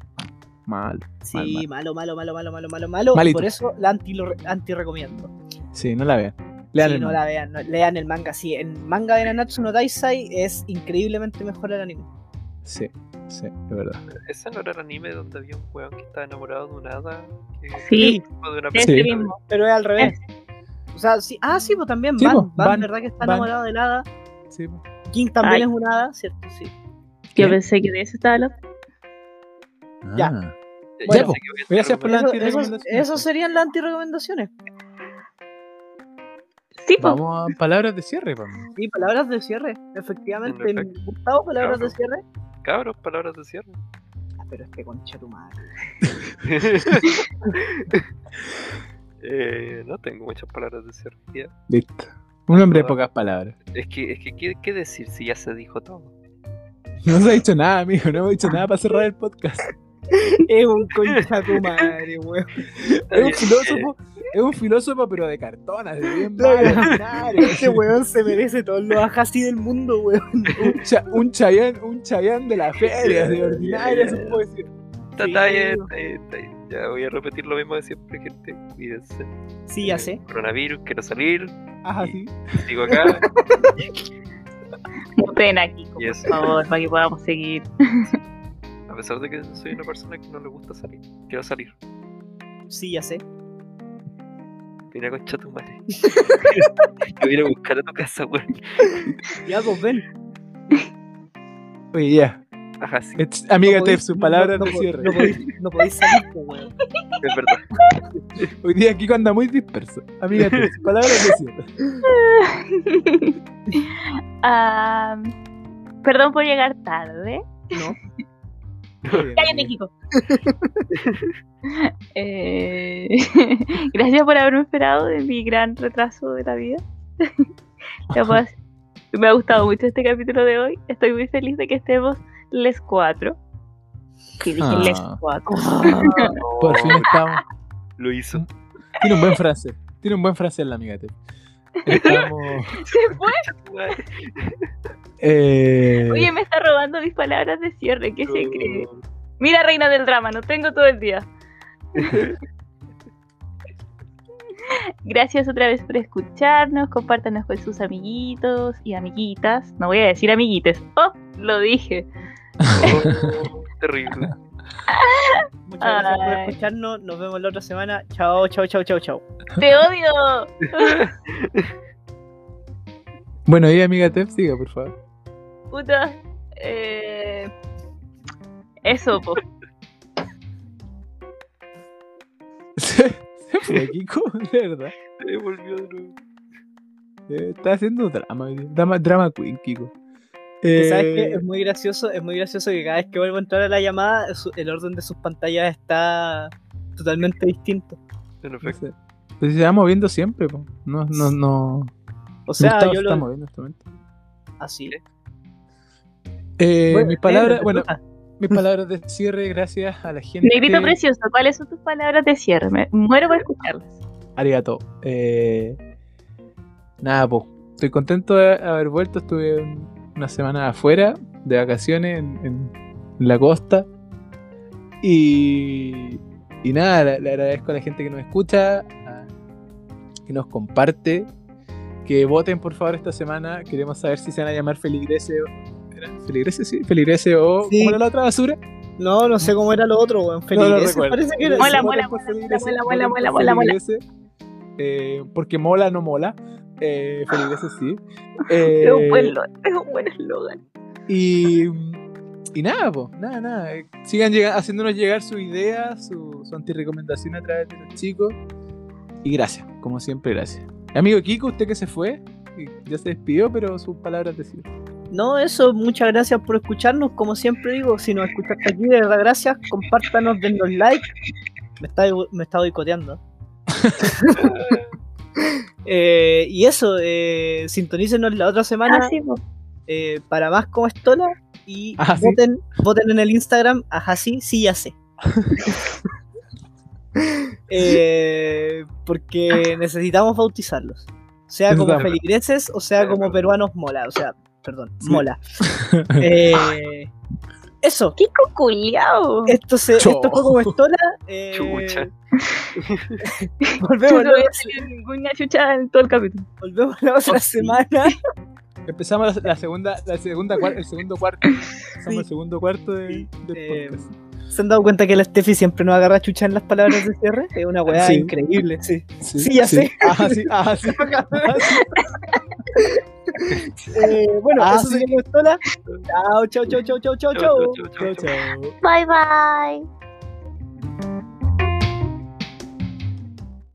mal.
Sí, malo, malo, malo, malo, malo, malo, malo.
Malito.
Por eso la anti, lo re- anti recomiendo.
Sí, no la vean. Lean
Sí,
el
no
manga.
la vean, no- lean el manga. Sí, el manga de Nanatsu no Taisai es increíblemente mejor el anime.
Sí, sí, es verdad.
Ese no era el anime donde había un weón que estaba enamorado de una hada. Que
Sí.
de una
Ese
persona.
este mismo.
Pero es al revés. O sea, sí, ah, sí, pues también
Sí,
Van,
pues,
Van,
Van,
¿verdad? Que está
Van.
enamorado de nada.
Sí.
King también
Ay.
es un hada, ¿cierto? Sí.
¿Eh?
Yo pensé que de eso estaba hablando.
Ya.
Ah.
Ya,
Bueno,
sé que voy a
gracias
terminar
por la-
Eso, eso-
antirrecomendaciones,
eso
pues.
serían las anti-recomendaciones.
Sí, po.
Vamos a palabras de cierre, vamos.
Sí, palabras de cierre, efectivamente.
En efecto.
Gustavo, palabras
Claro.
de cierre.
Cabros, palabras de
(laughs)
cierre.
Ah, pero este concha tu madre.
Eh, no tengo muchas palabras de cierre. ya.
Listo. Un hombre de
Ah.
pocas palabras.
Es que, es que ¿qué, qué decir si ya se dijo todo?
No se ha dicho nada, amigo. No hemos dicho nada para cerrar el podcast.
Es un concha tu madre, weón.
Es un filósofo, es un filósofo pero de cartón, así bien malo.
(laughs)
(laughs)
Este weón se merece todos los ajasí del mundo, weón.
Un, cha- un chayán, un chayán de la feria, (laughs) de ordinaria, se puede decir.
Está, está bien, está bien, está bien. Ya voy a repetir lo mismo de siempre, gente. Cuídense.
Sí, ya
Eh,
sé.
Coronavirus, quiero salir.
Ajá, sí.
Sigo acá.
Voten aquí,
y
por
eso.
favor, para que podamos seguir.
A pesar de que soy una persona que no le gusta salir. Quiero salir.
Sí, ya sé.
Mira concha tu madre. Yo voy a ir a buscar a tu casa, weón.
Ya, pues ven.
Oye, ya.
Ajá, sí,
Es- amiga
No
Tef,
podéis-
sus palabras
no-
de
no-
cierre.
No podéis, no podéis salir, pues, (laughs) weón.
es verdad.
Hoy día Kiko anda muy disperso. Amiga Tef, sus palabras de cierre.
Ah, perdón por llegar tarde.
Muy bien,
Cállate,
amiga.
Kiko. (laughs) Eh, (laughs) gracias por haberme esperado en mi gran retraso de la vida. (laughs) Ya puedo hacer- me ha gustado mucho este capítulo de hoy. Estoy muy feliz de que estemos les cuatro. Sí, dije
Ah.
les cuatro. (laughs)
Por fin estamos.
Lo hizo.
Tiene un buen frase. Tiene un buen frase la amiga Tef.
(laughs)
Estamos.
Se fue.
Eh,
Oye, me está robando mis palabras de cierre. ¿Qué
Uh.
se cree? Mira, reina del drama, no tengo todo el día. (laughs) Gracias otra vez por escucharnos. Compártanos con sus amiguitos y amiguitas. No voy a decir amiguites. ¡Oh! Lo dije.
Oh, terrible.
Muchas gracias por
Ay.
escucharnos. Nos vemos la otra semana. Chao, chao, chao, chao, chao.
(laughs) ¡Te odio! (laughs)
Bueno, y amiga Tef, siga, por favor. (laughs)
Puta. Eh, Eso, po.
Se se fue Kiko, de verdad.
Eh, volvió de nuevo.
Eh, está haciendo drama, hoy día. drama, drama queen, Kiko.
Que
Eh,
¿Sabes qué? Es muy gracioso, es muy gracioso que cada vez que vuelvo a entrar a la llamada, su- el orden de sus pantallas está totalmente distinto.
En
no
efecto.
sé. Pues se va moviendo siempre, po. no, no, no.
O sea,
Gustavo se
yo
está
lo...
moviendo en este momento.
Así.
Eh,
Bueno,
mis palabras,
sí,
bueno,
puta.
mis palabras de cierre, gracias a la gente.
Negrito precioso, ¿cuáles son tus palabras de cierre? Me muero por escucharlas.
Arigato. Eh, nada, po. Estoy contento de haber vuelto. Estuve un- una semana afuera, de vacaciones, en, en la costa. Y, y nada, le, le agradezco a la gente que nos escucha, a- que nos comparte, que voten por favor esta semana. Queremos saber si se van a llamar Feligrese o. ¿era? ¿Feligrese? Sí, Feligrese o.
Sí.
¿Cómo era la otra basura?
No, no sé cómo era lo otro, weón.
No lo
Feliz.
recuerdo.
parece que era
Mola,
ese.
mola.
Voten por Feligrese,
mola, mola,
voten por
mola, mola.
Feligrese. Eh, porque mola, no mola. Eh, Feligrese sí. (laughs) Eh,
Es un buen lo- es un buen eslogan.
y, y nada, po, nada, nada. Eh, Sigan llega- haciéndonos llegar sus ideas, su, su antirrecomendación a través de los chicos. Y gracias, como siempre, gracias. Amigo Kiko, usted que se fue, eh, ya se despidió, pero sus palabras te sirven.
No, eso, muchas gracias por escucharnos. Como siempre digo, si nos escuchaste aquí, de verdad, gracias. Compártanos, denos like. Me está, me
(laughs)
está boicoteando. Eh, y eso, eh, sintonícenos la otra semana
Ah, sí, po.
eh, para más como estola. y
Ah, ¿sí?
voten, voten en el Instagram, ajá sí, sí
(laughs)
ya sé. Eh, porque necesitamos bautizarlos. Sea como
Necesitamos.
feligreses o sea como peruanos mola, o sea, perdón,
(laughs)
mola. Eh, eso,
¡Qué coculiao!
esto, se,
Cho.
esto fue como estola. eh,
Chucha.
Yo
(laughs) volvemos,
no
la-
voy a tener ninguna chucha en todo el capítulo.
volvemos la otra semana.
Empezamos la, la segunda, la segunda, cuar- el segundo cuarto. Empezamos
Sí.
el segundo cuarto de, del
Eh,
podcast.
¿Se han dado cuenta que la Steffi siempre nos agarra chucha en las palabras de cierre? Es una weá
Sí.
increíble, sí. Ah, sí, ya sé.
Ajá, sí, ajá, sí. ajá, sí.
(laughs) Eh, bueno,
Ah,
eso
sí.
sería la pistola. Chao, chao, chao, chao, chao, chao, chao.
chau, chau, chau,
Chao,
chau.
chao.
Bye bye.